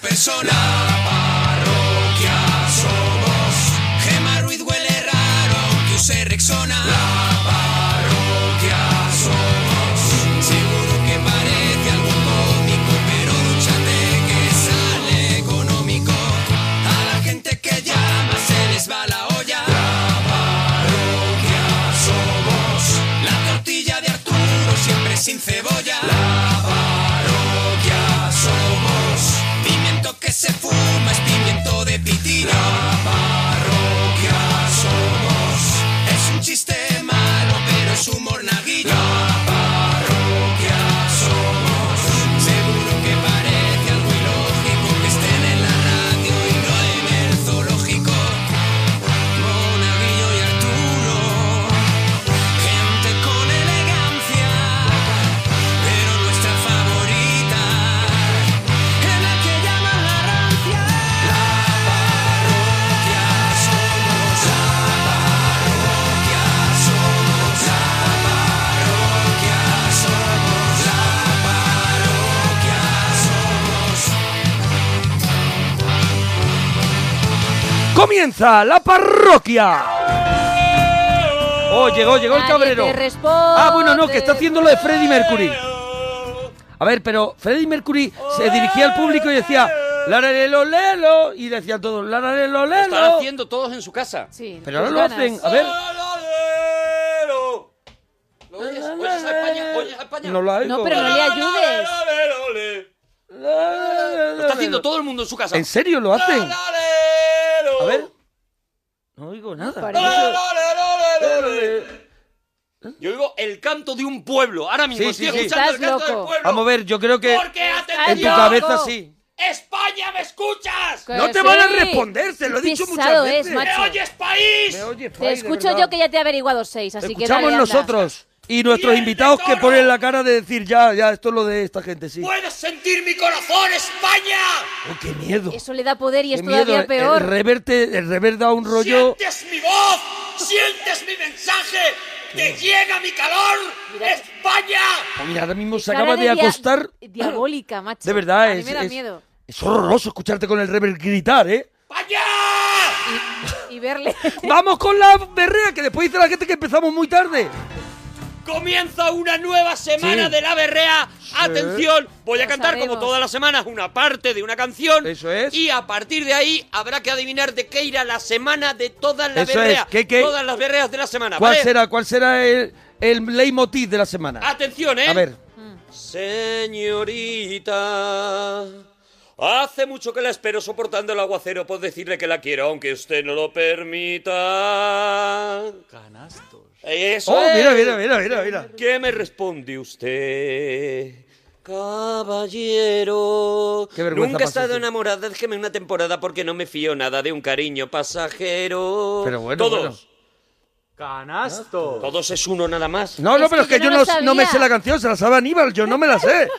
persona. La parroquia somos. Gema Ruiz huele raro, que use Rexona. La parroquia somos. Seguro que parece algo cómico, pero dúchate que sale económico. A la gente que llama se les va la olla. La parroquia somos. La tortilla de Arturo siempre sin cebolla. La parroquia somos. Pimiento que se fuma es pimiento de pitina. La parroquia somos. Es un chiste malo, pero es humor naguillo. La parroquia somos. Seguro que parece algo ilógico que estén en la radio y no en el zoológico. Monaguillo y Arturo, gente con elegancia, pero nuestra favorita es la que llaman la rancia. La parroquia somos, la parroquia somos, la parroquia somos, la parroquia ¡Comienza la parroquia! Oh, llegó, llegó el Nadie cabrero. te responde. Ah, bueno, no, que está haciendo lo de Freddie Mercury. A ver, pero Freddie Mercury se dirigía al público y decía, "Lararelo lelo", y decían todos, "Lararelo Lo están lelo". haciendo todos en su casa. Sí. Pero ahora lo hacen, a ver, ¿Lo oyes? ¿Oyes a España? ¿Oyes a España? no lo hago. ayudes. Lo está haciendo todo el mundo en su casa. ¿En serio lo hacen? A ver. No oigo nada. Yo digo el canto de un pueblo. Ahora mismo ¿Eh? Sí, estoy sí, sí. escuchando el Estás canto del loco. pueblo. Vamos a ver, yo creo que Porque en tu atención. cabeza sí. ¡España, me escuchas! No te van a responder, te lo he dicho muchas Pesado veces. es, macho. ¡Me oyes, país! Te escucho yo que ya te he averiguado seis, así que Escuchamos dale, anda. nosotros y nuestros invitados que ponen la cara de decir ya, ya, esto es lo de esta gente, sí. ¡Puedes sentir mi corazón, España! Oh, ¡Qué miedo! Eso le da poder y es ¡Qué todavía miedo! eh, peor. El reverte, el rever da un rollo... ¡Sientes mi voz! ¡Sientes mi mensaje! ¡Te llega mi calor! ¡España! Oh, mira, ahora mismo se Cara acaba de, dia- acostar. Diabólica, macho. De verdad, A mí es- me da es- miedo. Es horroroso escucharte con el rever gritar, ¿eh? Y verle. ¡Vamos con la berrea! Que después dice la gente que empezamos muy tarde. Ah, Comienza una nueva semana Sí. de la berrea. Atención, voy a Lo cantar sabemos. como todas las semanas una parte de una canción. Eso es. Y a partir de ahí habrá que adivinar de qué irá la semana de todas las Eso es, berreas. ¿qué, qué? Todas las berreas de la semana. ¿Cuál ¿vale? será, cuál será el, el leitmotiv de la semana? Atención, ¿eh? A ver. Señorita. Hace mucho que la espero soportando el aguacero. Puedo decirle que la quiero, aunque usted no lo permita. Canastos. Eso Oh, es. mira, mira, mira, mira, mira. ¿Qué me responde usted? Caballero. Qué vergüenza Nunca he pasa estado así. enamorada, déjeme una temporada porque no me fío nada de un cariño pasajero. Pero bueno, Todos. bueno. Canasto. Todos es uno nada más. No, no, pero es que yo, no, no me sé la canción, se la sabe Aníbal, yo no me la sé.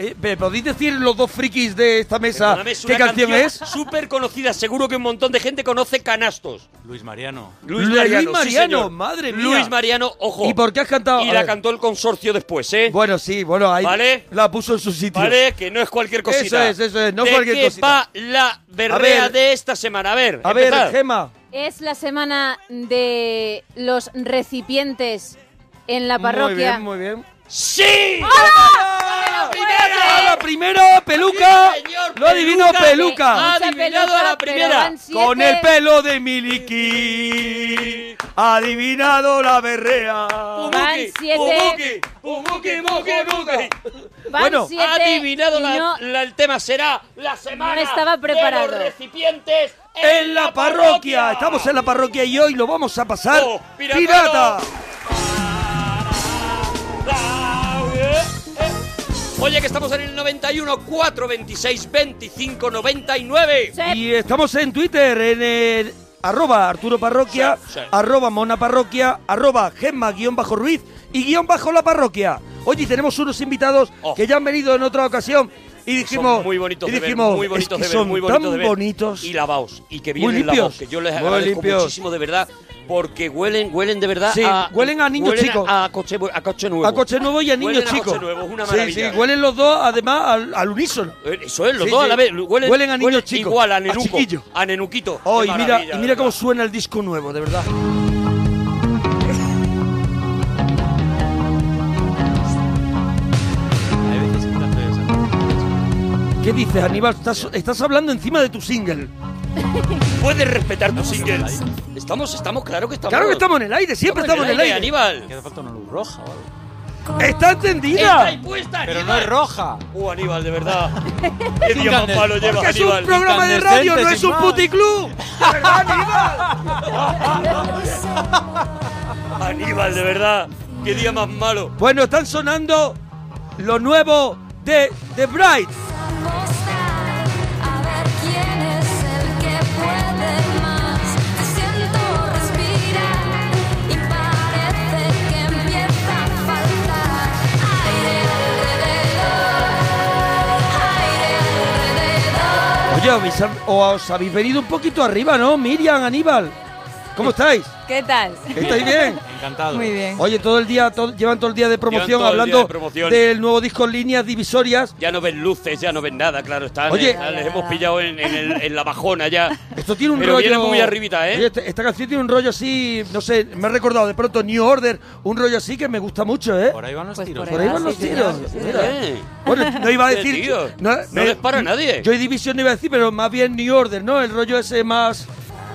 Eh, ¿Me podéis decir los dos frikis de esta mesa Perdóname, es qué una canción, es? Súper conocida, seguro que un montón de gente conoce canastos. Luis Mariano. Luis Luis Mariano, sí, Mariano, señor. madre mía. Luis Mariano, ojo. ¿Y por qué has cantado? Y A la ver. cantó el consorcio después, ¿eh? Bueno, sí, bueno, ahí ¿Vale? la puso en su sitio. Vale, que no es cualquier Eso cosita. es, eso es, no ¿De cualquier qué cosita. va la berrea ver. de esta semana? A ver, A ver, empezad. Gema. Es la semana de los recipientes en la Muy parroquia. bien, muy bien. ¡Sí! ¡Ah! ¡A la primera peluca! señor, ¡Lo adivino peluca. peluca! Ha Mucha adivinado peluca, a la pero primera. van siete. Con el pelo de Miliki, ha adivinado la berrea. Van siete. Pumuki, muki, muki. Van Bueno, siete Ha adivinado y la- no- la- el tema será la semana No estaba preparado. de los recipientes En la parroquia, estamos en la parroquia y hoy lo vamos a pasar Oh, piratado. pirata. Oye, que estamos en el 91 4 26 25 99. Y estamos en Twitter, en el arroba Arturo Parroquia, Sí, sí. arroba Mona Parroquia, arroba Gemma guión bajo Ruiz y guión bajo la parroquia. Oye, y tenemos unos invitados que ya han venido en otra ocasión. Y dijimos, Oh. son muy bonitos y de ver, dijimos, muy es bonitos que de ver, son muy bonitos tan de ver. bonitos. y lavaos y que Muy vienen limpios. lavaos, que yo les Muy agradezco limpios. muchísimo de verdad porque huelen, huelen de verdad Sí, a huelen a niños huelen chicos. a, a coche bu- a coche nuevo. A coche nuevo y a niños Huelen a chicos. coche nuevo, es una sí, sí, maravilla. huelen los dos además al, al unísono. Eh, Eso es, los Sí, dos sí. a la vez. Huelen, Huelen a niños chicos, Igual a a Nenuco. chiquillo. A, Nenuquito. Oh, Qué y mira, maravilla, y mira cómo ¿verdad? suena el disco nuevo, de verdad. Hay veces que te hace esa- ¿Qué dices, Aníbal? Estás, estás hablando encima de tu single. Puedes respetar tus singles. Estamos, estamos, claro que estamos. Claro que estamos en el aire, siempre estamos en el aire. Que Aníbal. hace falta una luz roja o algo. ¡Está Está ahí encendida! puesta, Pero no Aníbal. es roja. Uh, Aníbal, de verdad. Qué día más Incandescente. malo lleva, Porque es un Aníbal. programa de radio, no es un Incandescente, puticlub. ¿De ¿Verdad, Aníbal? Aníbal, de verdad. Qué día más malo. Bueno, están sonando lo nuevo de The Bright. A ver quién es el que puede más. Te siento respirar y parece que empieza a faltar aire alrededor, aire alrededor. Oye, ¿habéis- o os habéis venido un poquito arriba, ¿no? Miriam, Aníbal. ¿Cómo estáis? ¿Qué tal? ¿Estáis bien? Encantado. Muy bien. Oye, todo el día, todo- llevan todo el día de promoción todo el día hablando de promoción. del nuevo disco Líneas Divisorias. Ya no ven luces, ya no ven nada, claro. Están, Oye. eh, les hemos pillado en, en el- en la bajona ya. Esto tiene un Pero rollo. viene muy arribita, ¿eh? Oye, este- esta canción tiene un rollo así, no sé, me ha recordado de pronto New Order, un rollo así que me gusta mucho, ¿eh? Por ahí van los Pues tiros. Por ahí van los sí, tiros. señor, sí, mira. Eh, Bueno, no iba a Eh, decir. tío, no les para a nadie. Joy Division no iba a decir, pero más bien New Order, ¿no? El rollo ese más.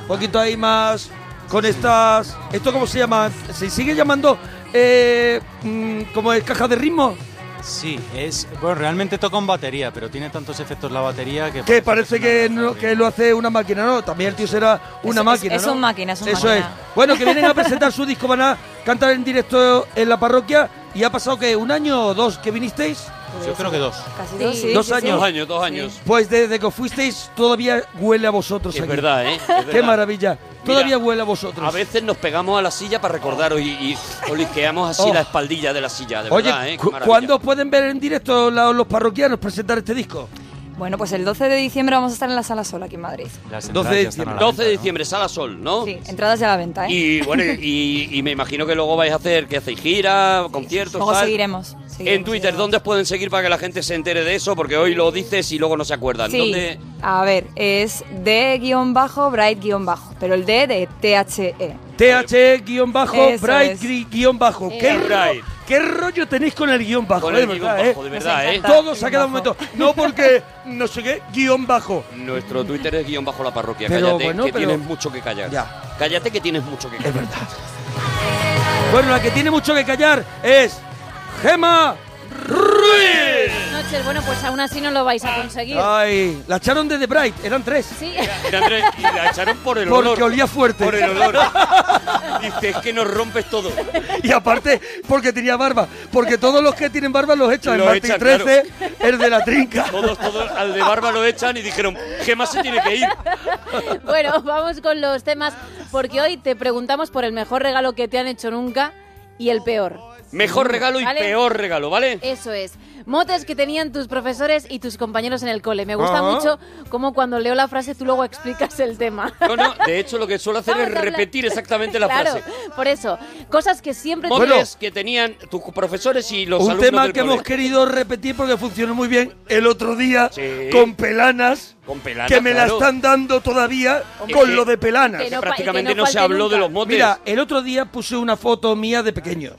Un poquito ahí más. Con estas. ¿Esto cómo se llama? ¿Se sigue llamando. Eh, mm, como es caja de ritmo? Sí, es. Bueno, realmente toca con batería, pero tiene tantos efectos la batería que. Que Eh, parece que, no- que que lo hace una máquina, ¿no? También el tío será una Es- es- máquina. es ¿no? un máquina, es un Eso máquina. es. Bueno, que vienen a presentar su disco, van a cantar en directo en la parroquia. Y ha pasado que un año o dos que vinisteis. Yo creo que dos. Casi Sí. dos, sí, Dos sí, sí. dos años, dos años. Pues desde que fuisteis, todavía huele a vosotros. Es aquí. verdad, ¿eh? Es verdad. Qué maravilla. Todavía huele a vosotros. A veces nos pegamos a la silla para recordaros y, y olisqueamos así Oh. la espaldilla de la silla, de Oye, verdad, ¿eh? Qué cu- maravilla. ¿cuándo pueden ver en directo la- los parroquianos presentar este disco? Bueno, pues el 12 de diciembre vamos a estar en la sala sola aquí en Madrid. Las 12 entradas de ya están a la 12 de venta, ¿no? diciembre, Sala Sol, ¿no? Sí, entradas ya a la venta, ¿eh? Y bueno, y, y me imagino que luego vais a hacer, que hacéis gira, conciertos, Luego tal. seguiremos, en Twitter, seguiremos, seguiremos. ¿dónde os pueden seguir para que la gente se entere de eso? Porque hoy lo dices y luego no se acuerdan. Sí, ¿Dónde? a ver, es D guión bajo, Bright guión bajo, pero el D de E. THE. TH-bajo, Eso Bright es. gri- guión bajo. ¿Qué, Eh, ro- Bright. ¿Qué rollo tenéis con el guión bajo? Con eh, el de guión verdad, eh? bajo, de verdad, ¿eh? encanta. Todo se Guión ha quedado un bajo. momento. No porque no sé qué, guión bajo. Nuestro Twitter es guión bajo la parroquia. Pero Cállate, bueno, que pero- tienes mucho que callar. Ya. Cállate que tienes mucho que Es callar. verdad. Bueno, la que tiene mucho que callar es Gema Ruiz. Noches, bueno, pues aún así no lo vais a conseguir. Ah. Ay, la echaron de The Bright, eran tres. Sí. Mira, Andrés, y la echaron por el Porque olor. olía fuerte. Por el olor. Dice, es que nos rompes todo. Y aparte, porque tenía barba. Porque todos los que tienen barba los echan. Los Martín echan, 13, el de la trinca. Todos, todos al de barba lo echan y dijeron, ¿qué más se tiene que ir? Bueno, vamos con los temas, porque hoy te preguntamos por el mejor regalo que te han hecho nunca y el peor. Mejor regalo y Vale. peor regalo, ¿vale? Eso es. Motes que tenían tus profesores y tus compañeros en el cole. Me gusta Ajá. mucho cómo cuando leo la frase tú luego explicas el tema. No, no, de hecho lo que suelo hacer Vamos es a hablar- repetir exactamente la Claro, frase. por eso. Cosas que siempre... te- Motes Bueno. que tenían tus profesores y los Un alumnos tema del que cole. hemos querido repetir porque funcionó muy bien el otro día Sí. con pelanas. Con pelanas, Que me la claro. están dando todavía Hombre, con que- lo de pelanas. que Que no pa- prácticamente que no no, se falte habló nunca. de los motes. Mira, el otro día puse una foto mía de pequeño.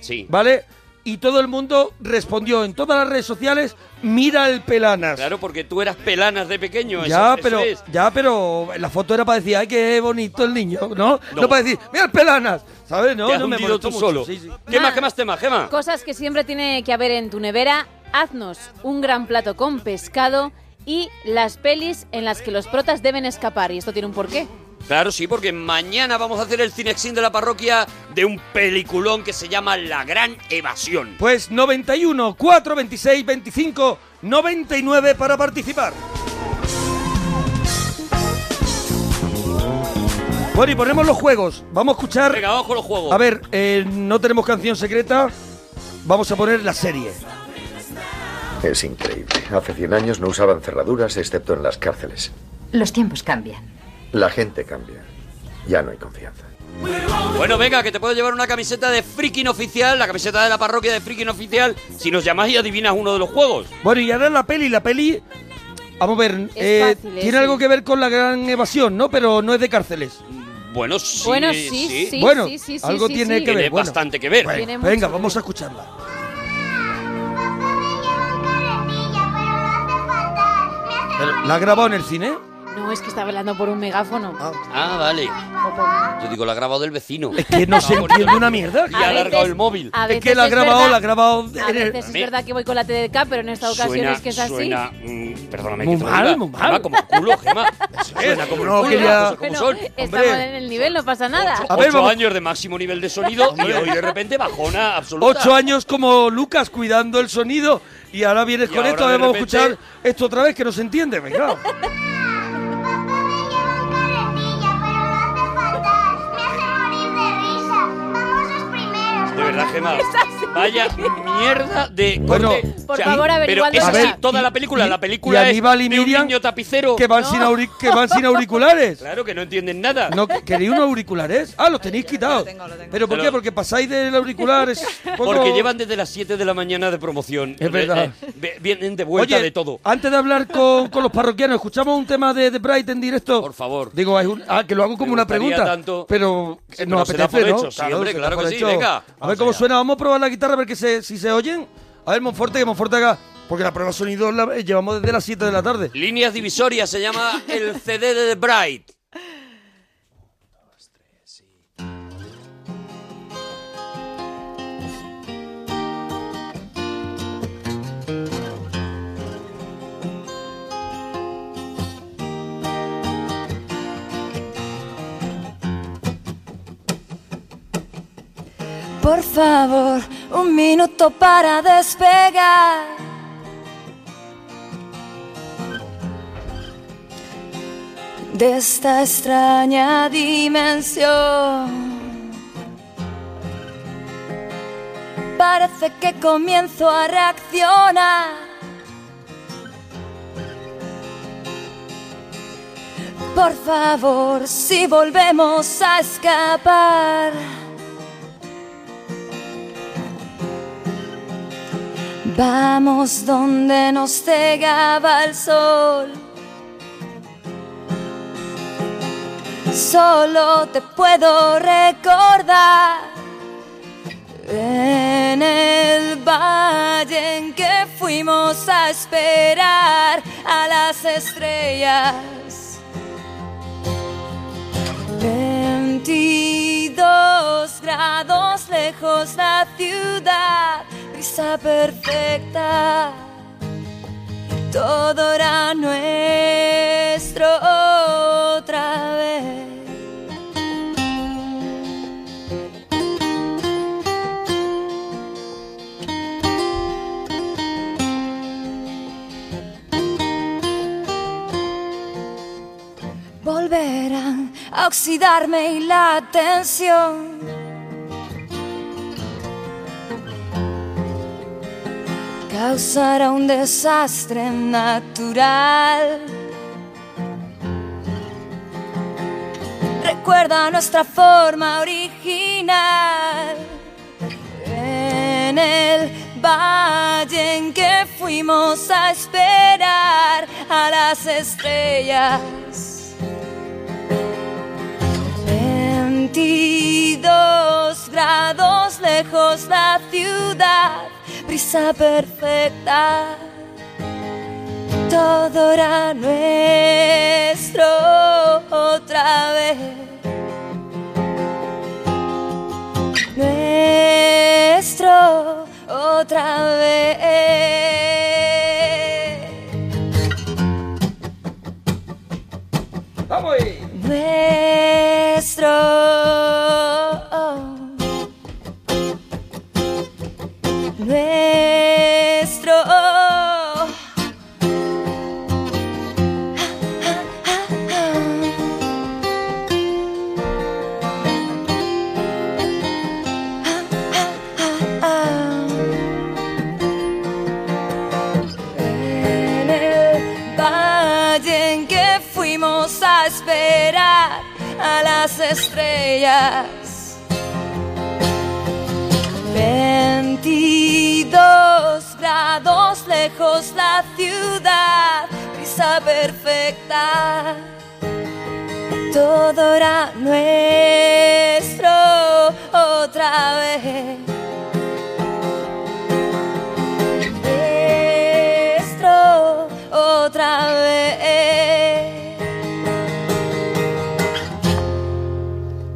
sí. ¿Vale? Y todo el mundo respondió en todas las redes sociales: mira el pelanas. Claro, porque tú eras pelanas de pequeño. eso- Ya, eso pero, es. ya, pero la foto era para decir, ay, qué bonito el niño, ¿no? No, No. para decir, mira el pelanas, ¿sabes? No, te has no me hundido molestó tú mucho, solo. sí, sí. ¿Qué Más. más, qué más tema, Gema? Cosas que siempre tiene que haber en tu nevera. Haznos un gran plato con pescado y las pelis en las que los protas deben escapar. Y esto tiene un porqué. Claro, sí, porque mañana vamos a hacer el cinexin de la parroquia de un peliculón que se llama La Gran Evasión. Pues 91, 4, 26, 25, 99 para participar. Bueno, y ponemos los juegos. Vamos a escuchar. Venga, vamos con los juegos. A ver, eh, no tenemos canción secreta. Vamos a poner la serie. Es increíble. Hace 100 años no usaban cerraduras excepto en las cárceles. Los tiempos cambian. La gente cambia. Ya no hay confianza. Bueno, venga, que te puedo llevar una camiseta de freaking oficial, la camiseta de la parroquia de freaking oficial, si nos llamas y adivinas uno de los juegos. Bueno, y ahora la peli, la peli. Vamos a ver, eh, fácil, ¿eh? tiene Sí. algo que ver con la gran evasión, ¿no? Pero no es de cárceles. Bueno, sí. Bueno, sí, sí, Bueno, sí, sí, algo sí, tiene sí. que ver, Tiene bueno. bastante que ver. Bueno, Tiene mucho venga, que vamos a escucharla. Pero, ¿La ha grabado en el cine? No, es que está velando por un megáfono. Ah, vale. Yo digo, la ha grabado el vecino. Es que no se entiende Ah. una mierda. Y ha alargado el móvil. a Es que veces la ha es grabado, verdad. la ha grabado. A veces es Me- verdad que voy con la TDK, pero en esta ocasión Suena, es que es así. suena, mm, perdóname Muy que te lo mal, diga, muy mal. Gema, como el culo, Gema. Suena como el no culo, quería- las cosas como Bueno, son. estamos en el nivel, no pasa nada. Ocho años de máximo nivel de sonido y hoy de repente bajona absoluta. Ocho años como Lucas cuidando el sonido y ahora vienes Y con ahora esto, a de ver, vamos a repente- escuchar esto otra vez que no se entiende, venga. De verdad, Gemma. Vaya mierda de. Bueno. corte. Por favor, Pero averiguadlo es ya. así A ver, toda y- la película. La y película es Aníbal y de un Miriam niño tapicero. Que van, sin auri- que van sin auriculares. Claro que no entienden nada. No, ¿Queréis unos auriculares? Ah, los tenéis quitados. ¿Pero por Pero- qué? Porque pasáis del auricular. es un poco- Porque llevan desde las 7 de la mañana de promoción. Es verdad. Eh, eh, ve- Vienen de vuelta Oye, de todo. Antes de hablar con, con los parroquianos, escuchamos un tema de The Bright en directo. Por favor. Digo, es un- ah, que lo hago como una gustaría pregunta. tanto- Pero eh, Sí, pero nos se da apetece, por ¿no? hecho, sí, hombre, se da claro por que sí, venga. A ver cómo suena. Vamos a probar la guitarra a ver que se- si se oyen. A ver, Monforte, que Monforte haga. Porque la prueba de sonido la eh, llevamos desde las 7 de la tarde. Líneas divisorias se llama el CD de The Bright. Por favor, un minuto para despegar. De esta extraña dimensión. Parece que comienzo a reaccionar. Por favor, si volvemos a escapar. Vamos donde nos cegaba el sol. Solo te puedo recordar en el valle en que fuimos a esperar a las estrellas. 22 grados lejos la ciudad, brisa perfecta, todo era nuestro otra vez. Volverán a oxidarme y la tensión. Causará un desastre natural. Recuerda nuestra forma original. En el valle en que fuimos a esperar a las estrellas. 22 grados lejos la ciudad, brisa perfecta, todo era nuestro otra vez. Nuestro otra vez. ¡Vamos! ahí. Nuestro. Nuestro. Eh. fuimos a esperar a las estrellas. 22 grados lejos la ciudad, prisa perfecta. Todo era nuestro otra vez. Nuestro otra vez.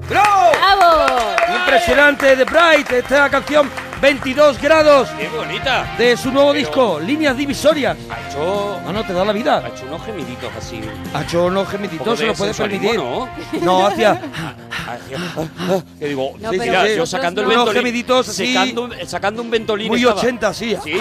¡Bravo! ¡Bravo! Impresionante de Bright, esta canción 22 grados ¡Qué bonita! de su nuevo disco, Líneas Divisorias. Ha hecho, Mano, te da la vida. ha hecho unos gemiditos así. Ha hecho unos Un gemititos, poco se de lo puede sensualismo, permitir. ¿no? No, hacía. Que digo, No, sí, pero mira, yo vosotros sacando el no. Unos ventolín. gemiditos así. Sacando, sacando un ventolín. Muy estaba. 80, sí. Sí,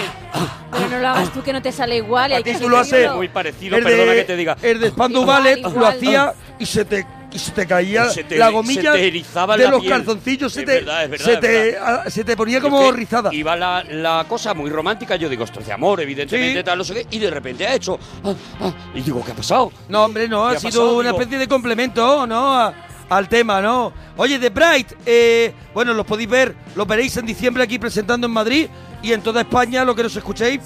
Pero no lo hagas tú que no te sale igual. y A hay ti que tú lo haces. sentirlo. muy parecido, El de- perdona que te diga. El de Spandau Igual, Ballet igual. lo hacía y se te, y se te caía Se te- la gomilla se te erizaba de la los piel. calzoncillos, se Es te, verdad, es verdad, se, es te ah, se te ponía como Yo que rizada. Iba la, la cosa muy romántica, yo digo, esto es de amor, evidentemente, Sí. tal, no sé qué, y de repente ha hecho. ah, ah, y digo, ¿qué ha pasado? No, hombre, no, ¿Qué ha ha sido pasado? una Digo- especie de complemento, ¿no? A- al tema, ¿no? Oye, The Bright, eh, bueno, los podéis ver, los veréis en diciembre aquí presentando en Madrid y en toda España, lo que nos escuchéis,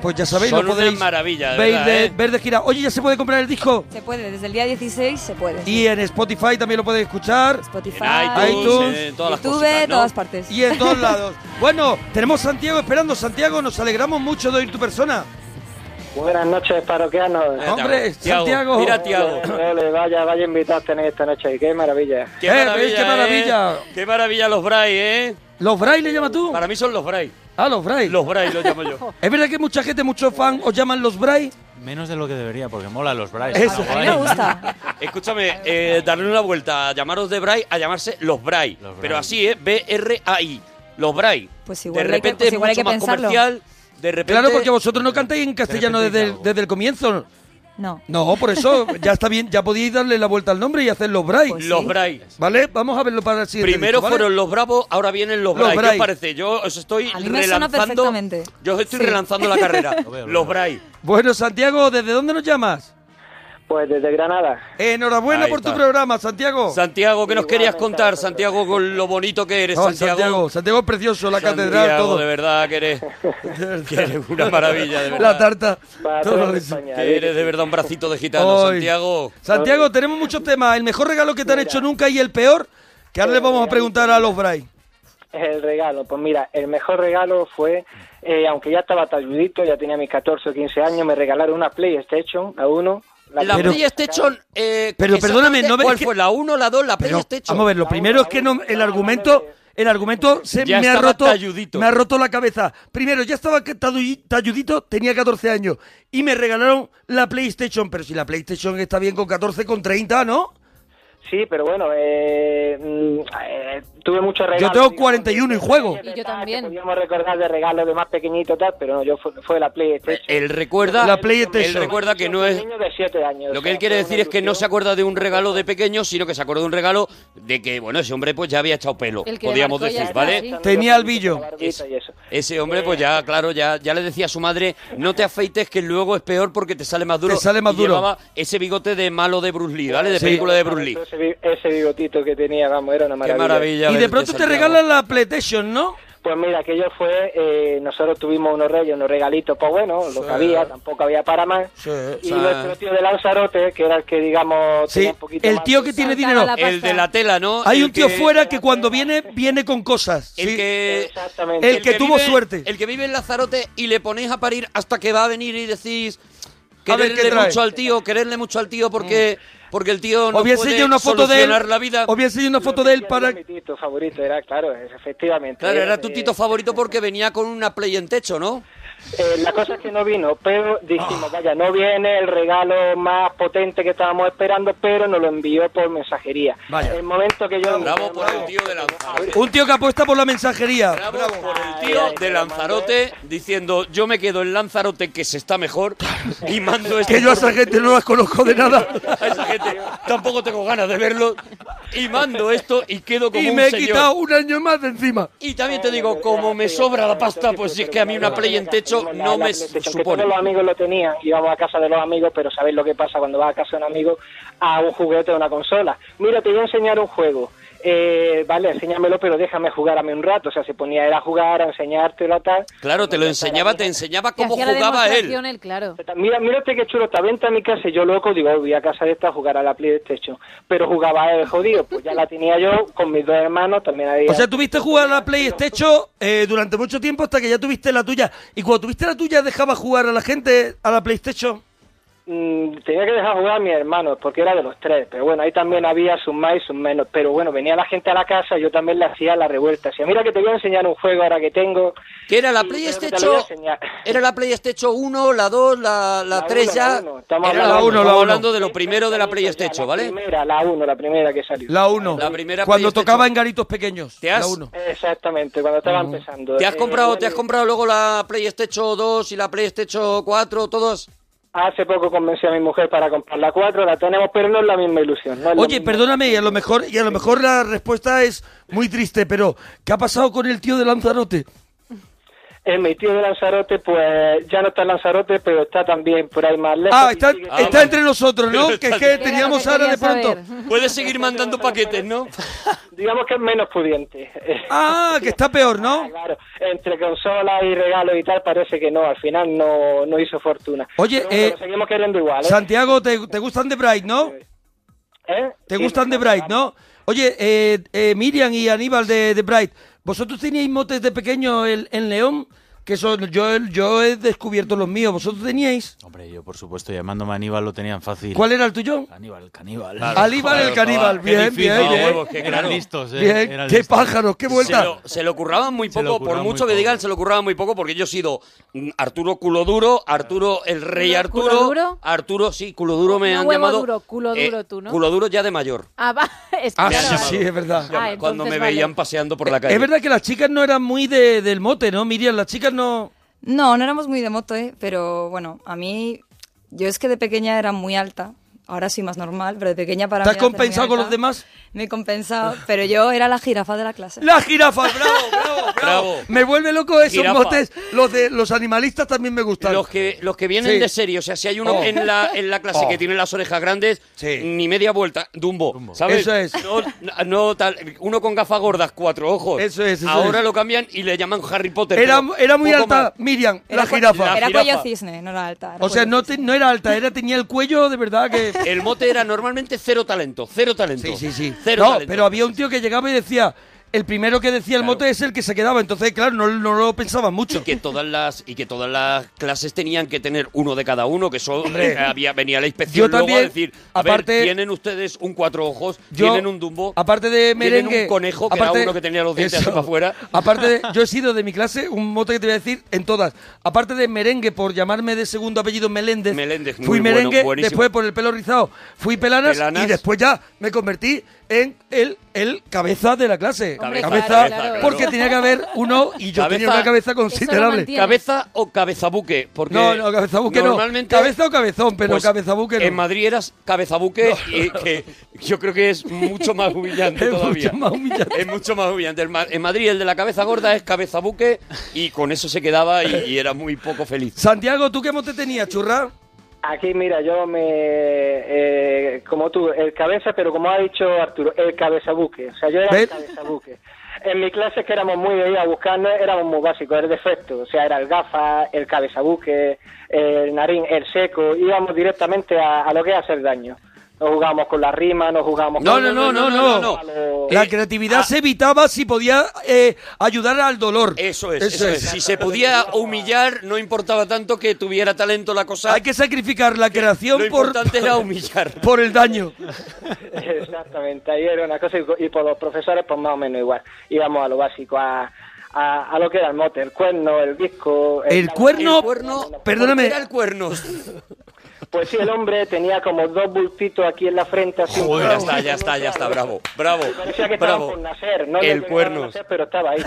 pues ya sabéis, Son lo una podéis maravilla, de veis verdad, de- ¿eh? ver de gira. Oye, ya se puede comprar el disco Se puede, desde el día 16 se puede. y en Spotify también lo podéis escuchar. Spotify, En iTunes, iTunes, en todas las YouTube, cositas, ¿no? todas partes. Y en todos lados. Bueno, tenemos a Santiago esperando. Santiago, nos alegramos mucho de oír tu persona. Buenas noches, paroquianos. Mira, Hombre, Santiago. Mira, Tiago. Ole, ole, vaya, vaya invitados tenéis esta noche y qué maravilla. Eh, Qué Eh, ¿veis maravilla, qué maravilla? ¿eh? Qué maravilla los Bray, ¿eh? ¿Los Bray le llamas tú? Para mí son los Bray. Ah, los Bray. Los Bray los llamo yo. ¿Es verdad que mucha gente, muchos fans, os llaman los Bray? Menos de lo que debería, porque mola los Bryce. Eso. está A mí guay. me gusta. Escúchame, eh, darle una vuelta a llamaros de Bray a llamarse los Bray. Los Bray. Pero así, ¿eh? B-R-A-I. Los Bray. Pues igual de hay que- repente pues igual hay mucho que más pensarlo. comercial. De repente. Claro, porque vosotros no cantáis en castellano De desde repente el, dice desde el comienzo. No. No, por eso ya está bien, ya podíais darle la vuelta al nombre y hacer los Bray. Pues Los sí. Bray. ¿Vale? Vamos a verlo para el siguiente Primero disco, ¿vale? fueron los bravos, ahora vienen los, Los Bray. ¿Qué Bray. os parece? Yo os estoy A mí me suena relanzando. perfectamente. Yo os estoy Sí. relanzando la carrera. Lo veo, lo los veo. Bray. Bueno, Santiago, ¿desde dónde nos llamas? Pues desde Granada. Enhorabuena Ahí por tu está. programa, Santiago. Santiago, ¿qué nos Igualmente, querías contar, Alfredo. Santiago, con lo bonito que eres, Oh, Santiago? Santiago, Santiago es precioso, la catedral, Santiago, todo. de verdad que eres, que eres una maravilla, de verdad. La tarta. Para todo toda lo de- eh. España. Que eres de verdad un bracito de gitano, Ay. Santiago. Santiago, tenemos muchos temas. El mejor regalo que te han hecho nunca y el peor, que ahora le vamos a preguntar a los Bray. El regalo, pues mira, el mejor regalo fue, eh, aunque ya estaba talludito, ya tenía mis 14 o 15 años, me regalaron una PlayStation a uno. La Pero- PlayStation. Eh, Pero perdóname, exactamente, no ve- ¿Cuál es que- fue? ¿La 1, la este 2, la Pero, PlayStation? vamos a ver, lo primero es que no, el argumento... El argumento se Ya me ha estaba roto talludito. me ha roto la cabeza. Primero, ya estaba que tallu- talludito, tenía 14 años. Y me regalaron la PlayStation. Pero si la PlayStation está bien con 14, con 30, ¿no? Sí, pero bueno, eh, mm, eh, tuve muchos regalos. Yo tengo digamos, 41 y juego. Y yo también. que Podíamos recordar de regalos de más pequeñito tal, pero no, yo fue, fue la PlayStation. Él recuerda, La este PlayStation. él recuerda que no es. Un niño de 7 años. Lo o que sea, él quiere fue una decir es que no se ilusión. acuerda de un regalo de pequeño, sino que se acuerda de un regalo de que, bueno, ese hombre pues ya había echado pelo, El que podríamos marcó ya decir, está, ¿vale? sí. Tenía albillo. Barbita y eso. Ese hombre, pues ya, claro, ya, ya le decía a su madre, no te afeites que luego es peor porque te sale más duro. Te sale más Y duro. Llevaba ese bigote de malo de Bruce Lee, ¿vale? De Sí. película de Bruce Lee. Ese, bi- ese bigotito que tenía, vamos, era una Qué maravilla. maravilla. y de ver- pronto te Santiago. regalan la PlayStation, ¿no? Pues mira, aquello fue, eh, nosotros tuvimos unos reyes, unos regalitos, pues bueno, lo que había, tampoco había para más. Sí, y sí. nuestro tío de Lanzarote, que era el que, digamos, Sí, tenía un poquito el más tío de- que tiene Saltaba dinero. la pasta. El de la tela, ¿no? Hay El un tío que- fuera que cuando viene, viene con cosas. El Sí. que. Exactamente. el que tuvo vive- suerte. El que vive en Lazarote y le ponéis a parir hasta que va a venir y decís. A ver qué Quererle trae. Mm. mucho al tío, quererle mucho al tío porque. Porque el tío no Os voy a puede enseñar una foto de él. solucionar la vida. Os voy a enseñar una foto de él para. Mi tito favorito era, claro, es- efectivamente. Claro, era tu eh, tito favorito porque venía con una play en techo, ¿no? eh, la cosa es que no vino, pero Oh. dijimos, vaya, no viene el regalo más potente que estábamos esperando, pero nos lo envió por mensajería. Vaya. El momento que yo... Bravo por el tío de Lanzarote. Un este tío que apuesta por la mensajería. Bravo Bravo. por el Ay, tío ay, de qué Lanzarote diciendo yo me quedo en Lanzarote que se está mejor y mando este Que yo a esa gente no las conozco de nada. a esa gente tampoco tengo ganas de verlo y mando esto y quedo como y un me he señor. quitado un año más de encima. Y también te digo, como me sobra la pasta, pues si es que a mí una play en techo la- no la me PlayStation, que supone. todos los amigos lo tenían, íbamos a casa de los amigos, pero sabéis lo que pasa cuando vas a casa de un amigo a un juguete o una consola. Mira, te voy a enseñar un juego. Eh, vale, enséñamelo, pero déjame jugar a mí un rato. O sea, se ponía él a jugar, a enseñártelo, a tal. Claro, te lo enseñaba, te enseñaba Que cómo hacía la jugaba él. demostración él, claro. Mira, mírate qué chulo está, vente a mi casa y yo loco digo, voy a casa de esta a jugar a la PlayStation. Pero jugaba él, jodido, pues ya la tenía yo con mis dos hermanos, también había... O sea, tuviste jugar a la PlayStation eh, durante mucho tiempo hasta que ya tuviste la tuya. Y cuando tuviste la tuya, ¿dejabas jugar a la gente a la PlayStation? Mm, tenía que dejar jugar a mis hermanos porque era de los tres, pero bueno, ahí también había sus más y sus menos, pero bueno, venía la gente a la casa, yo también le hacía la revuelta, decía, mira que te voy a enseñar un juego ahora que tengo. Que era la y creo que te lo PlayStation, voy a enseñar. era la PlayStation 1, la 2, la, la 3 uno, ya. la uno. Estamos Era uno, hablando- la estamos uno. hablando de lo primero de la PlayStation, La ¿vale? primera, la uno, la primera que salió. La 1. La primera Cuando PlayStation. tocaba en garitos pequeños. ¿Te has- La 1. Exactamente, cuando estaba empezando. ¿Te has Eh, comprado, bueno, te has comprado luego la PlayStation 2 y la PlayStation 4, todos? Hace poco convencí a mi mujer para comprar la 4, la tenemos, pero no es la misma ilusión. no es la Oye, misma- perdóname, y a lo mejor y a lo mejor la respuesta es muy triste, pero ¿qué ha pasado con el tío de Lanzarote? Eh, mi tío de Lanzarote, pues ya no está en Lanzarote, pero está también por ahí más lejos. Ah, y está, sigue- está vale. entre nosotros, ¿no? Que es que teníamos ahora de pronto. Puedes seguir mandando paquetes, ¿no? digamos que es menos pudiente. Ah, que está peor, ¿no? claro, entre consolas y regalos y tal, parece que no, al final no, no hizo fortuna. Oye, Pero bueno, eh, lo seguimos queriendo igual, ¿eh? Santiago, ¿te, te gustan The Bright, no? ¿Eh? Te Sí, gustan The Bright, ¿no? Oye, eh, eh, Miriam y Aníbal de The Bright, ¿vosotros teníais motes de pequeño en, en León? Que eso, yo, yo he descubierto los míos. ¿Vosotros teníais? Hombre, yo por supuesto, llamándome Aníbal lo tenían fácil. ¿Cuál era el tuyo? Aníbal, el caníbal. Aníbal el caníbal. qué Bien, difícil, bien, no, bien. huevos, qué Eran claro. listos, eh. Bien, eran qué listos. pájaros, qué Se vuelta. lo, se lo curraban muy Se lo poco, por curraban mucho muy que poco. digan, se lo curraban muy poco, porque yo he sido mm, Arturo Culo Duro, Arturo el Rey ¿Culo Arturo. duro? Arturo, sí, Culo Duro me No, han huevo llamado. eh, duro, culo duro tú, ¿no? Culo Duro ya de mayor. Ah, va, es que Ah, claro, sí, vale. sí, es verdad. Ah, entonces cuando me vale. veían paseando por la calle. Es verdad que las chicas no eran muy de, del mote, ¿no, Miriam? Las chicas no... No, no éramos muy de moto, ¿eh? pero bueno, a mí, yo es que de pequeña era muy alta. Ahora soy más normal, pero de pequeña para mí ¿Te has era ser muy compensado con alta. los demás? Me he compensado, pero yo era la jirafa de la clase. ¡La jirafa! ¡Bravo, bravo, bravo! Bravo. Me vuelve loco esos Jirafa. motes. Los de los animalistas también me gustan. Los que, los que vienen Sí. de serie, o sea, si hay uno Oh. en, la, en la clase Oh. que tiene las orejas grandes, Sí. ni media vuelta, Dumbo, ¿sabes? Eso es. No, no- no tal, uno con gafas gordas, cuatro ojos. Eso es, eso Ahora es. lo cambian y le llaman Harry Potter. Era, pero era muy poco alta, más. Miriam, la cue- jirafa. Era jirafa. cuello cisne, no era alta. era O sea, cuello no, te- cisne. no era alta, era tenía el cuello de verdad que... El mote era normalmente cero talento, cero talento. Sí, sí, sí. Cero no, talento. pero había un tío que llegaba y decía... El primero que decía el mote es el que se quedaba. Entonces, claro, no, no lo pensaba mucho. Y que todas las y que todas las clases tenían que tener uno de cada uno que eso Hombre. eh, había venía la inspección Yo luego también, a decir a ver, aparte- tienen ustedes un cuatro ojos Yo, tienen un dumbo Aparte de tienen merengue. un conejo que era uno que tenía los dientes eso. hacia afuera Aparte, de- yo he sido de mi clase, un mote que te voy a decir en todas. Aparte de merengue por llamarme de segundo apellido Meléndez. Meléndez, Fui muy bueno, merengue, buenísimo. después por el pelo rizado fui pelanas, Pelanas. y después ya me convertí en el, el cabeza de la clase. Hombre, cabeza, claro, claro. porque tenía que haber uno y yo tenía Cabeza- una cabeza lo considerable. mantiene. cabeza o cabezabuque porque No, no, cabezabuque no. normalmente pues, Cabeza o cabezón, pero cabezabuque no. en Madrid eras cabezabuque y que yo creo que es mucho más humillante Es todavía mucho más humillante. es mucho más humillante El ma- en Madrid el de la cabeza gorda es cabezabuque y con eso se quedaba y, y era muy poco feliz Santiago, ¿tú qué mote tenías, churra? Aquí, mira, yo me. eh, como tú, el cabeza, pero como ha dicho Arturo, el cabezabuque. O sea, yo era ¿Ves? el cabezabuque. En mi clase, que éramos muy de ir a buscarnos, éramos muy básicos, el defecto. O sea, era el gafa, el cabezabuque, el narín, el seco. Íbamos directamente a, a lo que es hacer daño. No jugábamos con la rima, no jugábamos No, con. no, no, no, no. no, no. La Eh, creatividad ah. se evitaba si podía eh, ayudar al dolor. Eso es, eso es. Si se podía humillar, no importaba tanto que tuviera talento la cosa. Hay que sacrificar la creación lo por, importante era humillar. por el daño. Exactamente, ahí era una cosa y, y por los profesores pues más o menos igual. Íbamos a lo básico, a, a, a lo que era el mote, el cuerno, el disco... El cuerno, cuerno- perdóname, Era el cuernos. Pues sí, el hombre tenía como dos bultitos aquí en la frente. Así Joder, ya está, ya está, ya está, bravo, bravo, Parecía que estaba bravo. por nacer, no le el llegaban a cuernos. nacer, pero estaba ahí.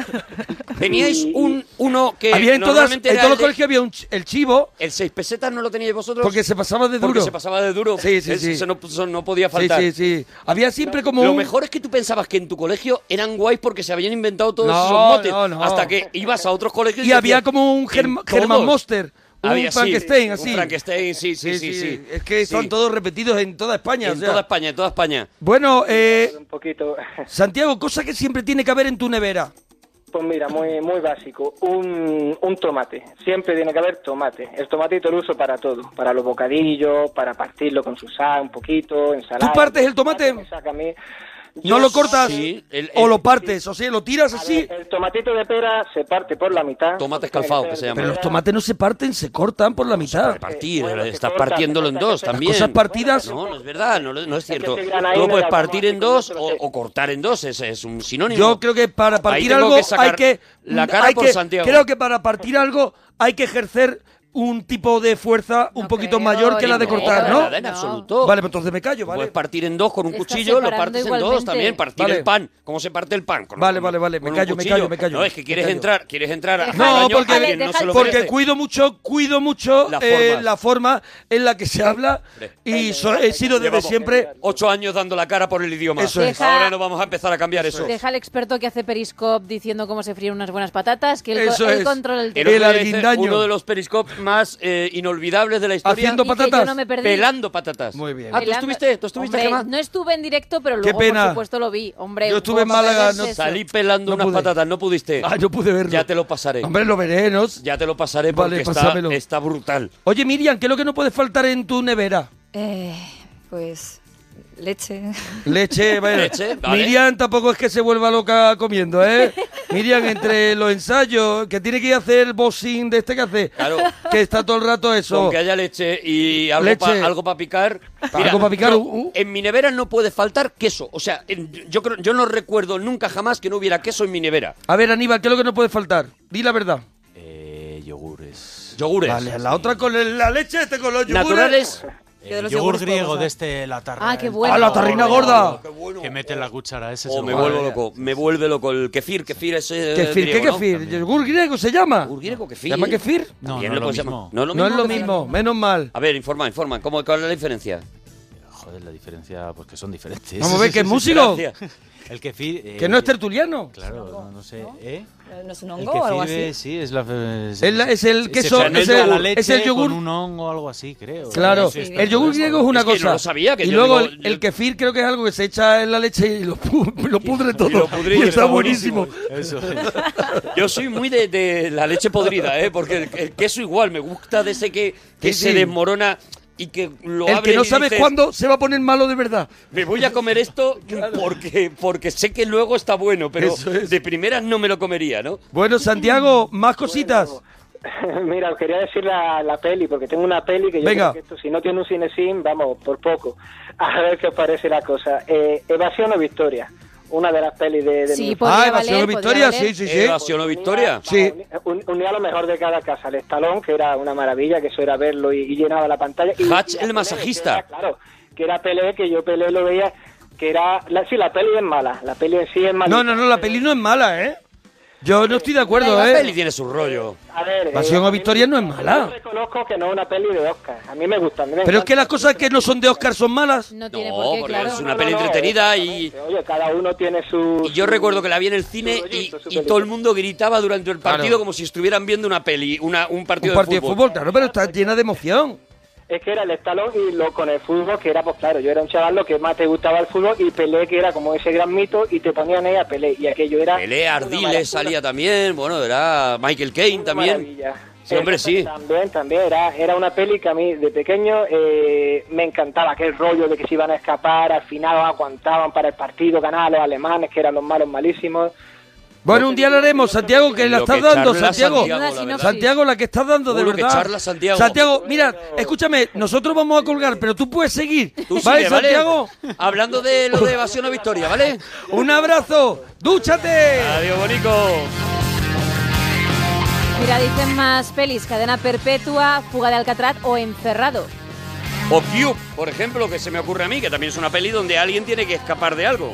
Teníais un, uno que había en, todas, en normalmente era todos el los de- colegios había un ch- el chivo. El 6 pesetas no lo teníais vosotros. Porque se pasaba de duro. Porque se pasaba de duro. Sí, sí, Eso sí. se no, eso no podía faltar. Sí, sí, sí. Había siempre como Lo un... mejor es que tú pensabas que en tu colegio eran guays porque se habían inventado todos No, esos motes. no, no. Hasta que ibas a otros colegios y, Y había decías, como un "En Germ- todos". German Monster. Un Había, sí, Frankenstein, un así. Frankenstein, sí, sí, sí. sí. Es que Sí. son todos repetidos en toda España. En o sea. toda España, en toda España. Bueno, eh, Un poquito. Santiago, cosa que siempre tiene que haber en tu nevera. Pues mira, muy, muy básico. Un, un tomate. Siempre tiene que haber tomate. El tomatito lo uso para todo. Para los bocadillos, para partirlo con su sal, un poquito, ensalada. ¿Tú partes el tomate? Me saca a mí. ¿No lo cortas? sí, el- ¿O el- lo partes? O sea, lo tiras A así. ver, el tomatito de pera se parte por la mitad. Tomate escalfado, que se llama. Pero los tomates no se parten, se cortan por la mitad. Partir, bueno, se estás corta, partiéndolo se en corta, dos se corta. también. Las cosas partidas- No, no es verdad, no, lo- no es que cierto. se Tú gana ahí, lo puedes la partir en vamos dos a hacer o, con otro, o cortar en dos, es, es un sinónimo. Yo creo que para Ahí partir tengo algo que sacar hay que mm, la cara hay por que- Santiago. Creo que para partir algo hay que ejercer un tipo de fuerza un No poquito creo, mayor que la de no, cortar, para ¿no? nada, en absoluto. Vale, pues entonces me callo, Puedes ¿vale? partir en dos con un Estás cuchillo, lo separando partes en dos igualmente. también. Partir Vale. el pan. ¿Cómo se parte el pan? Con- Vale, con- vale, vale, me con un callo, me cuchillo. callo, me callo. No, es que quieres Me callo. entrar, quieres entrar. a- Deja- al No, baño a porque, alguien, no se lo porque merece. cuido mucho, cuido mucho Las eh, formas. la forma en la que se habla y so- he sido desde Llevamos siempre Ocho años dando la cara por el idioma. Eso es. Ahora no vamos a empezar a cambiar eso. pues Deja al experto que hace Periscope diciendo cómo se fríen unas buenas patatas, que él, Eso co- él es. controla el El, tema. El otro día hice arguindaño. uno de los periscopes más eh, inolvidables de la historia. haciendo Y que yo patatas. no me perdí. Pelando patatas. Muy bien. Ah, ¿tú Pelando- estuviste? ¿Tú estuviste, Hombre, Gemma? No estuve en directo, pero luego, pena. por supuesto, lo vi. Hombre, Yo un estuve en poco Málaga, es no eso. Salí pelando No unas pude. patatas, no pudiste. Ah, yo pude verlo. Ya te lo pasaré. Hombre, lo veré, ¿no? Ya te lo pasaré Vale, porque está, pásamelo. está brutal. Oye, Miriam, ¿qué es lo que no puede faltar en tu nevera? Eh, pues leche. Leche, bueno. Leche, vale. Miriam tampoco es que se vuelva loca comiendo, ¿eh? Miriam, entre los ensayos, que tiene que ir a hacer el boxing de este que hace, Claro. que está todo el rato eso. Con que haya leche y algo Oh. Leche. para picar. Algo pa' picar, no, uh, uh. en mi nevera no puede faltar queso. O sea, en- yo creo, yo no recuerdo nunca jamás que no hubiera queso en mi nevera. A ver, Aníbal, ¿qué es lo que no puede faltar? Di la verdad. yogures. Yogures. Vale, la otra con el- la leche, este con los yogures. Naturales. Yo de los yogur yogures puedo griego gozar. de este, la tarrina. Ah, qué bueno. ¡Ah, la tarrina gorda! Que mete la cuchara ese. Oh, se me lo- vuelvo loco. Me vuelve loco el kefir, kefir ese. Kefir, ¿qué griego, ¿no? kefir? ¿Yogur griego se llama? ¿Yogur griego, kefir? ¿Se llama kefir? No, También no lo lo puedes mismo. llamar. No es lo No es mismo. lo mismo, menos mal. A ver, informa, informa. ¿Cómo, ¿Cuál es la diferencia? Joder, la diferencia, pues que son diferentes. Vamos a ver, que es músico, Gracias. El kefir. eh, que no es tertuliano. Claro, no, no sé. ¿Eh? ¿No es un El hongo o algo kefir, así? eh, sí, es la. Es, Es la- es el se queso- fermenta es el- la es el leche yogur. Con un hongo o algo así, creo. Claro, Sí, sí, el yogur griego es una Es que cosa. no lo sabía, que y yo luego digo, el, yo- el kefir creo que es algo que se echa en la leche y lo, pu- lo pudre todo. Y, lo pudre y está buenísimo. Eso es. Yo soy muy de, de la leche podrida, ¿eh? Porque el, el queso igual, me gusta de ese que, que Sí, se sí. desmorona y que lo El abres que no y sabe dices, cuándo se va a poner malo de verdad. Me voy a comer esto porque, porque sé que luego está bueno, pero Eso es. de primeras no me lo comería, ¿no? Bueno, Santiago, más cositas. Mira, os quería decir la, la peli, porque tengo una peli que yo Venga. creo que esto, si no tiene un cinesim, vamos, por poco. A ver qué os parece la cosa. Eh, Evasión o Victoria, una de las pelis de, de Sí, mi- podría ah, Evasión valer, o Victoria, podría sí, valer. sí, sí. Evasión o victoria. Sí. vamos, uni- unía lo mejor de cada casa. El estalón, que era una maravilla, que eso era verlo y, y llenaba la pantalla. Y, Hutch, y la el Pelé, masajista. que era, claro, que era Pelé, que yo Pelé lo veía, que era... La, sí, la peli es mala, la peli en sí es mala. No, no, no, la peli no es mala, ¿eh? Yo no estoy de acuerdo, La peli ¿eh? tiene su rollo. A ver, eh, Pasión a o mí- Victoria no es Yo mala. reconozco que no es una peli de Oscar. A mí me gusta. a mí me Pero es encanta. que las cosas que no son de Oscar son malas. No tiene No, por qué, porque claro. es una peli entretenida y, Oye, cada uno tiene su... y yo recuerdo que la vi en el cine y, rollito, y su película. todo el mundo gritaba durante el partido Claro. como si estuvieran viendo una peli, una, un partido, Un partido de fútbol, claro, pero está llena de emoción. Es que era el estalón y lo con el fútbol, que era, pues claro, yo era un chaval lo que más te gustaba el fútbol y Pelé, que era como ese gran mito, y te ponían ahí a Pelé. Y aquello era... Pelé una Ardiles maravilla, salía también, bueno, era Michael Caine una también. maravilla. Sí, hombre, sí. También, también, era, era una peli que a mí de pequeño eh, me encantaba, aquel rollo de que se iban a escapar, al final aguantaban para el partido, ganaban los alemanes, que eran los malos malísimos. Bueno, un día lo haremos, Santiago, que la Lo que estás dando, charla Santiago. Santiago, la Sin duda, verdad. Santiago, la que estás dando, de Uy, lo que verdad. charla Santiago. mira, escúchame, nosotros vamos a colgar, pero tú puedes seguir. Tú sigue, ¿Vale, ¿vale? Santiago? Hablando de lo de evasión o victoria, ¿vale? Un abrazo, dúchate. Adiós, Bonico. Mira, dicen más pelis, Cadena Perpetua, Fuga de Alcatraz o Encerrado. O Cube, por ejemplo, que se me ocurre a mí, que también es una peli donde alguien tiene que escapar de algo.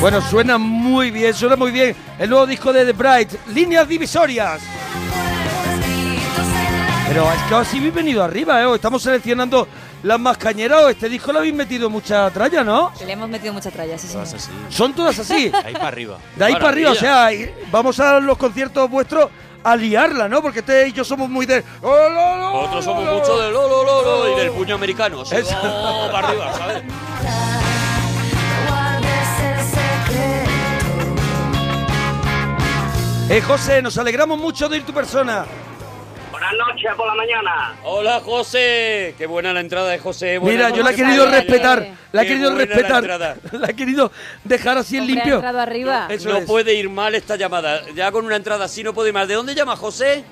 Bueno, suena muy bien, suena muy bien el nuevo disco de The Bright, Líneas Divisorias. Pero es que ahora sí habéis venido arriba, ¿eh? Os Estamos seleccionando las más cañeras. o Este disco lo habéis metido mucha tralla, ¿no? Le hemos metido mucha tralla, sí, señor. Son todas así. De ahí para arriba. De ahí para arriba, o Maravilla. sea, y- vamos a los conciertos vuestros a liarla, ¿no? Porque ustedes y yo somos muy de... ¡Oh, lo, lo, Nosotros somos lo, lo! mucho de lo, lo, lo, lo, y del puño americano. Sí, Eso. oh, para arriba, ¿sabes? Eh, José, nos alegramos mucho de ir tu persona. Buenas noches por la mañana. Hola, José. Qué buena la entrada de José. buena Mira, yo la he noche. querido respetar, la he Qué querido buena la respetar, entrada. la, he querido dejar así en Hombre, ha limpio. entrado arriba. no puede ir mal esta llamada. Ya con una entrada así no puede ir mal. ¿De dónde llama José?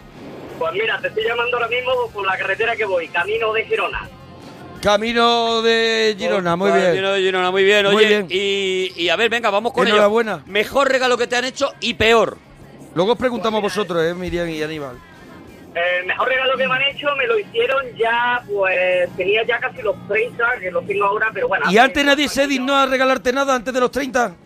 Pues mira, te estoy llamando ahora mismo por la carretera que voy, camino de Girona. Camino de Girona, muy bien. Camino de Girona, muy bien. Muy Oye, bien. Y, y a ver, venga, vamos con ello. Enhorabuena. Mejor regalo que te han hecho y peor. Luego os preguntamos vosotros, eh, Miriam y Aníbal. El Eh, mejor regalo que me han hecho me lo hicieron ya, pues tenía ya casi los 30, que los tengo ahora, pero bueno. Y antes nadie se dignó a regalarte nada antes de los 30.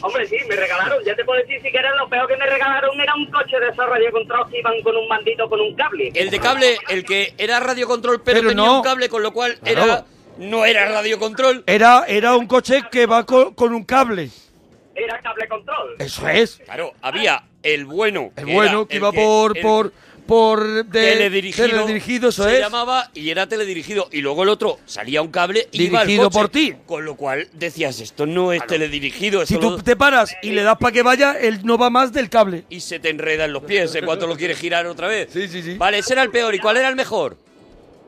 Hombre, sí, me regalaron. Ya te puedo decir si quieres, lo peor que me regalaron era un coche de esos radiocontrol que iban con un bandito con un cable. El de cable, el que era radio control, pero, Pero tenía no. un cable, con lo cual Claro. era no era radio control. Era, era un coche que va co- con un cable. Era cable control. Eso es. Claro, había el bueno. El bueno, que iba por, por, por de, teledirigido, teledirigido, eso se es. llamaba y era teledirigido y luego el otro salía un cable y iba al Dirigido coche. por ti. con lo cual decías esto no es teledirigido esto Si tú lo- te paras y le das para que vaya, él no va más del cable. y se te enredan los pies en cuanto lo quieres girar otra vez sí sí sí vale ese era el peor y cuál era el mejor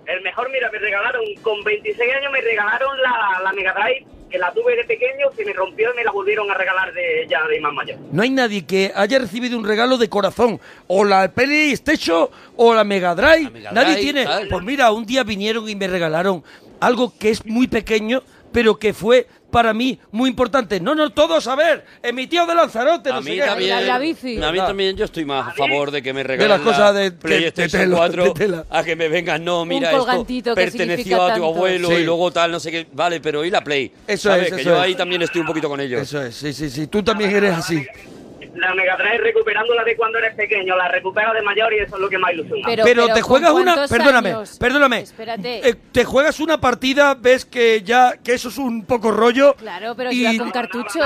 El mejor, mira, me regalaron, con 26 años me regalaron la, la Mega Drive, que la tuve de pequeño, se me rompió y me la volvieron a regalar de ya de más mayor. No hay nadie que haya recibido un regalo de corazón. O la PlayStation o la Mega Drive. nadie Drive, tiene. tal. Pues mira, un día vinieron y me regalaron algo que es muy pequeño, pero que fue para mí muy importante. No, no, todos, a ver, eh, mi tío de Lanzarote, no a sé mí qué. también a mí también yo estoy más a favor de que me regalen las cosas la de- de- PlayStation de tela, 4 de tela. a que me vengas no mira colgantito esto que perteneció significa a tu tanto. abuelo Sí. y luego tal no sé qué vale pero y la play Eso ¿Sabes? es, que eso yo es. ahí también estoy un poquito con ellos Eso es, sí, sí, sí. Tú también eres así. La Mega Drive recuperándola de cuando eres pequeño, la recupero de mayor y eso es lo que más ilusiona. Pero, te juegas una. Perdóname, perdóname. Espérate. Eh, te juegas una partida, ves que ya. que eso es un poco rollo. Claro, pero y- iba con cartucho.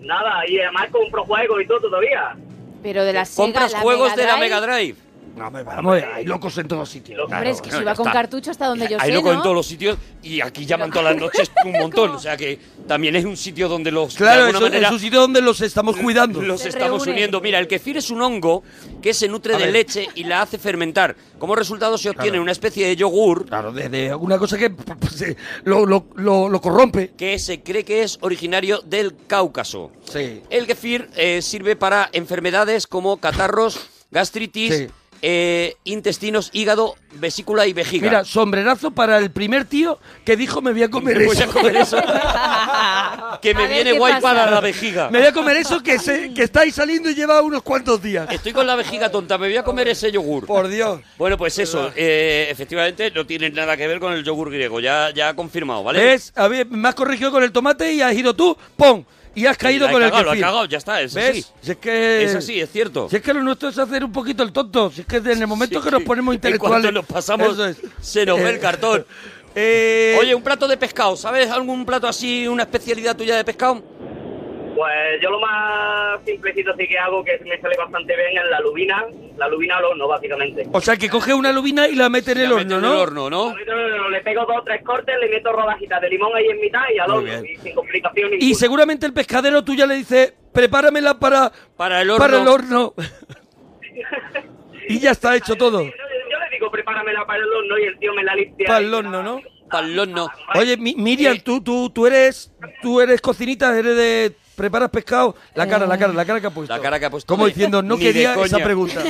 Nada, y además compro juegos y todo todavía. Pero de la Sega, compras la juegos Mega de la Drive. Mega Drive no me vamos hay locos en todos sitios Hombre, es que si iba con cartucho hasta donde yo Hay sé, loco en ¿no? todos los sitios y aquí llaman todas las noches un montón. O sea que también es un sitio donde los. Claro, de eso, alguna manera, es un sitio donde los estamos cuidando. los estamos uniendo. Mira, el kefir es un hongo que se nutre A de ver. leche y la hace fermentar. Como resultado se obtiene Claro. una especie de yogur Claro, de, de alguna cosa que p- p- se- lo, lo- lo- lo corrompe. que se cree que es originario del Cáucaso. Sí. El kefir eh, sirve para enfermedades como catarros, gastritis, Sí. eh, intestinos, hígado, vesícula y vejiga. Mira, sombrerazo para el primer tío que dijo me voy a comer Me voy eso. a comer eso. que me A ver viene qué guay pasa. para la vejiga. Me voy a comer eso que, se- que estáis saliendo y lleva unos cuantos días. Estoy con la vejiga tonta, me voy a comer ese yogur. Por Dios. Bueno, pues eso, eh, efectivamente no tiene nada que ver con el yogur griego, ya, ya ha confirmado, ¿vale? ¿Ves? A ver, me has corregido con el tomate y has ido tú, ¡pum! Y has caído La he con cagado, el la he kefir. cagado, ya está, es ¿Ves? así. Si es que... Es así, es cierto. Si es que lo nuestro es hacer un poquito el tonto. Si es que en el momento que nos ponemos En intelectuales... cuanto nos pasamos, Eso es. se nos ve el Eh, cartón. eh, Oye, un plato de pescado, ¿sabes algún plato así, una especialidad tuya de pescado? Pues yo lo más simplecito sí que hago, que me sale bastante bien, es la lubina, la lubina al horno, básicamente. O sea, que coge una lubina y la mete en el horno, ¿no? Le meto- Le pego dos o tres cortes, le meto rodajitas de limón ahí en mitad y al Muy horno, y sin complicación ninguna. Y seguramente el pescadero tú ya le dices, prepáramela para... Para el Para horno. el horno. y ya está hecho todo. Yo le digo, prepáramela para el horno y el tío me la limpia. Para el horno, ¿no? Para el horno. Oye, Mi- Miriam, tú, tú, tú eres, tú eres cocinita, eres de preparas pescado. La cara, la cara, la cara que ha puesto. La cara que ha puesto. Como diciendo, no Ni de quería coña. esa pregunta.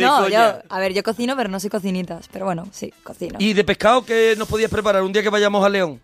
no, yo, a ver, yo cocino, pero no soy cocinitas. Pero bueno, sí, cocino. ¿Y de pescado qué nos podías preparar un día que vayamos a León?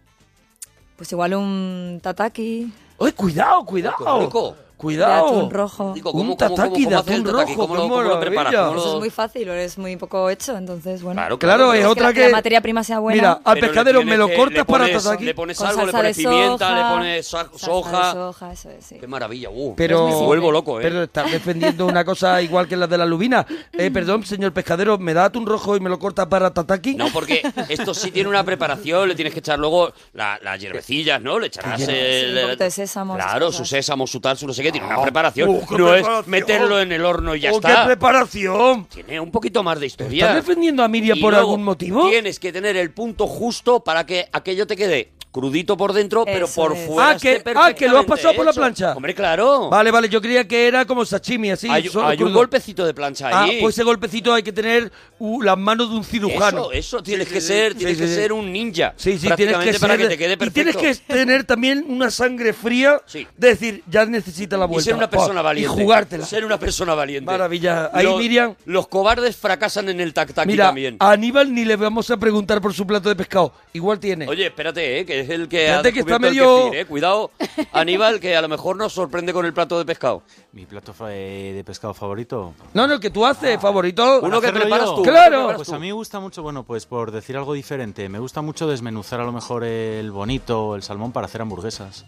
Pues igual un tataki. ¡Uy, cuidado, cuidado! Rico, rico. Cuidado. De atún rojo. Digo, ¿cómo- cómo- un cómo- tataki de cómo hace el atún tataki? rojo. ¿Cómo lo- qué cómo lo preparas? maravilla. ¿Cómo Eso es muy fácil, es muy poco hecho, entonces bueno. Claro, Claro, es que otra la- que... La materia prima sea buena. Mira, al Pero le pescadero me tienes lo que- cortas le para pones- tataki. Le pones Con algo, le salsa pones de pimienta, soja, le pones so- salsa soja. de soja, eso es, sí. Qué maravilla, uh, Pero, me vuelvo loco, eh. pero estás defendiendo una cosa igual que la de la lubina. Mm. Eh, perdón, señor pescadero, ¿me da atún rojo y me lo cortas para tataki? No, porque esto sí tiene una preparación, le tienes que echar luego la- las hierbecillas, ¿no? Le echarás Sí, el... un poquito de sésamo, Claro, esas su cosas. sésamo, su tal, su no sé qué, tiene una preparación. ¡Uh, qué no es preparación! meterlo en el horno y Pues ya ¡Oh, qué está. preparación! Tiene un poquito más de historia. ¿Estás defendiendo a Miria Y por luego algún motivo? Tienes que tener el punto justo para que aquello te quede crudito por dentro, pero Eso por es. fuera. Ah, que- esté ah, que lo has perfectamente pasado por la hecho. plancha. Hombre, claro. Vale, vale, yo creía que era como sashimi, así. hay solo hay un crudo. golpecito de plancha Ah, ahí. pues ese golpecito hay que tener uh, las manos de un cirujano. Eso, eso, tienes Sí, que sí, ser, sí, tienes sí, que sí. ser un ninja. Sí, sí, tienes que prácticamente, para ser- que te quede Y perfecto. tienes que tener también una sangre fría Sí. de decir, ya necesita la Y vuelta. ser una persona Pa, valiente. Y jugártela. Ser una persona valiente. Maravilla. Ahí, Los- Miriam. Los cobardes fracasan en el tac-tac Mira, también. a Aníbal ni le vamos a preguntar por su plato de pescado. Igual tiene. Oye, espérate, eh, que es el que Espérate ha que está descubierto el medio- kefir, eh. Cuidado, Aníbal, que a lo mejor nos sorprende con el plato de pescado. Mi plato fa- eh, de pescado favorito. No, no, que tú haces, favorito. Uno que ¿Hacerlo preparas yo? tú. Claro. Pues Pues a mí me gusta mucho, bueno, pues por decir algo diferente, me gusta mucho desmenuzar a lo mejor el bonito o el salmón para hacer hamburguesas.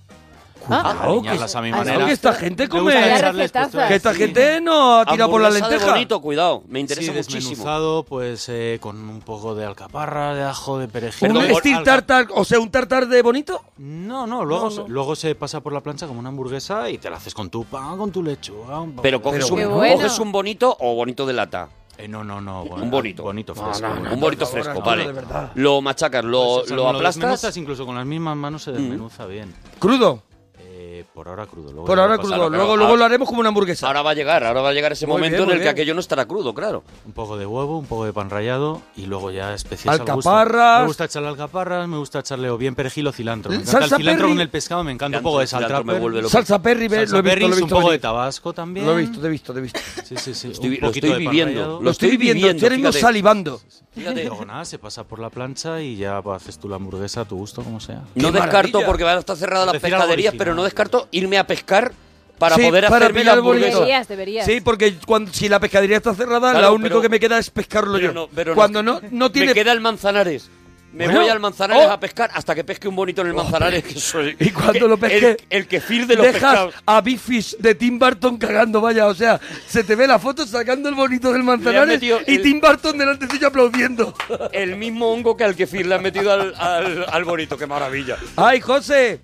Cuidado, Ah. que, Aliñarlas a mi cuidado manera. que esta gente Me come. gusta Vaya echarles pues, recetazas. cuestiones. Que esta Sí. gente no ha tirado por la lenteja. bonito, cuidado, me interesa sí, muchísimo. desmenuzado, pues eh, con un poco de alcaparra, de ajo, de perejil. Un Luego- steel alga- tartar, o sea, un tartar de bonito. No, no, luego, se- luego se pasa por la plancha como una hamburguesa y te la haces con tu pan, con tu lechuga. un poco Pero de- coges, Pero un, bueno. coges un bonito o bonito de lata. Eh, no, no, no. bueno, Un bonito. Bonito, fresco. bonito. un bonito por favor, fresco, no, vale. de verdad. Lo machacas, lo, Pues eso, lo desmenuzas, aplastas. Mm. incluso con las mismas manos se desmenuza bien. Crudo. Eh, por ahora crudo. Luego Por ya ah, ahora pasa crudo. lo que- Luego, ahora- luego lo haremos como una hamburguesa. Ahora va a llegar, ahora va a llegar ese Muy momento bien, en muy el que bien. aquello no estará crudo, claro. Un poco de huevo, un poco de pan rallado y luego ya especias al gusto. Alcaparras. Me gusta echarle alcaparras, me gusta echarle o bien perejil o cilantro. Me ¿El encanta el salsa cilantro perry? con el pescado, me encanta un Cilantro, poco de cilantro saltrapper. me vuelve loco. Salsa perry, ve, Salsa lo he visto, lo he perris, visto. un poco de venir. tabasco también. Lo he visto, te he visto, te he visto. Sí, sí, sí. Estoy- un lo poquito estoy de pan viviendo. rallado. Lo Lo estoy estoy viviendo, viviendo, estoy ahora mismo fíjate. salivando. Y luego nada, se pasa por la plancha y ya pues, haces tú la hamburguesa a tu gusto, como sea. No ¡Qué descarto, maravilla! porque van a estar cerradas las Decir algo pescaderías, original. pero no descarto irme a pescar para Sí, poder para hacerme la pillar el hamburguesa. bonito. Deberías, deberías. Sí, porque cuando, si la pescadería está cerrada, Claro, lo único pero- que me queda es pescarlo Pero yo. no, pero no. cuando no, no, tiene... Me queda el manzanares. Me Bueno. voy al manzanares Oh. a pescar hasta que pesque un bonito en el manzanares. que soy- Y cuando lo el- pesque, El, que kefir de los dejas pescados. a Big Fish de Tim Burton cagando, vaya, o sea, se te ve la foto sacando el bonito del Manzanares metido y el- Tim Burton delante tuyo aplaudiendo. El mismo hongo que al kefir le han metido al, al, al bonito. ¡Qué maravilla! Ay, José,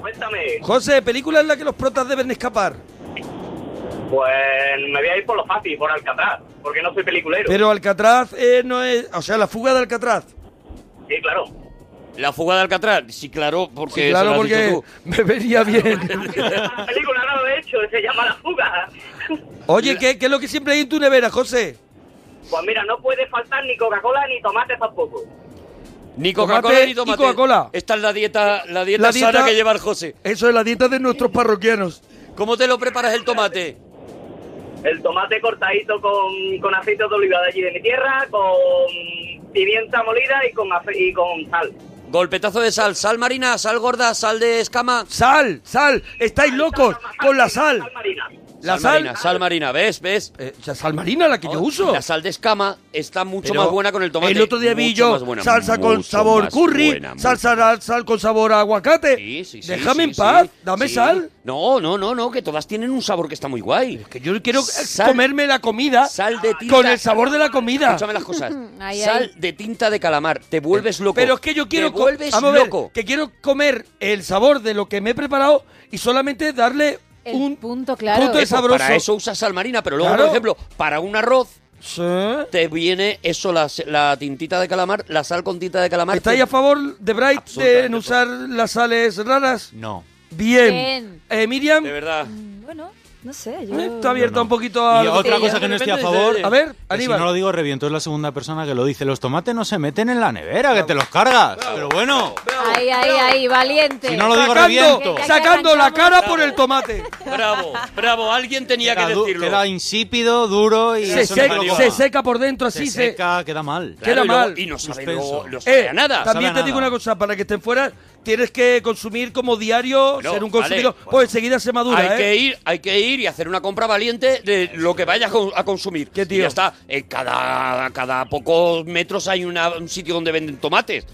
Cuéntame, José, película en la que los protas deben escapar. pues me voy a ir por lo fácil, por Alcatraz, porque no soy peliculero. Pero Alcatraz eh, no es, o sea, la fuga de Alcatraz. Sí, claro. La fuga de Alcatraz. Sí, claro, porque. Sí, se lo claro, has dicho porque tú. me venía bien. La película no lo he hecho, se llama La Fuga. Oye, ¿qué, qué es lo que siempre hay en tu nevera, José? Pues mira, no puede faltar ni Coca-Cola ni tomate tampoco. Ni Tomate Coca-Cola ni y tomate. Coca-Cola. Esta es la dieta, la dieta La sana dieta- que lleva el José. Eso es la dieta de nuestros parroquianos. ¿Cómo te lo preparas el tomate? El tomate cortadito con, con aceite de oliva de allí de mi tierra, con pimienta molida y con, ace- y con sal. Golpetazo de sal. Sal marina, sal gorda, sal de escama. Sal, sal, estáis locos con la sal. marina. La marina, sal, sal marina. ¿Ves? ¿Ves? Oh, eh, la sal marina la que yo uso. La sal de escama está mucho Pero más buena con el tomate. El otro día vi Mucho yo más buena, salsa con mucho sabor más curry, buena, salsa sal, sal con sabor a aguacate. mucho- Sí, sí, sí, Déjame sí, en sí, paz, dame sí. sal. No, no, no, no, que todas tienen un sabor que está muy guay. Que yo quiero eh, Sal- comerme la comida Sal de tinta. con el sabor de la comida. Escúchame las cosas. Ay, ay. sal de tinta de calamar. Te vuelves loco. Eh, Pero es que yo quiero Te co- vuelves vamos a ver, loco. que quiero comer el sabor de lo que me he preparado y solamente darle El un punto, claro. punto de Eso, sabroso. Para eso usas sal marina, pero luego, Claro. por ejemplo, para un arroz Sí. te viene eso, la, la tintita de calamar, la sal con tinta de calamar. ¿Estáis a favor de Bright de Absolutamente. en usar las sales raras? No. Bien. Bien. Eh, Miriam, De verdad. Mm, Bueno, no sé, yo... eh, está abierta No, no. un poquito a... Y lo que- otra Sí, cosa ya que no estoy a depende favor. de- A ver, que Si Aníbal. no lo digo, reviento es la segunda persona que lo dice. Los tomates no se meten en la nevera, que te los cargas. Pero bueno, Ahí, ahí, ahí, valiente. Si no lo digo, sacando, reviento. sacando la cara por el tomate. Bravo, bravo. Alguien tenía queda, que du- decirlo. queda insípido, duro y Se, eso no seca- me lo valió. como. se seca por dentro, Se así se... seca, queda mal. Claro, queda y luego- mal. Y no sabe, Suspenso. luego- no sabe Eh, a nada. También Sabe a te digo nada. una cosa, para que estén fuera, tienes que consumir como diario, Bueno, ser un vale, consumidor. bueno. Pues enseguida se madura, hay ¿eh? que ir, hay que ir y hacer una compra valiente de lo que vayas con- a consumir. Y ya está. En cada, cada pocos metros hay una- un sitio donde venden tomates.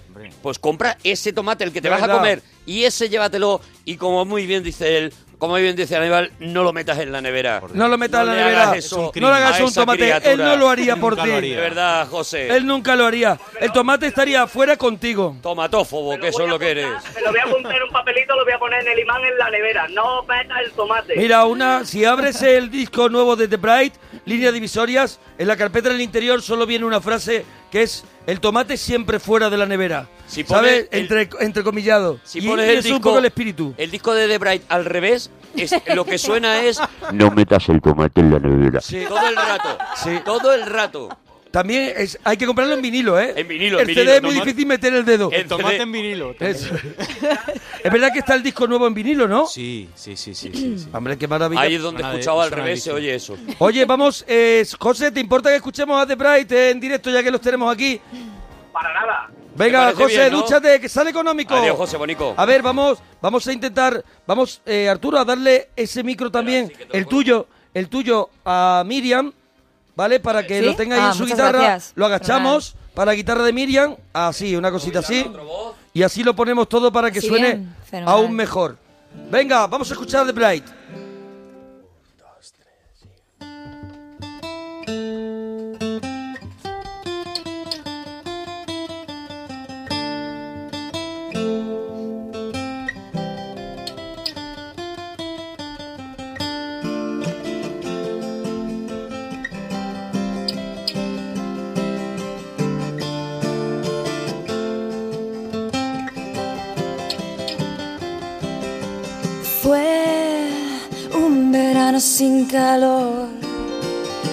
Pues compra ese tomate, el que te De vas verdad. a comer, y ese llévatelo. Y como muy bien dice él, como muy bien dice Aníbal, no lo metas en la nevera. No lo metas en le la nevera. hagas eso Es un crimen. No le hagas a un esa tomate. Él criatura. no lo haría por Nunca ti. lo haría. De verdad, José. Él nunca lo haría. El tomate estaría afuera contigo. Tomatófobo, que eso es lo que eres. Me lo voy a apuntar en un papelito, lo voy a poner en el imán en la nevera. No metas el tomate. Mira, una, si abres el disco nuevo de The Bright, líneas divisorias, en la carpeta del interior solo viene una frase que es el tomate siempre fuera de la nevera. Si pones ¿Sabes? el- Entre, entrecomillado. Si Y- pones y el es un disco- poco el espíritu. El disco de The Bright al revés, es, lo que suena es No metas el tomate en la nevera. todo el rato. Todo el rato. También es, hay que comprarlo en vinilo, ¿eh? En vinilo, El en vinilo, CD es muy tomate- difícil meter el dedo. El tomate en vinilo. también. Eso. es verdad que está el disco nuevo en vinilo, ¿no? Sí, sí, sí, sí. sí, sí. Hombre, qué maravilla. Ahí es donde Suena de- escuchaba al suena revés, se delicioso. oye eso. Oye, vamos, eh, José, ¿te importa que escuchemos a The Bright en directo ya que los tenemos aquí? Para nada. Venga, ¿Te parece José, bien, no? dúchate, que sale económico. Adiós, José Bonico. A ver, vamos, vamos a intentar, vamos, eh, Arturo, a darle ese micro también, el tuyo, el tuyo a Miriam, ¿vale? Para que ¿Sí? lo tenga ahí Ah, en su muchas guitarra. gracias. Lo agachamos para la guitarra de Miriam, así, una cosita así. Y así lo ponemos todo para que Así suene bien, fenomenal. aún mejor. Venga, vamos a escuchar The Bright. Fue un verano sin calor,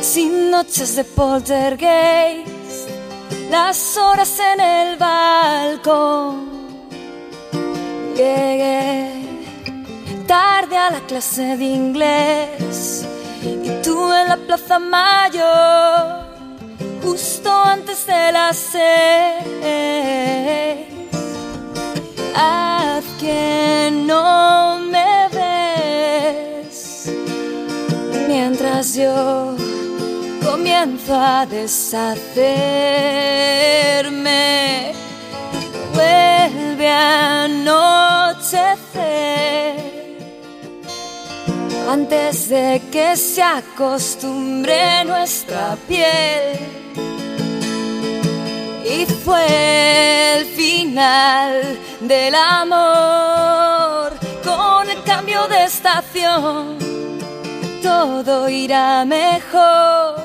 sin noches de poltergeist, las horas en el balcón. Llegué tarde a la clase de inglés y tú en la plaza mayor, justo antes de las seis. Haz que no me ves mientras yo comienzo a deshacerme. Vuelve a anochecer antes de que se acostumbre nuestra piel. Y fue el final del amor con el cambio de estación. Todo irá mejor,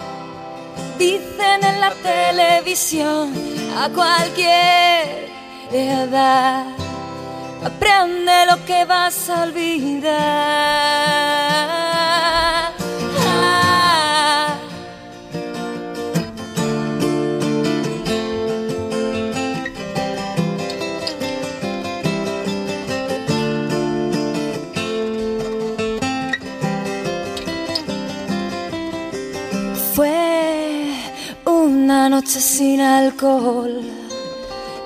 dicen en la televisión a cualquier edad. Aprende lo que vas a olvidar. Ah. Fue una noche sin alcohol,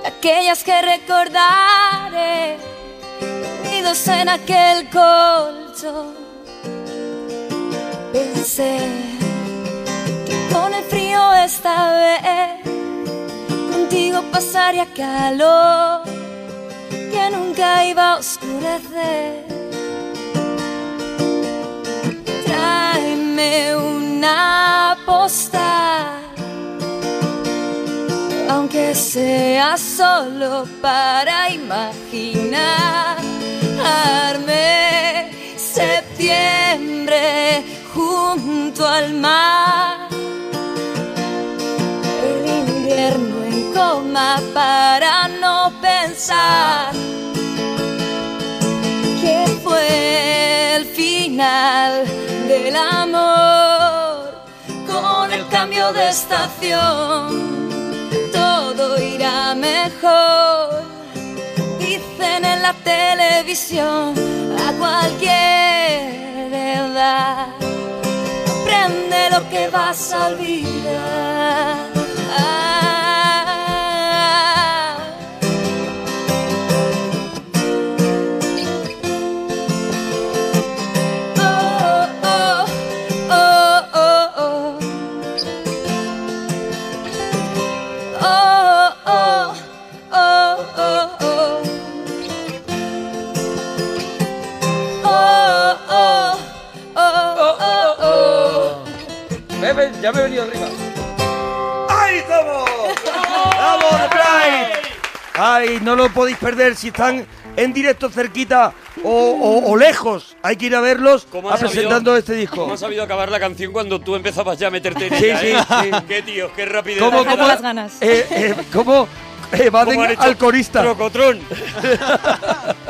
de aquellas que recordaré, unidos en aquel colchón. Pensé que con el frío esta vez, contigo pasaría calor, que nunca iba a oscurecer. Tráeme una postal, aunque sea solo para imaginarme septiembre junto al mar, el invierno en coma para no pensar que fue el final del amor con el cambio de estación. Todo irá mejor, dicen en la televisión a cualquier edad. Aprende lo que vas a olvidar. Ah. Oh, Oh. ¡Vamos! ¡Vamos, ¡Oh! The Pride! Ay, no lo podéis perder si están en directo cerquita o, o- o lejos. Hay que ir a verlos ¿Cómo a has sabido- presentando este disco. ¿Cómo has sabido acabar la canción cuando tú empezabas ya a meterte en Sí, ella, sí, eh? sí. Qué tío, qué rapidez. ¿Cómo, cómo- eh, eh, ¿Cómo eh, Baden ¿Cómo han hecho? al corista? Trocotrón.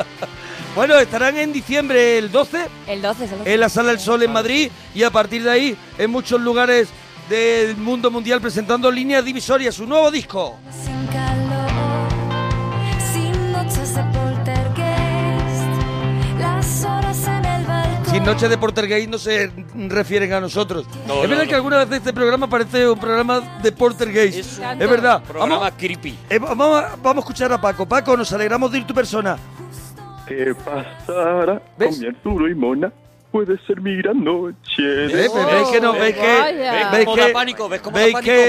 bueno, estarán en diciembre el 12 El 12 es el 12. en la Sala del Sol en Madrid y a partir de ahí en muchos lugares del mundo mundial presentando Línea Divisoria, su nuevo disco. Sin calor, sin noches de poltergeist, las horas en el balcón. Sin Noche de Portergeist no se refieren a nosotros. No, es no, verdad no. que alguna vez este programa parece un programa de Portergeist. Es, verdad. Programa Vamos- creepy. eh, vamos, a, vamos a escuchar a Paco. Paco, nos alegramos de ir tu persona. ¿Qué pasará con mi Arturo y Mona? Puede ser mi gran noche. ¿Ves? ¿Veis que no? ¿Veis que- Vaya. veis que- veis que-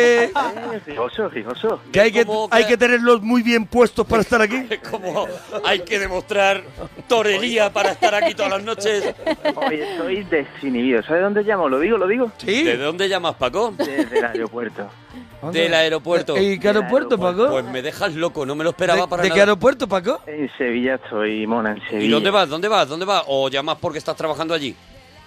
Gijoso, gijoso. Que hay, que, hay que tenerlos muy bien puestos para estar aquí. Como hay que demostrar torería para estar aquí todas las noches. Hoy estoy desinhibido. ¿Sabes dónde llamo? ¿Lo digo, lo digo? Sí. ¿De dónde llamas, Paco? Desde el aeropuerto. Del aeropuerto. ¿Y qué aeropuerto, Paco? Pues me dejas loco, no me lo esperaba para ¿De nada. qué aeropuerto, Paco? En Sevilla estoy, Mona, en Sevilla. ¿Y dónde vas? ¿Dónde vas? ¿Dónde vas? ¿O llamas porque estás trabajando allí?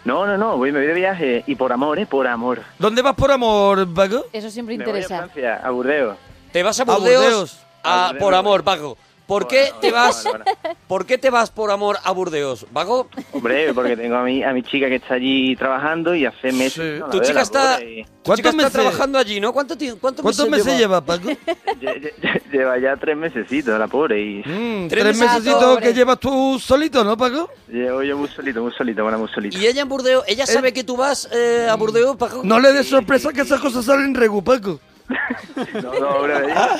No, no, no. Voy, me voy de viaje. Y por amor, ¿eh? Por amor. ¿Dónde vas por amor, Paco? Eso siempre Me voy a interesa. Francia, a Burdeos. Te vas a Burdeos, a- Burdeos. por amor, Vago. ¿Por qué te vas? bueno, ¿Por qué te vas por amor a Burdeos, Vago? Hombre, porque tengo a mi, a mi chica que está allí trabajando y hace meses. que no la Tu veo, chica la está, pobre, y- tu chica está trabajando allí, ¿no? ¿Cuánto, ti- cuántos ¿Cuántos meses, meses lleva, Paco? Lleva ya tres mesecitos, la pobre. Y... Mm, Tres, mesecitos que llevas tú solito, ¿no, Paco? Llevo yo muy solito, muy solito, bueno, muy solito. ¿Y ella en Burdeos? ¿Ella sabe que tú vas eh, a Burdeos, Vago? No le des sorpresa que esas cosas salen regu, Paco. No, no, hombre,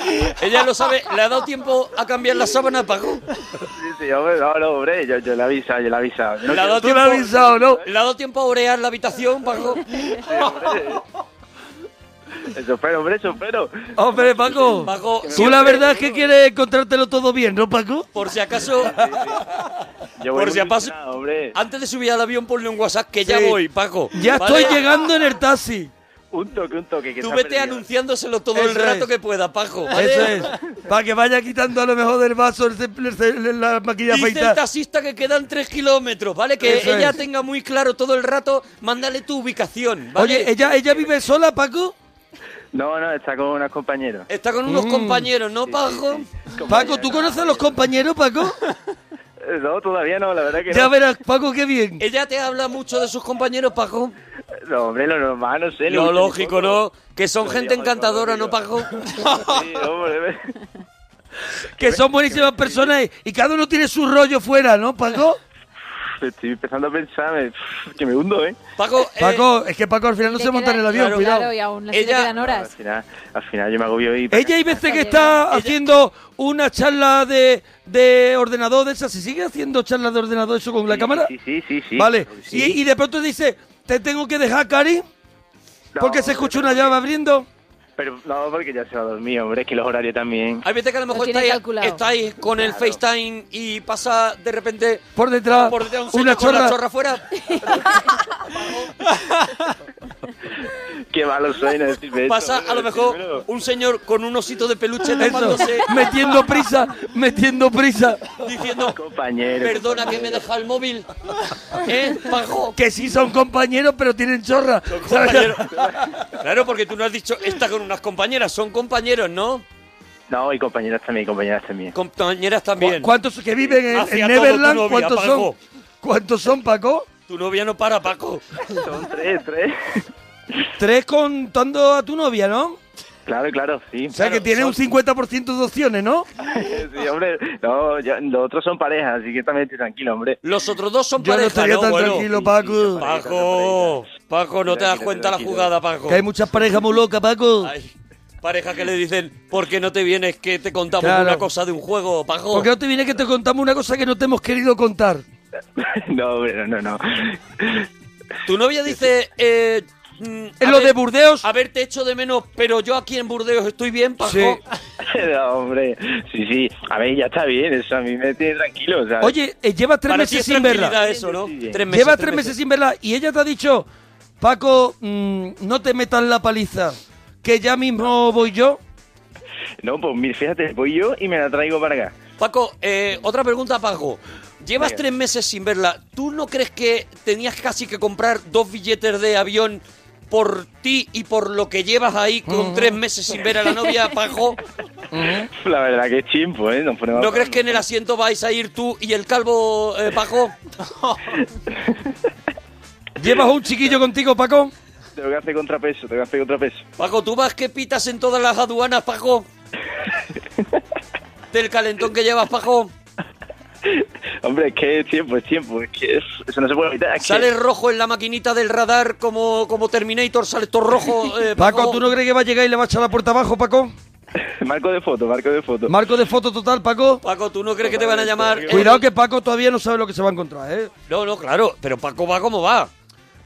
Ella lo sabe, le ha dado tiempo a cambiar la sábana, Paco. sí, sí, hombre, no, no, hombre, yo, yo la avisa, yo la avisa. Le ha dado Tú la has tiempo, avisado, ¿no? le ha dado tiempo a orear la habitación, Paco. Eso espero, hombre, eso espero. Hombre, Paco. Paco, Tú la siempre- verdad es que quieres encontrártelo todo bien, ¿no, Paco? Por si acaso, Yo voy por si muy acaso, ilusionado, hombre. antes de subir al avión ponle un WhatsApp que ya Sí. voy, Paco. Ya ¿Vale? estoy llegando en el taxi. Un toque, un toque. Que Tú se ha vete perdido. anunciándoselo todo el Eso rato es. que pueda, Paco. ¿vale? Eso es. Para que vaya quitando a lo mejor del vaso el- el- el- la maquilla Dice el afeitada. taxista que quedan tres kilómetros, ¿vale? Que Eso ella es. tenga muy claro todo el rato, mándale tu ubicación, ¿vale? Oye, ¿ella, ¿ella vive sola, Paco? No, no, está con unos compañeros. Está con unos Mm. compañeros, ¿no, Paco? Paco, ¿tú conoces a los compañeros, Paco? Eh, No, todavía no, la verdad que Ya no. verás, Paco, qué bien. ¿Ella te habla mucho de sus compañeros, Paco? Eh, No, hombre, lo normal, no sé. le Lo gusta un lógico, ¿no? poco. Que son Lo gente llamo de todo, encantadora, tío. ¿no, Paco? Sí, hombre. Que son buenísimas personas y- y cada uno tiene su rollo fuera, ¿no, Paco? Estoy empezando a pensar eh, que me hundo, ¿eh? Paco, eh, Paco, es que Paco al final no Le se monta en queda- el avión, claro, cuidado. claro, y aún así le Ella- quedan Al horas. final, al final yo me agobio y... Ella hay veces que está haciendo una charla de, de ordenador de esas. ¿Se sigue haciendo charlas de ordenador eso con la cámara? Sí, sí, sí, sí. Vale. Claro que Y, sí. y de pronto dice, te tengo que dejar, Cari, porque se escucha una llave abriendo. Pero no, porque ya se va a dormir, hombre, es que los horarios también. Hay veces que a lo mejor tiene estáis, calculado. estáis con el Claro. FaceTime y pasa de repente Por detrás, por detrás un señor una con la chorra. chorra fuera. Qué malo suena decirme esto, Pasa hombre, a lo mejor decírmelo. un señor con un osito de peluche Eso, tapándose, metiendo prisa, metiendo prisa. diciendo, Compañero. perdona que me deja el móvil. ¿Eh, Paco? Que sí son compañeros, pero tienen chorra. Compañero. Claro, porque tú no has dicho, está con unas compañeras, son compañeros, ¿no? No, y compañeras también, compañeras también. Compañeras ¿Cu- también. ¿Cuántos que viven en, Hacia en todo tu Neverland? novia, ¿Cuántos Paco. son? ¿Cuántos son, Paco? Tu novia no para, Paco. Son tres, tres. Tres contando a tu novia, ¿no? Claro, claro, sí. O sea que tiene un 50% de opciones, ¿no? Sí, hombre. No, yo- los otros son parejas, así que también estoy tranquilo, hombre. Los otros dos son Yo no pareja, estaría tan Bueno, tranquilo, Paco. Paco, Paco, no te das Tranquilo, cuenta la tranquilo. jugada, Paco. Que hay muchas parejas muy locas, Paco. Ay, pareja que le dicen, ¿por qué no te vienes que te contamos Claro. una cosa de un juego, Paco? Porque no te viene que te contamos una cosa que no te hemos querido contar. No, hombre, no, no. Tu novia dice, eh, mm, En a lo ver, de Burdeos. haberte hecho de menos, pero yo aquí en Burdeos estoy bien, Paco. Sí. No, hombre. Sí, sí. A ver, ya está bien, eso a mí me tiene tranquilo, ¿sabes? Oye, eh, lleva tres Para ti meses es sin verla. tranquilidad eso, ¿no? Sí, sí. Tres meses, Lleva tres meses sin verla y ella te ha dicho, Paco, mm, no te metas la paliza. que ya mismo voy yo. No, pues mira, fíjate, voy yo y me la traigo para acá. Paco, eh, otra pregunta, Paco. Llevas Venga. tres meses sin verla. ¿Tú no crees que tenías casi que comprar dos billetes de avión por ti y por lo que llevas ahí con Mm. Ujú. tres meses sin ver a la novia, Paco? La verdad que es chimpo, ¿eh? Nos ponemos ¿No crees que en el asiento vais a ir tú y el calvo, eh, Paco? ¿Llevas un chiquillo contigo, Paco? Tengo que hacer contrapeso, tengo que hacer contrapeso. Paco, ¿tú vas que pitas en todas las aduanas, Paco? Del calentón que llevas, Paco. Hombre, es que es tiempo, es tiempo, es que es- eso no se puede evitar. es que- Sales rojo en la maquinita del radar como, como Terminator, sales todo rojo, eh, Paco, ¿tú no crees que va a llegar y le va a echar la puerta abajo, Paco? Marco de foto, marco de foto. Marco de foto total, Paco. Paco, ¿tú no crees que te van a llamar? eh? Cuidado que Paco todavía no sabe lo que se va a encontrar, ¿eh? No, no, claro, pero Paco va como va.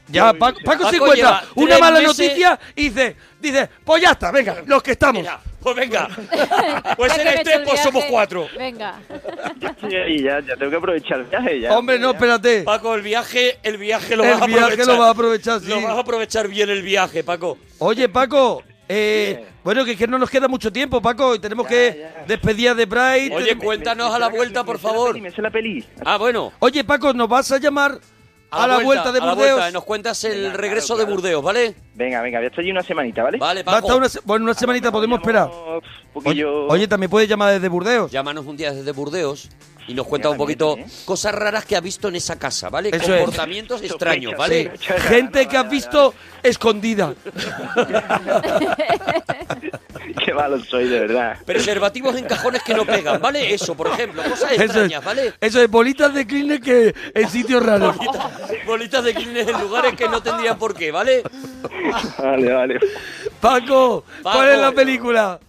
Ya, Paco, Paco se lleva encuentra una tres mala meses- noticia y dice, dice, pues ya está, venga, los que estamos. Pues venga, Pues Ya que eres me he hecho tres, el pues somos viaje, cuatro. Venga. Y ya, ya tengo que aprovechar el viaje, ya. Hombre, no, espérate. Paco, el viaje, el viaje lo El vas a viaje aprovechar. lo vas a aprovechar, sí. Lo vas a aprovechar bien el viaje, Paco. Oye, Paco, eh, bueno, que, es que no nos queda mucho tiempo, Paco, y tenemos que despedir de Bright. Oye, cuéntanos a la vuelta, por favor. la peli. Ah, bueno. Oye, Paco, ¿nos vas a llamar a, la, vuelta, de a la Burdeos? vuelta, nos cuentas el regreso de Burdeos, ¿vale? Venga, venga, voy a estar allí una semanita, ¿vale? Vale, Va a estar una, se- bueno, una semanita, podemos esperar. Oye, oye, también puedes llamar desde Burdeos. Llámanos un día desde Burdeos y nos cuenta un poquito ¿eh? cosas raras que ha visto en esa casa, ¿vale? Eso es. Comportamientos extraños, ¿vale? Sí. Gente que has visto escondida. Qué malo soy, de verdad. Preservativos en cajones que no pegan, ¿vale? Eso, por ejemplo, cosas Eso extrañas, es, ¿vale? eso es, bolitas de Kleenex que en sitios raros. Bolitas de clines en lugares que no tendrían por qué, ¿vale? Vale, vale. Paco, ¿cuál es la película?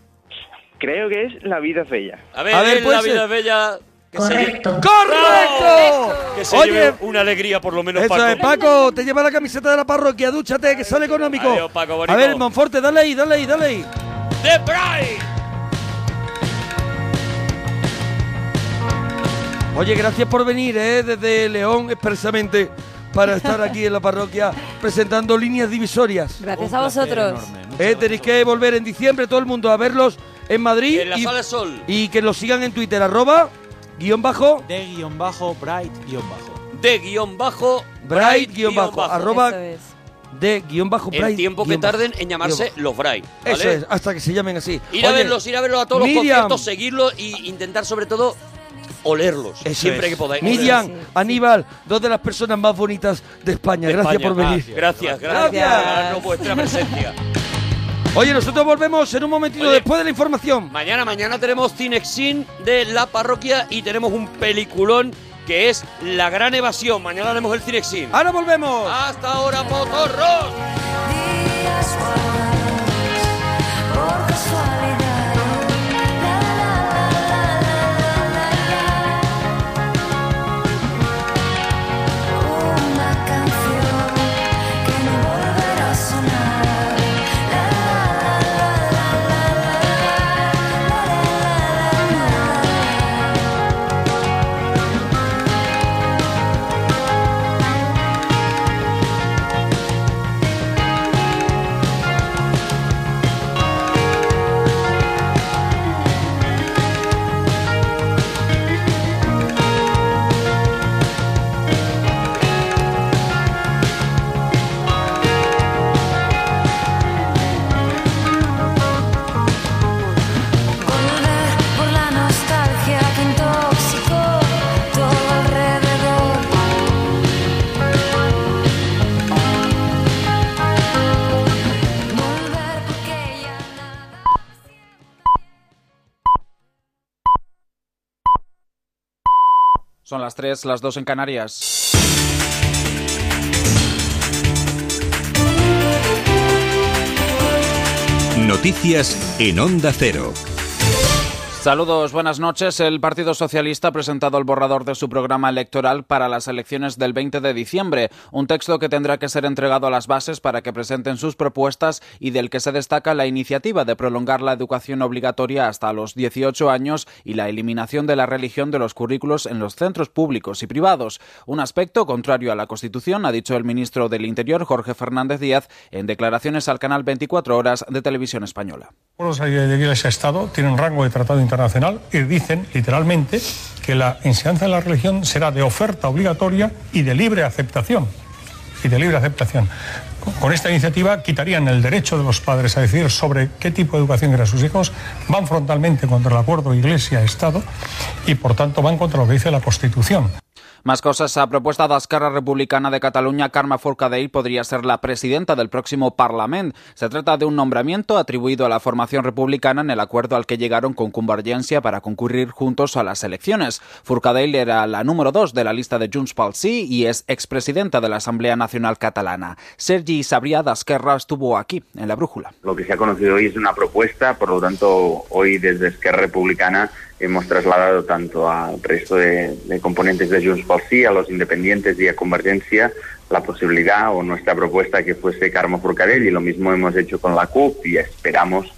Creo que es La vida es bella. A ver, A ver, en puede la vida ser. es bella. que se lleve- ¡Correcto! Que se Oye, lleve una alegría, por lo menos, Eso Paco. es, Paco, te lleva la camiseta de la parroquia, dúchate, que sale económico. Adiós, Paco, bonito. A ver, Monforte, dale ahí, dale ahí, dale ahí. ¡De Bright! Oye, gracias por venir, ¿eh? Desde León, expresamente, para estar aquí en la parroquia presentando líneas divisorias. Gracias a vosotros. Eh, tenéis que volver en diciembre todo el mundo a verlos en Madrid. En la Sala Sol. Y que los sigan en Twitter, arroba, guión bajo, De guión bajo, bright guión bajo. De guión bajo. bright, guión bajo, bajo. arroba, Eso de guión bajo, bright. El tiempo que guión bajo, tarden en llamarse guión los Bright, bajo. ¿vale? Eso es, hasta que se llamen así. Ir a Oye, verlos, ir a verlos a todos los Miriam. conciertos, seguirlos y intentar sobre todo olerlos. Eso siempre es. que podáis. eh, Miriam, Olerlos. Aníbal, dos de las personas más bonitas de España. De gracias España. por venir. Gracias, gracias. Gracias. por darnos vuestra presencia. Oye, nosotros volvemos en un momentito después de la información. Mañana, mañana tenemos Cinexin de la parroquia y tenemos un peliculón que es La Gran Evasión. Mañana haremos el Cinexin. Ahora volvemos. Hasta ahora, motorros. días más, por casualidad. La, la, la, la, la, la, la, la. Una canción que no volverá a sonar. La, la, la, la, la, la, la, la, la, la, la, la, la. Volver por la nostalgia que intoxicó todo alrededor. Volver porque ya nada. Son las 3, las 2 en Canarias. Noticias en Onda Cero. Saludos, buenas noches. El Partido Socialista ha presentado el borrador de su programa electoral para las elecciones del 20 de diciembre, un texto que tendrá que ser entregado a las bases para que presenten sus propuestas y del que se destaca la iniciativa de prolongar la educación obligatoria hasta los 18 años y la eliminación de la religión de los currículos en los centros públicos y privados, un aspecto contrario a la Constitución, ha dicho el ministro del Interior Jorge Fernández Díaz en declaraciones al canal 24 horas de Televisión Española. acuerdos de Iglesia Estado tienen rango de tratado internacional y dicen literalmente que la enseñanza de la religión será de oferta obligatoria y de libre aceptación. Y de libre aceptación. Con esta iniciativa quitarían el derecho de los padres a decidir sobre qué tipo de educación quieren sus hijos, van frontalmente contra el acuerdo Iglesia-Estado y por tanto van contra lo que dice la Constitución. Más cosas. A propuesta de Esquerra Republicana de Cataluña, Carme Forcadell podría ser la presidenta del próximo Parlament. Se trata de un nombramiento atribuido a la formación republicana en el acuerdo al que llegaron con Convergencia para concurrir juntos a las elecciones. Forcadell era la número dos de la lista de Junts pel Sí y es expresidenta de la Asamblea Nacional Catalana. Sergi Sabrià de Esquerra estuvo aquí, en La Brújula. Lo que se ha conocido hoy es una propuesta, por lo tanto, hoy desde Esquerra Republicana hemos trasladado tanto al resto de, de componentes de Junts por Sí, a los independientes y a Convergencia, la posibilidad o nuestra propuesta que fuese Carmo Forcadell y lo mismo hemos hecho con la CUP y esperamos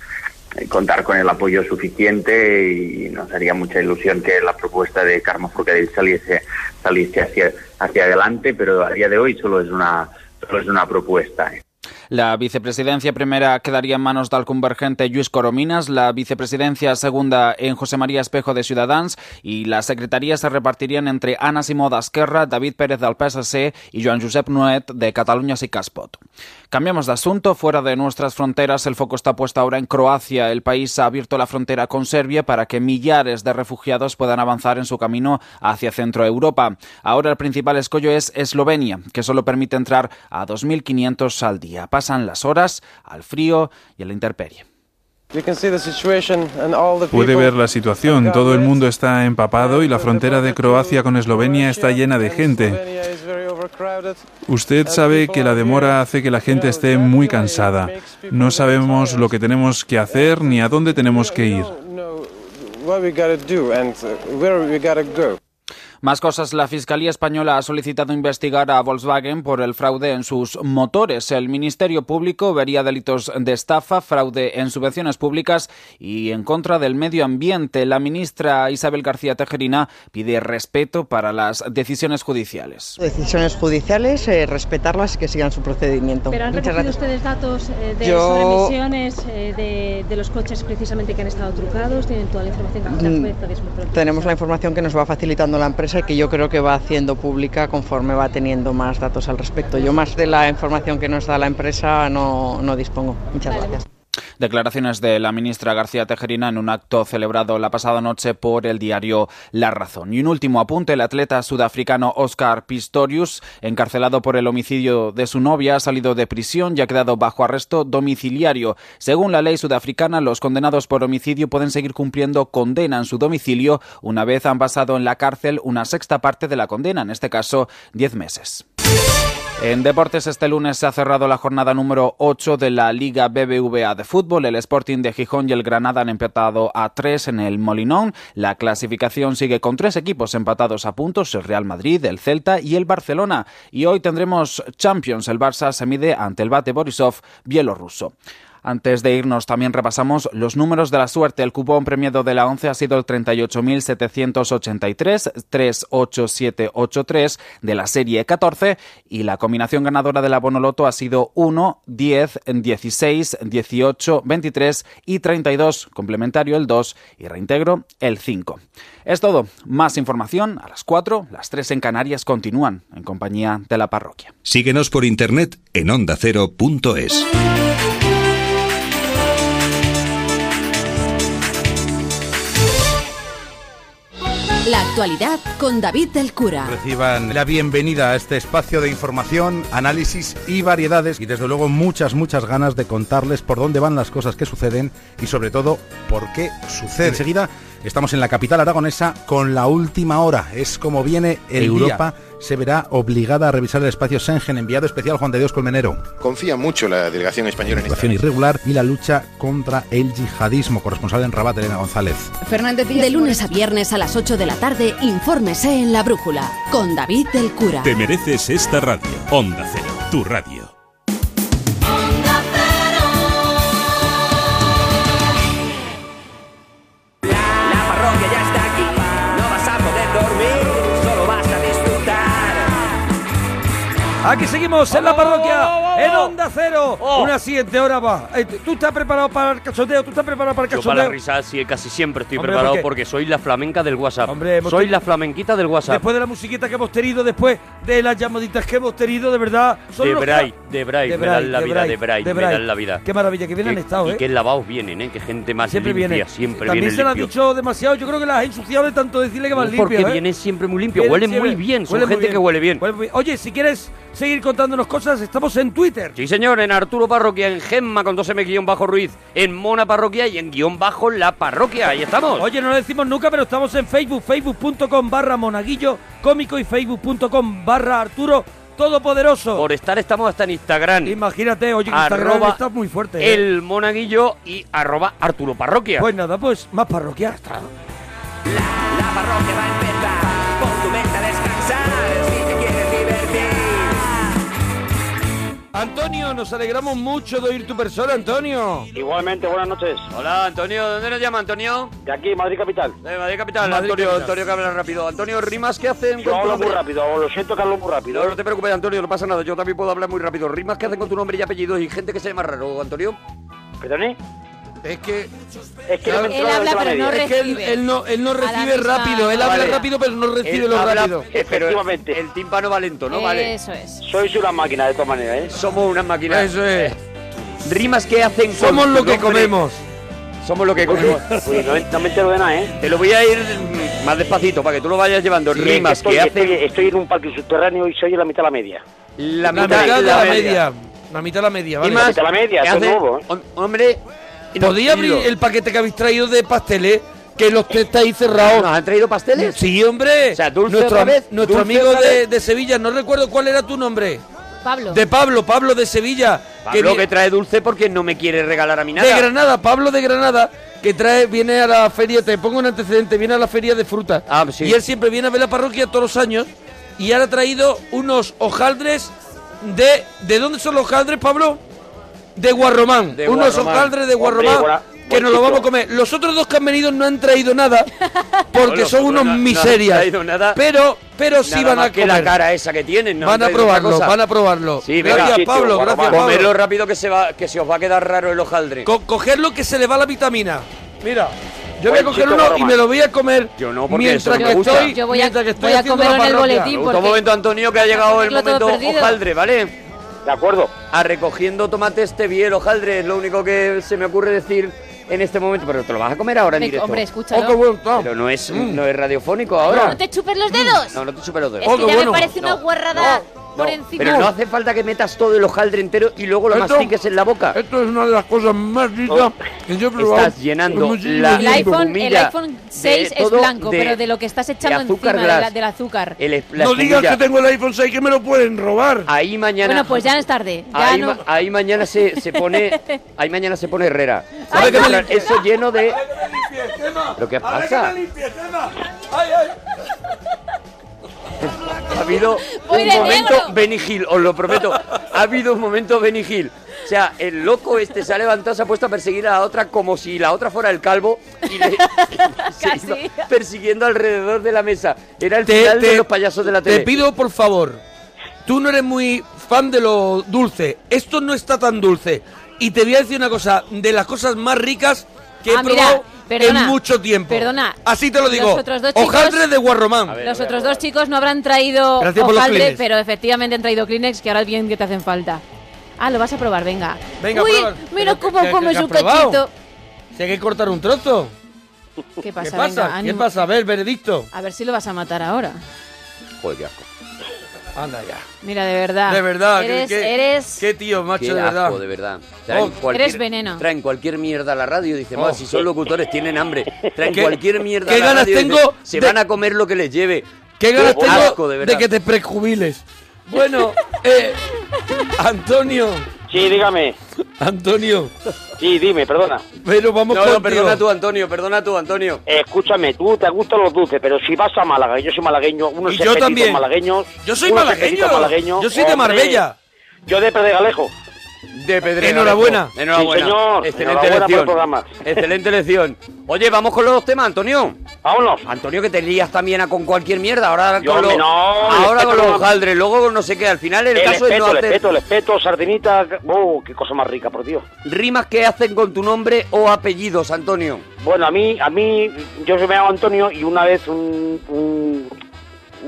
eh, contar con el apoyo suficiente y nos haría mucha ilusión que la propuesta de Carmo Forcadell saliese, saliese hacia, hacia adelante, pero a día de hoy solo es una, solo es una propuesta. ¿eh? La vicepresidencia primera quedaría en manos del convergente Lluís Corominas, la vicepresidencia segunda en José María Espejo de Ciudadans y las secretarías se repartirían entre Ana Simó d'Esquerra, David Pérez del PSC y Joan Josep Nuet de Cataluña y Caspot. Cambiamos de asunto. Fuera de nuestras fronteras, el foco está puesto ahora en Croacia. El país ha abierto la frontera con Serbia para que millares de refugiados puedan avanzar en su camino hacia Centro Europa. Ahora el principal escollo es Eslovenia, que solo permite entrar a 2.500 al día. Pasan las horas al frío y a la intemperie. Puede ver la situación, todo el mundo está empapado y la frontera de Croacia con Eslovenia está llena de gente. Usted sabe que la demora hace que la gente esté muy cansada. No sabemos lo que tenemos que hacer ni a dónde tenemos que ir. Más cosas. La Fiscalía Española ha solicitado investigar a Volkswagen por el fraude en sus motores. El Ministerio Público vería delitos de estafa, fraude en subvenciones públicas y en contra del medio ambiente. La ministra Isabel García Tejerina pide respeto para las decisiones judiciales. Decisiones judiciales, eh, respetarlas y que sigan su procedimiento. Pero han Muchas recogido ustedes gracias. datos eh, de Yo- las emisiones eh, de, de los coches precisamente que han estado trucados, tienen toda la información que Mm, la juez habéis mostrado. Tenemos la información que nos va facilitando la empresa y que yo creo que va haciendo pública conforme va teniendo más datos al respecto. Yo más de la información que nos da la empresa no, no dispongo. Muchas gracias. Declaraciones de la ministra García Tejerina en un acto celebrado la pasada noche por el diario La Razón. Y un último apunte, el atleta sudafricano Oscar Pistorius, encarcelado por el homicidio de su novia, ha salido de prisión y ha quedado bajo arresto domiciliario. Según la ley sudafricana, los condenados por homicidio pueden seguir cumpliendo condena en su domicilio una vez han pasado en la cárcel una sexta parte de la condena, en este caso 10 meses. En deportes este lunes se ha cerrado la jornada número 8 de la Liga BBVA de fútbol. El Sporting de Gijón y el Granada han empatado a 3 en el Molinón. La clasificación sigue con tres equipos empatados a puntos, el Real Madrid, el Celta y el Barcelona. Y hoy tendremos Champions. El Barça se mide ante el Bate Borisov bielorruso. Antes de irnos, también repasamos los números de la suerte. El cupón premiado de la 11 ha sido el 38.783, 38783 de la serie 14 y la combinación ganadora de la Bonoloto ha sido 1, 10, 16, 18, 23 y 32, complementario el 2 y reintegro el 5. Es todo. Más información a las 4, las 3 en Canarias continúan en compañía de la parroquia. Síguenos por internet en ondacero.es. La actualidad con David del Cura. Reciban la bienvenida a este espacio de información, análisis y variedades y desde luego muchas, muchas ganas de contarles por dónde van las cosas que suceden y sobre todo por qué sucede. Enseguida Estamos en la capital aragonesa con la última hora. Es como viene el Europa. Europa Se verá obligada a revisar el espacio Schengen. Enviado especial Juan de Dios Colmenero. Confía mucho la delegación española en esta. Situación irregular y la lucha contra el yihadismo. Corresponsal en Rabat, Elena González. De lunes a viernes a las 8 de la tarde, infórmese en La Brújula con David del Cura. Te mereces esta radio. Onda Cero, tu radio. Aquí Ah, seguimos en la parroquia, en Onda Cero. Oh. Una siguiente hora va. Eh, ¿Tú estás preparado para el cachondeo? ¿Tú estás preparado para el Yo para la cachondeo? risa sí, casi siempre estoy Hombre, preparado ¿por qué? porque soy la flamenca del WhatsApp. hemos soy tenido- la flamenquita del WhatsApp. Después de la musiquita que hemos tenido, después de las llamaditas que hemos tenido, de verdad... son de unos Bray, cra- de Bray, De me Bray, dan la de vida, Bray, de Bray, de me Bray. dan la vida. Qué maravilla, que bien han estado, y ¿eh? qué lavados vienen, ¿eh? Qué gente más Siempre limpia, viene. siempre También viene se le ha limpio. dicho demasiado. Yo creo que las ha ensuciado de tanto decirle que van ¿eh? limpio. Porque viene siempre muy limpio, huele muy bien, son gente que huele bien. Oye, si quieres seguir contándonos cosas, estamos en Twitter. Sí, señor, en Arturo Parroquia, en Gemma con 2M guión bajo Ruiz, en Mona Parroquia y en guión bajo La Parroquia. Ahí estamos. Oye, no lo decimos nunca, pero estamos en Facebook, facebook.com barra monaguillo cómico y facebook.com barra Arturo Todopoderoso. Por estar estamos hasta en Instagram. Imagínate, oye, que Instagram Arroba está muy fuerte. ¿eh? El Monaguillo y arroba Arturo Parroquia. Pues nada, pues más parroquia. Antonio, nos alegramos mucho de oír tu persona, Antonio. Igualmente, buenas noches. Hola, Antonio. ¿De dónde nos llama, Antonio? De aquí, Madrid Capital. De Madrid Capital, Madrid Antonio. capital. Antonio, que habla rápido. Antonio, rimas, ¿qué hacen Yo hablo muy rápido, lo siento que hablo muy rápido. No, no te preocupes, Antonio, no pasa nada. Yo también puedo hablar muy rápido. Rimas que hacen con tu nombre y apellidos y gente que se llama raro, Antonio. ¿Perdone? Es que... Es que no me Él entró habla, la pero no media. Es que él- recibe. él no- él no A la recibe misma- rápido, él habla rápido, pero no recibe lo rápido. Efectivamente. Eh, El tímpano va lento, ¿no? Vale. Eso es. Sois una máquina, de todas maneras, ¿eh? Somos una máquina. Eso es. Rimas que hacen con Somos tu lo nombre. que comemos. Somos lo que comemos. no, me entero de nada, ¿eh? Te lo voy a ir mm, más despacito para que tú lo vayas llevando. Sí, Rimas es que estoy- que hacen. estoy- estoy en un parque subterráneo y soy en la mitad de la media. La La mitad de la media. La mitad de la media, ¿vale? Rimas que hacen- hom- Hombre. ¿Podía abrir inadvertido. el paquete que habéis traído de pasteles? Que los tres estáis cerrados. ¿Nos han traído pasteles? Sí, hombre. O sea, dulce nuestro, otra vez, Nuestro dulce amigo otra de, vez. de Sevilla, no recuerdo cuál era tu nombre. Pablo. De Pablo, Pablo de Sevilla. Pablo vi- que trae dulce porque no me quiere regalar a mí nada. de Granada, Pablo de Granada, que trae, viene a la feria, te pongo un antecedente, viene a la feria de fruta. Ah, Y él siempre viene a ver la parroquia todos los años y ahora ha traído unos hojaldres de... ¿De dónde son los hojaldres, Pablo? De Guarromán. De unos Guarromán. hojaldres de Hombre, Guarromán buena- que buen nos lo chico. vamos a comer. Los otros dos que han venido no han traído nada porque No, son unos no, no han miserias. traído nada. pero, pero sí Nada van más a que comer. la cara esa que tienen. no han van a traído otra probarlo, cosa. van a probarlo. Sí, venga. gracias, Pablo, gracias, Pablo. Comedlo rápido que se, va, que se os va a quedar raro el hojaldre. Co- cogerlo que se le va la vitamina. Mira, yo voy a Buen coger chico, uno y Román. me lo voy a comer Yo no, porque mientras eso no que me gusta. estoy. Yo voy a- mientras que estoy voy a haciendo comerlo la en el parroquia. boletín, Un momento, Antonio, que ha llegado el Tenerlo todo momento perdido. hojaldre, ¿vale? De acuerdo. A recogiendo tomates te vi el hojaldre, es lo único que se me ocurre decir en este momento. Pero te lo vas a comer ahora en Me- directo. hombre, Oh, escúchalo. Pero no es, Mm. no es radiofónico ahora. No te chupes los dedos. No, Oh, no te supero de Oh, Es que ya me parece una guarrada por encima. Pero no hace falta que metas todo el hojaldre entero y luego lo Esto- mastiques en la boca. Oh. Esto es una de las cosas más ricas que yo he probado. Estás llenando en muchísimo la- el tiempo. iPhone, el espumilla iPhone de 6 es todo blanco, de- pero de lo que estás echando azúcar encima de la- glass. del azúcar. El- la No digas espumilla. que tengo el iPhone 6 que me lo pueden robar. Ahí mañana. Bueno, pues ya es tarde. Ya Ahí, no. ma- ahí mañana se, se pone ahí mañana se pone Herrera. Ahora que me Encuentran limpie. Eso lleno de ¿Lo que Ahora que pasa? me limpies, Emma. Ay, ay. ha habido Voy un de momento negro. Benny Hill, os lo prometo. Ha habido un momento Benny Hill. O sea, el loco este se ha levantado, se ha puesto a perseguir a la otra como si la otra fuera el calvo y le se iba persiguiendo alrededor de la mesa. Era el Te- final te- de los payasos de la tele. Te pido por favor, tú no eres muy fan de lo dulce. Esto no está tan dulce. Y te voy a decir una cosa, de las cosas más ricas que he Ah, mira, probado perdona, en mucho tiempo. perdona. Así te lo Los digo. otros dos Hojaldre chicos- de Guarromán. Los otros dos chicos no habrán traído Gracias por los hojaldre, Kleenex. pero efectivamente han traído Kleenex, que ahora es bien que te hacen falta. Ah, lo vas a probar, venga. Venga, Uy, prueba. mira Pero cómo que- que- come que has su probado. cachito. Si hay que cortar un trozo. ¿Qué ¿Qué pasa? pasa? Venga, ¿Qué ánimo. pasa? A ver, veredicto. A ver si lo vas a matar ahora. Joder, qué asco. Anda ya. Mira, de verdad. De verdad, Eres, que, que- eres, Qué tío, macho, Qué de verdad. asco, de verdad. Traen Oh. cualquier- eres veneno. Traen cualquier mierda a la radio y dicen, Oh. "Más, si son locutores, tienen hambre. Traen ¿Qué- cualquier mierda qué a la ganas radio y dicen, tengo se de- van a comer lo que les lleve. Qué ganas tengo asco, de, de, verdad. que te prejubiles. Bueno, eh, Antonio. Sí, dígame. Antonio. Sí, dime, perdona. Pero vamos No, no, contigo. perdona tú, Antonio, perdona tú, Antonio. Eh, Escúchame, tú te gustan los dulces, pero si vas a Málaga, yo soy malagueño, unos Y yo especitos también. malagueños. Yo soy unos malagueño. especitos malagueños, Yo soy de hombre. Marbella. Yo de Pedregalejo. De Pedregalejo. Enhorabuena. Enhorabuena. Sí, señor. Excelente Enhorabuena por el elección. programa. Excelente elección. Oye, vamos con los dos temas, Antonio. Vámonos. Antonio, que te lías también a con cualquier mierda. Ahora Yo, con los, hombre, no, el ahora respeto con no- los hojaldres, luego con no sé qué. Al final el, El caso espeto, es no el hacer espeto, el espeto, sardinita. Oh, qué cosa más rica, por Dios. rimas que hacen con tu nombre o apellidos, Antonio. Bueno, a mí, a mí, yo se me llamo Antonio y una vez un, un-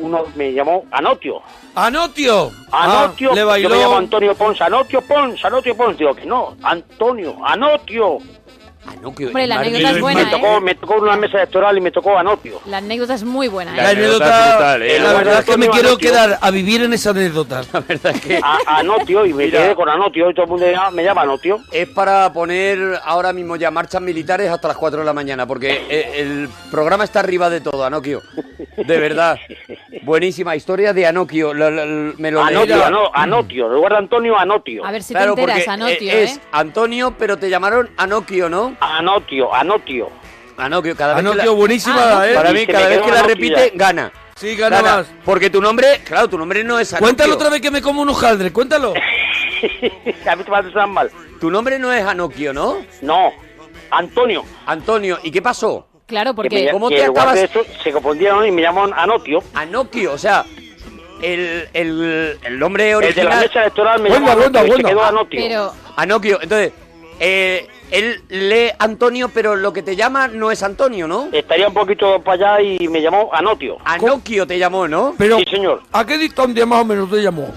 uno me llamó Anotio. Anotio. Anotio, Ah, le bailó. yo me llamo Antonio Pons, Anotio Pons, Anotio Pons, digo que no, Antonio, Anotio. Anotio. Hombre, la Madre anécdota mía, es buena, me tocó, ¿eh? me tocó en una mesa electoral y me tocó Anotio. La anécdota es muy buena. La ¿eh? anécdota, la verdad es que me Antonio quiero Anotio. quedar a vivir en esa anécdota. La verdad es que... A- Anotio, y me Mira. quedé con Anotio, y todo el mundo ya me llama Anotio. Es para poner ahora mismo ya marchas militares hasta las 4 de la mañana, porque eh, el programa está arriba de todo, Anokio. De verdad. Buenísima historia de Anokio. lo- lo- lo- me lo Anotio, leerá. ano- Anotio, en lugar de Antonio, Anotio. A ver si Claro, te enteras, porque, Anotio, eh, ¿eh? es Antonio, pero te llamaron Anokio, ¿no? Anotio, Anotio. Anokio, cada vez que Anotio, la- Ah, buenísima, ¿eh? Para mí, Y se cada me vez quedó que la Anokio repite, ya. gana. Sí, gana más. Porque tu nombre, claro, tu nombre no es Anokio. Cuéntalo otra vez que me como un hojaldre, cuéntalo. A mí te vas a mal. Tu nombre no es Anokio, ¿no? No, Antonio. Antonio, ¿y qué pasó? Claro, Que porque... me- ¿Cómo te acabas- se confundieron y me llaman Anotio. Anokio, o sea, el, el, el nombre El original. de la mesa electoral me Bueno, llamó bueno, Anokio y se bueno. quedó Anokio. Pero- Anokio, entonces, eh, él lee Antonio, pero lo que te llama no es Antonio, ¿no? Estaría un poquito para allá y me llamó Anotio. Anokio te llamó, ¿no? Pero, Sí, señor. ¿A qué distancia más o menos te llamó?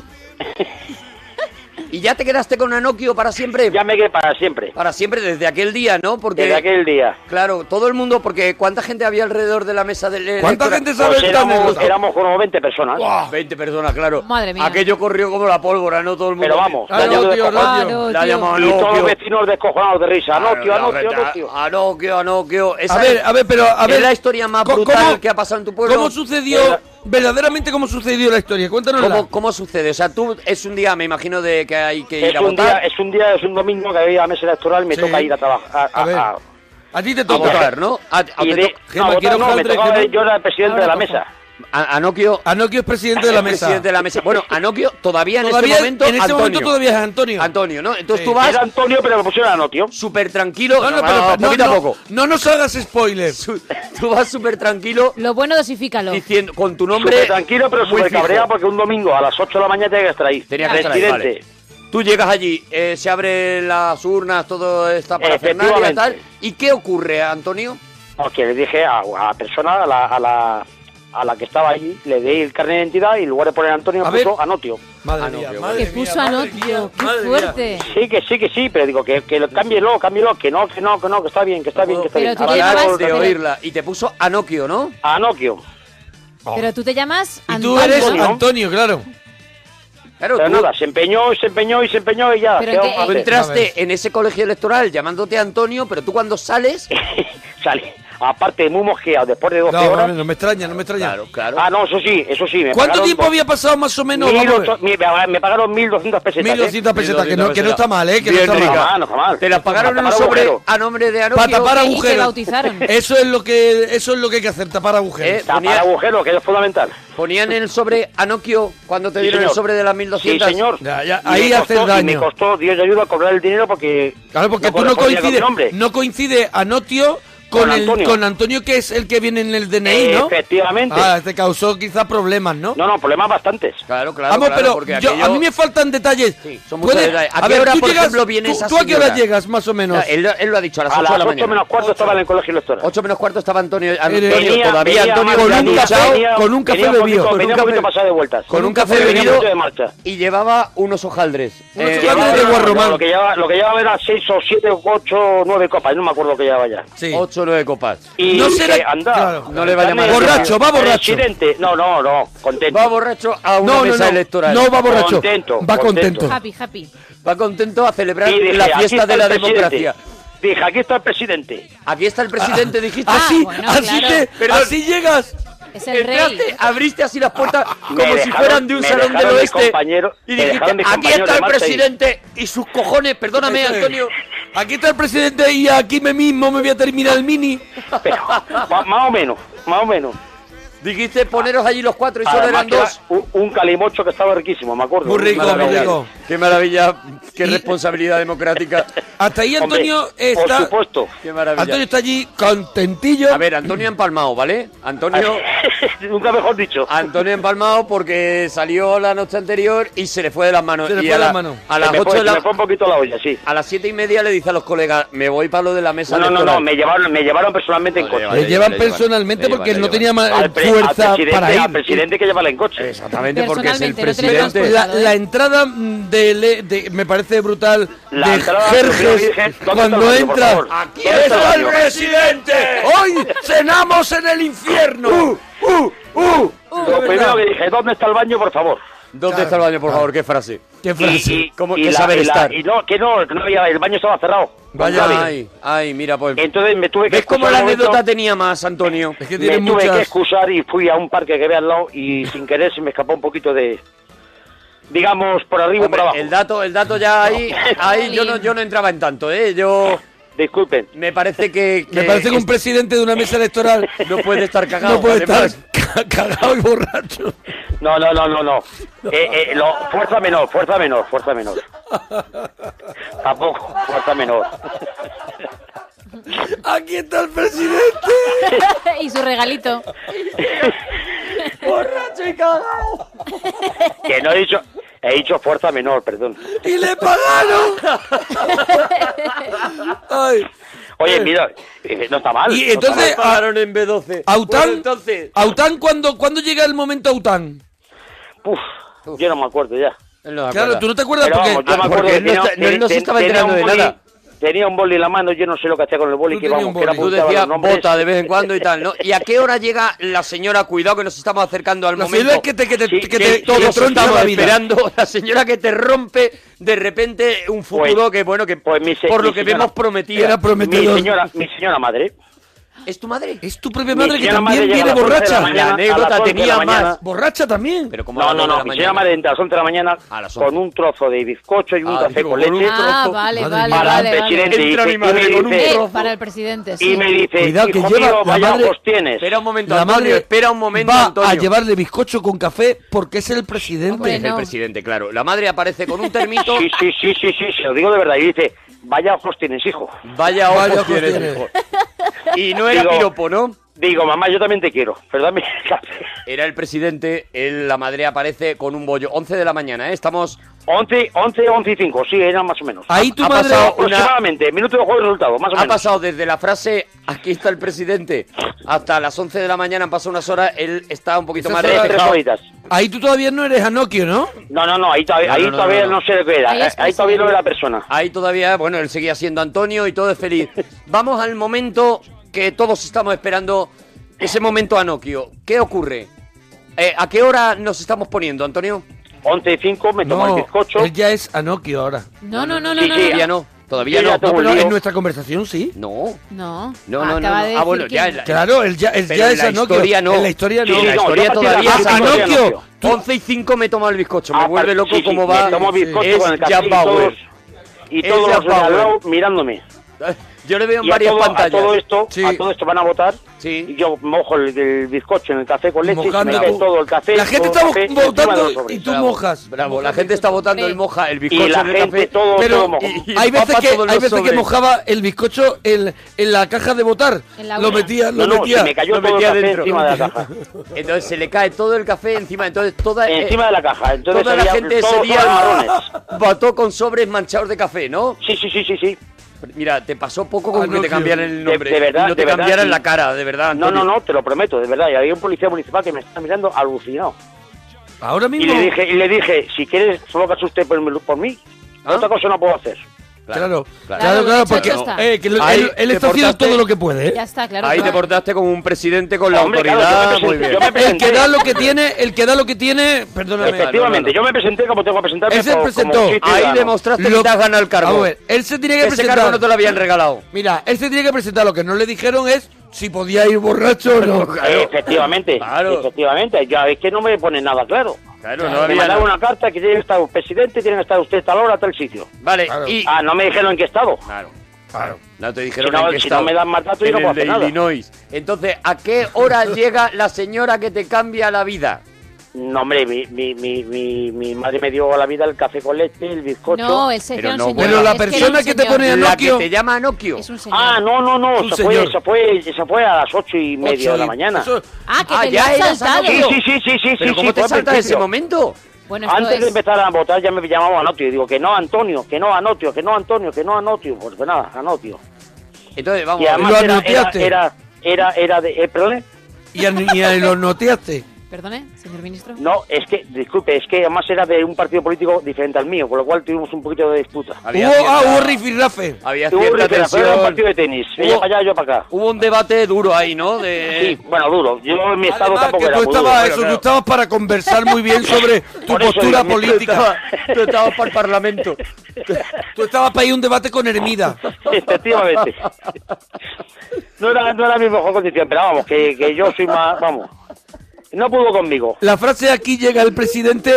¿Y ya te quedaste con Anokio para siempre? Ya me quedé para siempre. Para siempre, desde aquel día, ¿no? Porque, Desde aquel día. Claro, todo el mundo, porque ¿cuánta gente había alrededor de la mesa del ¿Cuánta electoral? gente sabe Pues esta éramos- anécdota? éramos como 20 personas. ¡Guau! 20 personas, claro. Madre mía. Aquello corrió como la pólvora, ¿no? Todo el mundo. Pero vamos, la la llamó llamó descojonada. Anokio. La llamó Y todos los Anokio. vecinos descojonados de risa. Anotio, Claro, Anotio, claro, Anotio. Anokio, Anokio. Esa a ver, es- a ver, pero a ver. Es la historia más ¿Cómo- brutal cómo- que ha pasado en tu pueblo. ¿Cómo sucedió, verdaderamente cómo sucedió la historia? Cuéntanosla. ¿Cómo, ¿Cómo sucede? O sea, tú es un día, me imagino, de que hay que ir Es a un, votar. día, es un día, es un domingo que había mesa electoral y me Sí. toca ir a trabajar. A, A ver. a- A ti te toca. votar. votar, ¿no? A, a- y te de- to- a votar no, me tocaba, yo era el presidente de la mesa. Ah, A- Anokio. Anokio es presidente de la Es mesa. presidente de la mesa. Bueno, Anokio todavía en Todavía- este momento. en este Antonio. momento todavía es Antonio. Antonio, ¿no? Entonces Sí. tú vas. Era Antonio, pero me pusieron Anotio. Súper tranquilo. No, no, pero- no, poquito no, a poco. No nos hagas spoilers. Tú vas súper tranquilo. Lo bueno, dosifícalo. Diciendo, con tu nombre. Súper tranquilo, pero muy súper cabreado fijo. porque un domingo a las 8 de la mañana tenía que estar ahí. Tenía que estar ahí, Presidente. Tú llegas allí, eh, se abren las urnas, todo esta parafernalia y Efectivamente. tal. ¿Y qué ocurre, Antonio? Porque le dije a a la persona, a la, a la, a la que estaba allí, le di el carnet de identidad y en lugar de poner Antonio, A puso ver. Anotio. Madre mía, Que puso Anotio. ¡Qué fuerte! Sí, que sí, que sí, pero digo que, que lo, cámbielo, cámbielo, que no, que no, que no, que está bien, que está bien, que está bien. Pero tú llegabas- Acabas de oírla. Y te puso Anokio, ¿no? Anokio. Pero tú te llamas Y Antonio. tú eres Antonio, claro. Pero nada, se empeñó, y se empeñó y se empeñó y ya. ¿qué vamos a Tú hacer? entraste en ese colegio electoral llamándote Antonio, pero tú cuando sales. Sale. Aparte, muy mosqueado, después de 12 No, horas. no, no me extraña, no me extraña. Ah, no, eso sí, eso sí. Me ¿Cuánto pagaron tiempo dos- había pasado más o menos? mil Vamos a ver. ocho- mi- me, me pagaron 1.200 pesetas. 1.200 ¿eh? pesetas, que no, que no está mal, ¿eh? Que no Bien está mal. rica. No está mal, no está mal. Te las pagaron en un Para tapar sobre agujeros. a nombre de Anokio. Para tapar y te agujeros. bautizaron. Eso es lo que eso es lo que hay que hacer, tapar agujeros. Eh, Tapar ponía- agujeros, que es fundamental. Ponían en el sobre Anokio cuando te Sí, dieron el señor. sobre de las 1200. Sí, señor. Y ahí me hace costó- daño. Y me costó Dios de ayuda a cobrar el dinero porque. Claro, porque tú no correspondía con mi coincide, nombre. no coincide Anotio con, Con el- Antonio. con Antonio, que es el que viene en el DNI, ¿no? Efectivamente. Ah, te causó quizá problemas, ¿no? No, no, problemas bastantes. Claro, claro. Vamos, claro, pero porque yo- aquello- a mí me faltan detalles. son muchos ¿Puedes- detalles. ¿A a qué ver, hora, tú por llegas- ejemplo, viene tú- esa ¿Tú a qué hora señora? llegas, más o menos? Ya, él, él lo ha dicho, a las A 8 de las la 8 mañana. menos cuarto estaba en el colegio electoral. 8 menos cuarto estaba Antonio. Antonio Venía- todavía venía Antonio mal con un duchado, café, venía- con un café venía bebido. poquito- venía Con un poquito café- pasado de vueltas. Con un Venía café poquito bebido de marcha. y llevaba unos hojaldres. Eh, Llevaba- no, Lo que llevaba, lo que llevaba era 6 o 7, 8 o 9 copas, no me acuerdo lo que llevaba ya. Sí. 8 8 o 9 copas. Y no será... que anda, No le va a llamar. Borracho, va borracho. Presidente, no, no, no, contento. Va borracho a una No, no, mesa no. electoral. No va borracho. Contento, Va contento. contento. Happy, happy. Va contento a celebrar Y dije, la aquí fiesta está de el la presidente. democracia. Dije, aquí está el presidente. Aquí está el presidente, dijiste. Ah, así, bueno, así claro. te- Perdón. así llegas. Es el rey. Entraste, abriste así las puertas como Ah, Me si dejaron- fueran de un me salón del dejaron mis oeste. compañeros- Y me dijiste, dejaron mis aquí compañeros está de el Marte". presidente y sus cojones. Perdóname, Eso es. Antonio. Este, Aquí está el presidente y aquí me mismo me voy a terminar el mini. más o menos, más o menos. Dijiste poneros allí los cuatro y solo Además, eran que era dos. Un, un calimocho que estaba riquísimo, me acuerdo. Muy rico, Qué maravilla. muy rico. Qué maravilla, qué responsabilidad democrática. Hasta ahí Hombre, Antonio por está. supuesto. Qué maravilla. Antonio está allí contentillo. A ver, Antonio empalmado, ¿vale? Antonio. Nunca mejor dicho. Antonio empalmado porque salió la noche anterior y se le fue de las manos. Se le Y fue a de la- las manos. A Se las me fue- ocho de se la. me fue un poquito la olla, sí. A las siete y media le dice a los colegas, me voy para lo de la mesa. No, no, no, electoral". no, me llevaron, me llevaron personalmente en coche. llevan, Le llevan le llevan, personalmente le llevan, porque le no llevan. tenía más, Al eh, fuerza al presidente- para ir. Al presidente que llevarla en coche. Exactamente, porque es el presidente. La, la entrada mm, de, Le- de- me parece brutal La de entrada de la Jerjes Virgen, ¿dónde cuando está el baño, por entra. favor? Aquí ¿Dónde está el está el baño? presidente. Hoy cenamos en el infierno. Uh, Lo primero que dije, ¿dónde está el baño, por favor? ¿Dónde está el baño, por favor? ¿Qué frase? ¿Qué Y, y- ¿Cómo, y ¿Qué la- saber y la- estar? Y no, que no, que no había, el baño estaba cerrado. Vaya, Gaby. ay, ay, mira, pues. Entonces me tuve que. ¿Ves cómo excusar la un anécdota momento, tenía más, Antonio? Es que Me tuve que excusar y fui a un parque que ve al lado y sin querer se me escapó un poquito de. Digamos, por arriba o por Hombre, abajo. El dato, el dato ya ahí, ahí yo no, yo no entraba en tanto, ¿eh? Yo. Disculpen. Me parece que. Me parece que un presidente de una mesa electoral No puede estar cagado, No puede estar además. ca- cagado y borracho. No, no, no, no, no. Eh, eh, lo- fuerza menor, fuerza menor, fuerza menor. Tampoco, fuerza menor. Aquí está el presidente. y su regalito. Borracho y cagado. Que no he dicho, he dicho fuerza menor, perdón. Y le pagaron. Ay. Oye, mira, eh, no está mal. Y no está entonces, mal. Fueron en B12. Aután, Bueno, entonces. Aután ¿cuándo, cuándo llega el momento Aután? Uf, yo no me acuerdo ya. Claro, tú no te acuerdas Pero porque, vamos, Ah, yo me acuerdo porque que tenía- ten- ten- tenía un boli- nada. Tenía un boli en la mano, yo no sé lo que hacía con el boli, que Tenía un vamos, que era boli. Tú apuntaba decías los nombres. bota de vez en cuando y tal, ¿no? ¿Y a qué hora llega la señora? Cuidado que nos estamos acercando al La momento. señora que te- que te- Sí, que te- que te todos troncha estamos la vida. esperando. La señora que te rompe de repente un futuro que, bueno, que se- por Pues, mi lo que señora- vemos prometía. Mi señora, mi señora madre. ¿Es tu madre? Es tu propia Mi madre que señora madre también llega a viene las once de la borracha. mañana, La a anécdota las once de tenía la mañana. más. Borracha también. Pero como a No, las no, nueve no, de la mi señora mañana. madre entra a las 11 de la mañana con un trozo de bizcocho y un Ah, café digo, con con un leche. trozo. Ah, Madre vale, mía. vale, vale. Para vale. presidente, Entra y- mi madre y me con un dice- trozo. Eh, Para el presidente, sí. Y me dice, Cuidado, que hijo lleva mío, la vaya madre- ojos tienes. Espera un momento, La Antonio, madre espera un momento, va Antonio. a llevarle bizcocho con café porque es el presidente. Es el presidente, claro. La madre aparece con un termito. Sí, sí, sí, sí, sí, se lo digo de verdad. Y dice, vaya ojos tienes, hijo. Vaya Vaya ojos ojos tienes, tienes. hijo. Y no era Digo- piropo, ¿no? Digo, mamá, yo también te quiero, pero dame el café. Era el presidente, él, la madre aparece con un bollo. 11 de la mañana, ¿eh? Estamos... 11, 11, 11 y 5, sí, era más o menos. Ahí tu ha madre- pasado una- aproximadamente, minuto de juego y resultado, más o Ha menos. pasado desde la frase, aquí está el presidente, hasta las 11 de la mañana, han pasado unas horas, él está un poquito Esas más horas- Tres despejado. horitas. Ahí tú todavía no eres Anokio, ¿no? No, no, no, ahí todavía, No, no, ahí no, no, todavía no. no, sé lo que era. Eh, Ahí Ahí, es presidente. todavía no era persona. Ahí todavía, bueno, él seguía siendo Antonio y todo es feliz. Vamos al momento que todos estamos esperando, ese momento Anokio. ¿Qué ocurre? Eh, ¿A qué hora nos estamos poniendo, Antonio? 11 y 5, me tomo el bizcocho. él ya es Anokio ahora. No, no, no, no, Sí, no. sí, Todavía no. no, Yo todavía no. ya No, tengo pero un lío. en nuestra conversación sí. No, No, no, no, no. acaba de Ah, decir bueno, ya que- en la- Claro, él ya, él Pero ya en es la Anokio. historia no. En la historia Sí, no. sí, no, historia yo a partir de todavía aquí es soy Anokio. Anokio. 11 y 5 me toma el bizcocho. Ah, Me vuelve sí, loco sí, como va. Me tomo bizcocho es con el café Jan y todos, Bauer. y Es todos Jan los de al Bauer. lado mirándome. Yo le veo en Y a varias todo, a pantallas. todo esto, Sí. a todo esto van a votar. Sí. Y yo mojo el, el bizcocho en el café con leche, y se me Mojando. cae todo el café. La todo gente el está café vo- encima de los votando sobres. y tú Bravo. mojas. Bravo, la gente está votando el moja, el bizcocho Y la en el gente, café. todo, todo pero mojado. y- y Hay veces papa que, todos hay los veces que sobres. mojaba el bizcocho en, en la caja de votar. En la Lo urna. No, metía, lo no, metía. se me cayó lo todo el metía café dentro. encima de la caja. Entonces se le cae todo el café encima. Entonces toda, eh, encima de la caja. Entonces toda la había gente ese todos día eran marrones. votó con sobres manchados de café, ¿no? Sí, sí, sí, sí, sí. Mira, te pasó poco con que te Anokio. cambiaran el De- nombre. de verdad, y no te de verdad, cambiaran sí. la cara, de verdad. No, Antonio. no, no, te lo prometo, de verdad. Y había un policía municipal que me estaba mirando alucinado. Ahora Y mismo. le dije, y le dije si quieres, solo que asuste por, mí- por mí. ¿Ah? Otra cosa no puedo hacer. Claro, claro, claro, porque eh, que él, Ahí él- él te está haciendo portaste- todo lo que puede. ¿eh? Ya está, claro. Ahí te claro. portaste como un presidente con la Hombre, claro, autoridad. yo me muy bien. presenté- yo me El que da lo que tiene, el que da lo que tiene, perdóname. Efectivamente, yo me presenté como tengo que presentarme. Él se como- presentó. como ciudadano. Ahí demostraste que te has ganado el cargo. A ver, él se tiene que Ese presentar. cargo no te lo habían regalado. Mira, él se tiene que presentar. Lo que no le dijeron es si podía ir borracho o no. Efectivamente, efectivamente. Ya es que no me pone nada claro. Claro, no había nada. una carta que tiene que estar un presidente, tiene que estar usted tal hora, tal sitio. Vale, Claro. y- Ah, no me dijeron en qué estado. Claro. Claro. No te dijeron Si no- en qué si estado. no me dan más datos, yo En no puedo el de hacer nada. Illinois. Entonces, ¿a qué hora llega la señora que te cambia la vida? No, hombre, mi, mi, mi, mi, mi madre me dio a la vida el café con leche, el bizcocho. No, el señor, Pero no, señor, bueno. es que era un señor. La que te llama a Noquio. Es un señor. Ah, no, no, no, Un se fue, señor. se, fue, se fue a las ocho y media de la mañana. Ah, que Ah, te ya lo has eras saltado. Sí, sí, sí, sí, sí. ¿Pero sí, cómo sí, te fue al saltas ese principio. momento? Bueno, esto Antes de es- empezar a votar ya me llamaba Anotio. Y digo, que no, Antonio, que no, Anotio, que no, Antonio, que no, Anotio. Pues nada, Anotio. Entonces, Y además Lo era, era, anoteaste. era, era, era de... eh, ¿Perdone? Y, an- y an- lo noteaste. Perdone, señor ministro. No, es que, disculpe, es que además era de un partido político diferente al mío, con lo cual tuvimos un poquito de disputa. Hubo, ah, hubo rifirrafe. Había Hubo cierta rifirrafe, pero era un tensión. partido de tenis. Ella Hubo- para allá, yo para acá. Hubo un debate duro ahí, ¿no? De... Sí, bueno, duro. Yo en mi estado tampoco que era tú muy duro. estabas, Bueno, eso, claro. tú estabas para conversar muy bien sobre tu Por eso digo, postura tú política. estabas- Tú estabas para el Parlamento. Tú estabas para ir a un debate con Hermida. Efectivamente. No era, no era mi mejor condición, pero vamos, que, que yo soy más... Vamos. No pudo conmigo. La frase de aquí llega el presidente.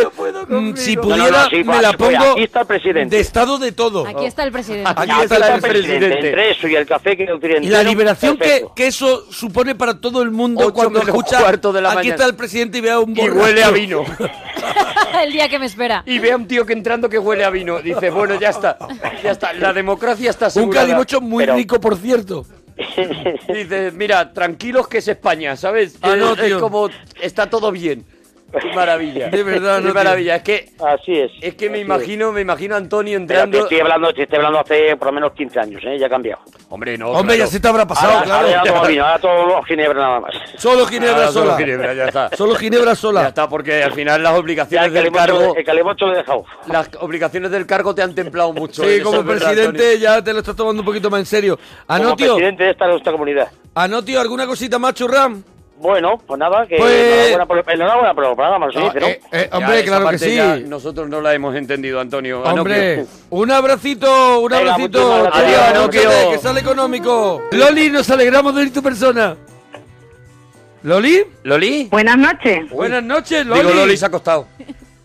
mm, si No, no, pudiera, no, sí, me va, la sí, voy. pongo Aquí está el presidente. de estado de todo. Oh. Aquí está el presidente. Aquí está Ah, el presidente. Entre eso y el café que yo tiré Y la entero, liberación que, perfecto. que eso supone para todo el mundo cuando menos escucha cuarto de la aquí mañana". está el presidente y vea un Y borracho. huele a vino. el día que me espera. Y ve a un tío que entrando que huele a vino. Dice, bueno, ya está. Ya está. La democracia está Un asegurada. calimocho muy Pero- rico, por cierto. Dice, mira, tranquilos que es España, ¿sabes? Ah, no, es, es tío. como, está todo bien. Qué maravilla. De verdad, no, Qué tío. maravilla. Es que, Así es. es que me Así imagino, me imagino a Antonio Pero entrando. que estoy hablando, te estoy hablando hace por lo menos 15 años, ¿eh? Ya ha cambiado. Hombre, no. Hombre, ya se te habrá pasado, ahora, claro. Ahora ya tomo vino, ahora tomo ginebra nada más. Solo Ginebra Ahora sola. Solo Ginebra, ya está. Solo Ginebra sola. Ya está, porque al final las Ya obligaciones el del calimocho, cargo. el calimocho lo he dejado. Las obligaciones del cargo te han templado mucho. ¿eh? Sí, eso como es verdad, presidente ya te lo estás tomando un poquito más en serio. Como Anotio, presidente de esta, de esta comunidad. Anotio, ¿alguna cosita más, churram? Bueno, pues nada, que Pues- enhorabuena por el- enhorabuena por el programa, ¿no? se dice, ¿no? Antonio. eh, hombre, Ya, esa claro que parte sí. ya nosotros no la hemos entendido, Antonio. Anokio. Hombre, un abracito, un Venga, abracito. muchísimas gracias. Adiós, Adiós, Anokio. Anokio. Que sale económico. Loli, nos alegramos de ir tu persona. ¿Loli? ¿Loli? Buenas noches. Buenas noches, Loli. Digo, Loli se ha acostado.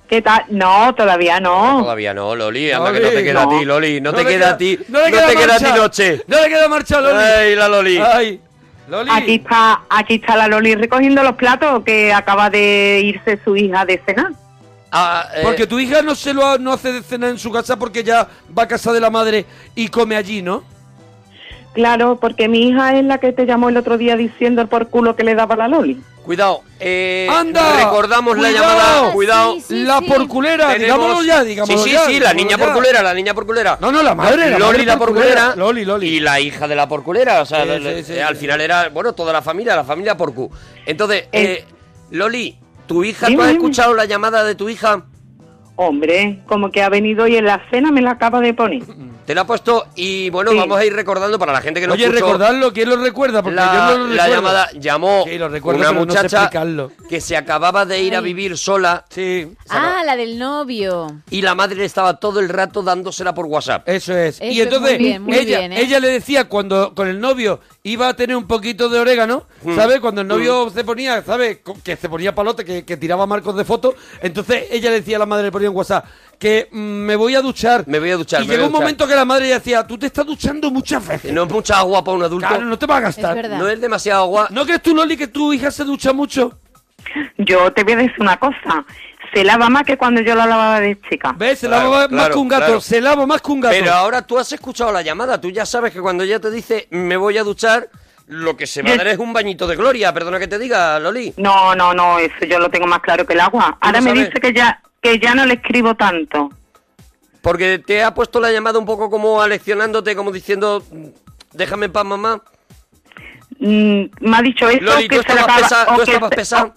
¿Qué tal? No, todavía no. Todavía no, Loli. Anda, que no Loli. te queda No. a ti, Loli. No, No te le queda, queda- a ti. no le queda te queda a marcha. ti noche. No le queda marcha a Loli. Ay, la Loli. Ah, Ay, Loli. Aquí está, aquí está la Loli recogiendo los platos que acaba de irse su hija de cenar. ah, eh. Porque tu hija no se lo ha- no hace de cena en su casa porque ya va a casa de la madre y come allí, ¿no? Claro, porque mi hija es la que te llamó el otro día diciendo el por culo que le daba la Loli. Cuidado. eh, Anda, Recordamos la cuidado. llamada. Cuidado. Sí, sí, La sí. porculera, digámoslo ya, digámoslo Sí, sí, ya, sí. La digámoslo niña ya. porculera, la niña porculera. No, no, la madre, la Loli madre la porculera. porculera, Loli, Loli. Y la hija de la porculera. O sea, Sí, la- sí, la- sí, al final era, bueno, toda la familia, la familia porcu. Entonces, eh, Loli, ¿tu hija, tú Dime, has dime. escuchado la llamada de tu hija? Hombre, como que ha venido y en la cena me la acaba de poner. Te la ha puesto y bueno, Sí. vamos a ir recordando para la gente que no Oye, escuchó. recordarlo, ¿quién lo recuerda? Porque la, yo no lo la recuerdo. llamada llamó Sí, lo recuerdo, una pero no sé muchacha explicarlo. que se acababa de ir a Ay. vivir sola sí. Ah, la del novio. y la madre le estaba todo el rato dándosela por WhatsApp. Eso es. Eso y es entonces muy bien, muy ella, bien, ¿eh? ella le decía cuando con el novio iba a tener un poquito de orégano, Mm. ¿sabes? Cuando el novio se ponía, ¿sabes? Co- Que se ponía palote, que, que tiraba marcos de foto. Entonces ella le decía a la madre, le ponía en WhatsApp, que mm, me voy a duchar. Me voy a duchar. y me voy llegó a un duchar. momento que la madre le decía, tú te estás duchando muchas veces. No es mucha agua para un adulto. Claro, no te va a gastar. Es verdad. No es demasiada agua. ¿No crees tú, Loli, que tu hija se ducha mucho? Yo te voy a decir una cosa, Ah, se lava más que cuando yo la lavaba de chica. ¿Ves? Se Claro, lava más claro, que un gato, claro. se lava más que un gato. Pero ahora tú has escuchado la llamada. Tú ya sabes que cuando ella te dice me voy a duchar, lo que se va a Yo- dar es un bañito de gloria. Perdona que te diga, Loli. No, no, no, eso yo lo tengo más claro que el agua. Ahora lo me sabes? dice que ya que ya no le escribo tanto. Porque te ha puesto la llamada un poco como aleccionándote, como diciendo déjame en paz, mamá. Mm, me ha dicho eso Loli, que tú se le estabas acaba pesa- o tú que estabas se- pesa- o-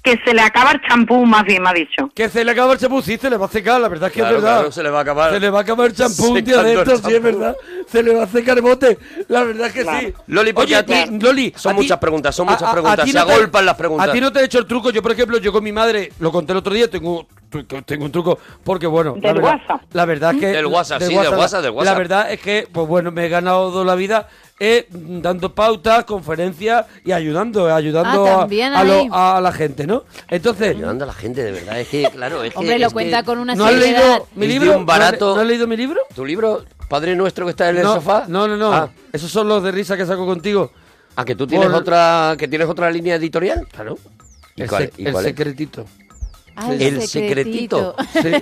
que, que se le acaba el champú, más bien me ha dicho. Que se le acaba el champú, sí, se le va a secar, la verdad es que Claro, es verdad. claro, se le va a acabar. Se le va a acabar el champú un día Secando de el estos, sí, es champú. verdad. Se le va a secar el bote, la verdad es que sí. Loli, porque Oye, a ti- ti- Loli, son a ti- muchas preguntas, son a- muchas a- a preguntas, ti se no te- agolpan las preguntas. A ti no te he hecho el truco, yo por ejemplo, yo con mi madre, lo conté el otro día, tengo, tu- que tengo un truco, porque bueno... la Del verdad- WhatsApp. La verdad es que... Del WhatsApp, sí, del WhatsApp, del La WhatsApp. verdad es que, pues bueno, me he ganado la vida eh, dando pautas, conferencias y ayudando, eh, ayudando Ah, a- también a, lo- ahí. a la gente, ¿no? Entonces... Ayudando a la gente, de verdad, es que, claro, es que- Hombre, lo es cuenta que- con una ¿No has seriedad. leído mi Es de libro? un barato- ¿No has- no has leído mi libro? ¿Tu libro, Padre Nuestro, que está en el no, sofá? No, no, no. Ah. Esos son los de risa que saco contigo. Ah, que tú tienes Por- otra que tienes otra línea editorial, claro. ¿Y El, cuál- sec- y el cuál es? secretito. Ah, el El secretito. Sí,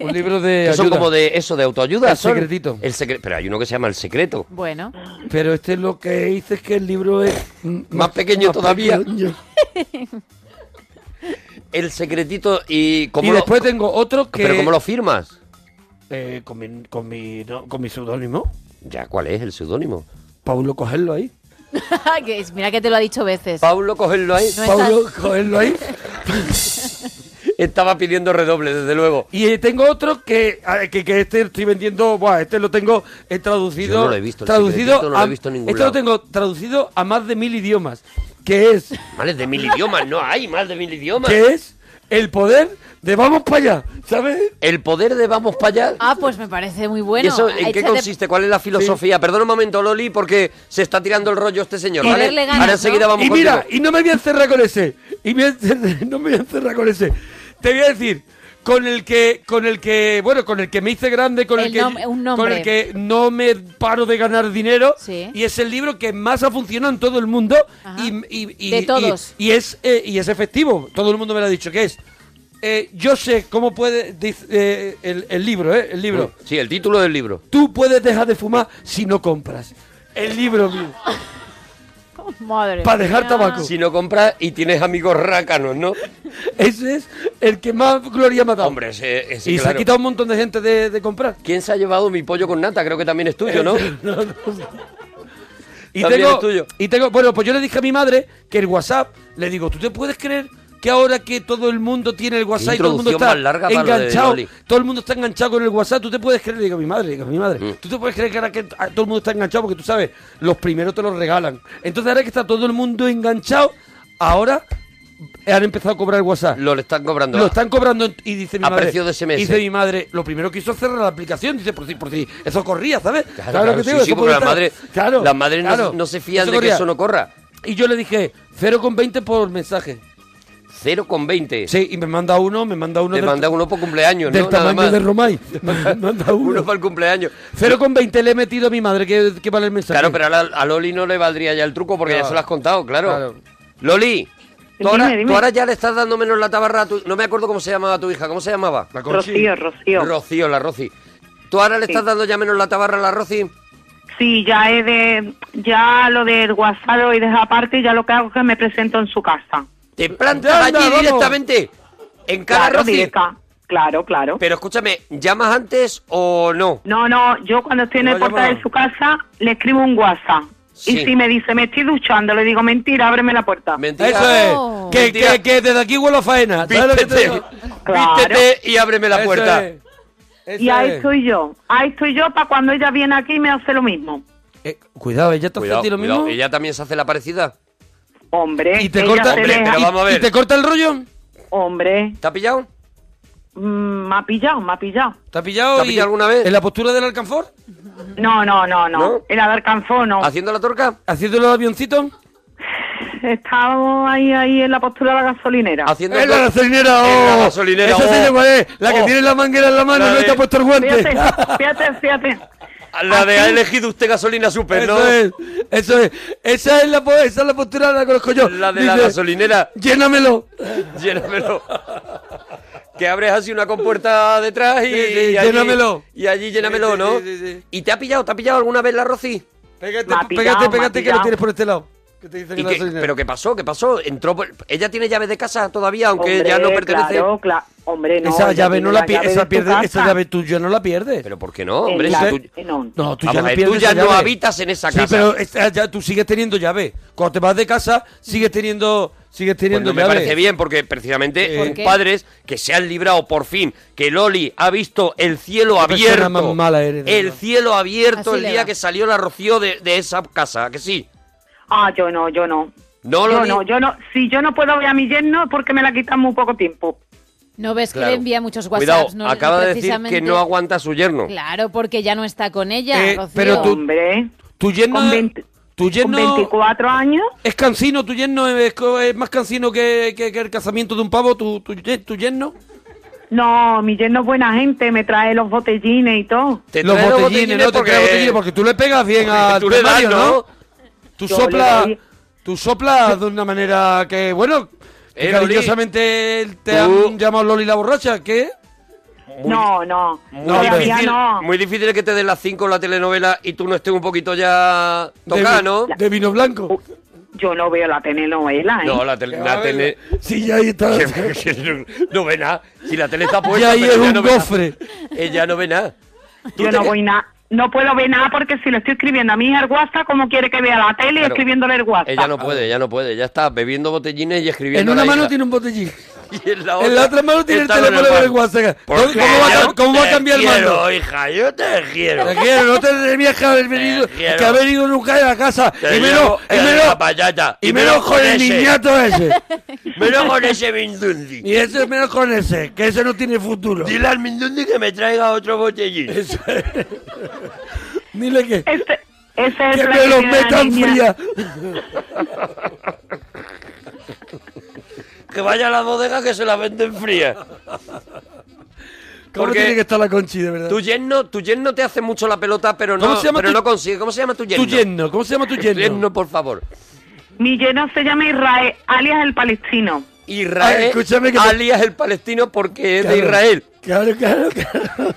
un libro de Que son ayuda. como de eso de autoayuda, El son. secretito. El secre- pero hay uno que se llama El secreto. Bueno. Pero este lo que hice es que el libro es mm, Más pequeño todavía. pequeño. El secretito y cómo Y lo- después tengo otro que Pero cómo lo firmas? eh, con mi con mi no, con mi seudónimo, Ya, ¿cuál es el seudónimo? Paulo cogerlo ahí. Que es- Mira que te lo ha dicho veces. Paulo cogerlo ahí. No Paulo estás- cogerlo ahí. Estaba pidiendo redoble, desde luego. Y eh, tengo otro que, a- que, que este estoy vendiendo, buah, este lo tengo eh, traducido. Yo no lo he visto, el traducido secretito no lo he a- visto en ningún Este lado. lo tengo traducido a más de mil idiomas. Que es. Más de mil idiomas, no hay más de mil idiomas. Que es el poder de vamos para allá, ¿sabes? El poder de vamos para allá. Ah, pues me parece muy bueno. ¿Y eso en qué Échate- consiste? ¿Cuál es la filosofía? Perdona un momento, Loli, porque se está tirando el rollo este señor, Que ¿vale? verle ganas, Ahora enseguida ¿no? vamos y mira, contigo. y no me voy a encerrar con ese. Y me voy a encerrar- no me voy a encerrar con ese. Te voy a decir, con el que, con el que, bueno, con el que me hice grande, con el, El que, nom- un nombre. con el que no me paro de ganar dinero. Sí. Y es el libro que más ha funcionado en todo el mundo. Y, y- y- De y- todos. Y, es, eh, y es efectivo. Todo el mundo me lo ha dicho. que es? eh, yo sé cómo puede, dice, eh, el, el libro, ¿eh? El libro. Sí, el título del libro. Tú puedes dejar de fumar si no compras. El libro mío. Madre Pa' dejar mía. tabaco. Si no compras y tienes amigos rácanos, ¿no? Ese es el que más gloria me ha dado. Hombre, ese, ese, y se ha claro. quitado un montón de gente de, de comprar. ¿Quién se ha llevado mi pollo con nata? Creo que también es tuyo, ¿no? Y También tengo, es tuyo. y tengo, bueno, pues yo le dije a mi madre que el WhatsApp, le digo, ¿tú te puedes creer que ahora que todo el mundo tiene el WhatsApp y todo el mundo introducción está más larga para lo de enganchado, Loli. todo el mundo está enganchado con el WhatsApp, ¿tú te puedes creer? Le digo a mi madre, le digo a mi Mm. madre, ¿tú te puedes creer que ahora que ah, todo el mundo está enganchado? Porque tú sabes, los primeros te los regalan. Entonces ahora que está todo el mundo enganchado, ahora han empezado a cobrar el WhatsApp. Lo le están cobrando. Lo están cobrando en- y dice mi A madre. precio de ¿eh? SMS. Dice mi madre, lo primero que hizo es cerrar la aplicación, dice por si, por si eso corría, ¿sabes? Claro, ¿Sabes lo claro, que te sí, digo? sí, Eso porque puede las estar. madres- las madres no- no se fían de que eso no corra. Y yo le dije, 0,20 por mensaje. 0,20. Sí, y me manda uno, me manda uno. Te del- manda uno por cumpleaños, Del ¿no? Nada tamaño más. de Romay. Me manda uno. Uno para el cumpleaños. 0,20 le he metido a mi madre, que, que vale el mensaje. Claro, pero ahora a Loli no le valdría ya el truco porque Claro. ya se lo has contado, claro. Claro. Loli, tú ahora, Dime, dime. tú ahora ya le estás dando menos la tabarra a tu... No me acuerdo cómo se llamaba tu hija, ¿cómo se llamaba? La Conchi. Rocío, Rocío. Rocío, la Rocío. ¿Tú ahora le estás dando ya menos la tabarra a la Rocío? Sí, ya he de, ya lo del WhatsApp lo he dejado aparte y ya lo que hago es que me presento en su casa. ¿Te plantas Anda, allí vamos. directamente? ¿En cara Claro, Rocío? directa. Claro, claro. Pero escúchame, ¿llamas antes o no? No, no, yo cuando estoy en No, el portal llama. de su casa le escribo un WhatsApp. Sí. Y si me dice, me estoy duchando, le digo, mentira, ábreme la puerta. Eso es. Que, que, que desde aquí huelo a faena. ¿Sabes lo que te Vístete. digo? Claro. Vístete y ábreme la Eso puerta. es. Eso Y ahí es. estoy yo. Ahí estoy yo para cuando ella viene aquí y me hace lo mismo. Cuidado, ella te hace a Cuidado, ti lo cuidado. mismo. ¿Ella también se hace la parecida? Hombre, ¿Y te ella corta, se Hombre, deja- pero vamos a ver. ¿Y te corta el rollo? Hombre. ¿Te ha pillado? Mm, me ha pillado, me ha pillado. ¿Te ha pillado, ¿Te ha y- pillado alguna vez? en la postura del alcanfor? No, no, no, no. ¿No? El Adarcanzón, no. ¿Haciendo la torca? ¿Haciendo el avioncito? Estábamos ahí, ahí en la postura de la gasolinera. Haciendo ¡Es la gasolinera! En la oh! gasolinera, Esa oh. se llama, eh, La que Oh. tiene la manguera en la mano, La no de- te ha puesto el guante. Fíjate, fíjate, fíjate. La de ha Así. elegido usted gasolina super, eso ¿no? es, eso es. Esa es la, po- esa es la postura, la conozco yo. La de la gasolinera. Llénamelo. Llénamelo. Que abres así una compuerta detrás y, Sí, sí, y allí, llénamelo. Y allí llénamelo, Sí, sí, ¿no? sí, sí, sí. ¿Y te ha pillado? ¿Te ha pillado alguna vez la Rosy? Pégate, Me ha pillado, pégate, me pégate ha que lo pillado. tienes por este lado. Que te dice que ¿Y la qué- gasolinera. ¿Pero qué pasó? ¿Qué pasó? Entró por- ¿Ella tiene llave de casa todavía, aunque Hombre, ya no pertenece? Claro, cla- hombre, no. esa ella llave no tiene la pi- llave de esa su pierde, esa casa. llave tuya no la pierdes. Pero ¿por qué no, hombre? Eh, Si la- tú- eh, no. No, tú ya Vamos no a ver, pierdes tú ya esa no llave. habitas en esa Sí, casa. pero esta- ya tú sigues teniendo llave. Cuando te vas de casa, sigues teniendo Sigues teniendo Pues no me llave. parece bien porque precisamente ¿Por eh, qué? padres que se han librado por fin, que Loli ha visto el cielo Qué persona abierto, más mala eres, de el verdad. cielo abierto Así el le día va. que salió la Rocío de, de esa casa, ¿a que sí. Ah, yo no, yo no. No, yo Loli. no, yo no. Si yo no puedo ver a mi yerno es porque me la quitan muy poco tiempo. No ves que Claro. le envía muchos Cuidado, WhatsApps. no, acaba no de decir que precisamente- no aguanta a su yerno. Claro, porque ya no está con ella, Eh, Rocío. pero tú, tu yerno, tu yerno- 24 años. ¿Es cansino tu yerno? ¿Es, co- es más cansino que, que- que el casamiento de un pavo tu, tu, ye- tu yerno? No, mi yerno es buena gente, me trae los botellines y todo. no te trae botellines porque tú le pegas bien al tú le das, temario, ¿no? ¿no? Tú Yo soplas, le doy- tú soplas de una manera que, bueno, que Eh, Loli. cariñosamente te Tú- han llamado Loli la borracha, ¿qué? No, no. Muy, difícil, muy difícil que te den las 5 la telenovela y tú no estés un poquito ya tocado, vi- ¿no? De vino blanco. Yo no veo la telenovela, ¿eh? No, la, tele, la tele. Sí, ya ahí está. no, no ve nada. Si la tele está puesta. Y ahí pero es ella un no ve nada. gofre. Ella no ve nada. Yo no voy nada. No puedo ver nada porque si le estoy escribiendo a mi hija el WhatsApp, ¿cómo quiere que vea la tele Claro. escribiéndole el WhatsApp? Ella no puede, ella no puede. Ya está bebiendo botellines y escribiendo. en una a la mano hija. tiene un botellín. Y en la en la otra mano tiene el está con teléfono el del WhatsApp. ¿Por ¿Cómo, qué? cómo va, a Yo cam- cómo va a te cambiar el mando? quiero, hija, yo te quiero. Te quiero, no te debías que haber venido, quiero. que haber ido nunca a la casa. Te y menos, llamo y el menos, papayata, y menos con el ese. niñato ese. Menos con ese mindundi. Y ese menos con ese, que ese no tiene futuro. Dile al mindundi que me traiga otro botellín. Dile que, Ese es que el plan me que los tiene la metan niña. fría. que vaya a la bodega que se la venden fría. ¿Cómo Porque tiene que estar la conchi, de verdad? Tu yerno, tu yerno te hace mucho la pelota, pero ¿Cómo no, se llama pero tu- no consigue. ¿Cómo se llama tu yerno? Tu yerno, ¿cómo se llama tu yerno? Ah, Yerno, por favor. Mi yerno se llama Israel, alias el palestino. Israel, Ay, escúchame que te- alias el palestino porque es de Claro, Israel. Claro, claro, claro.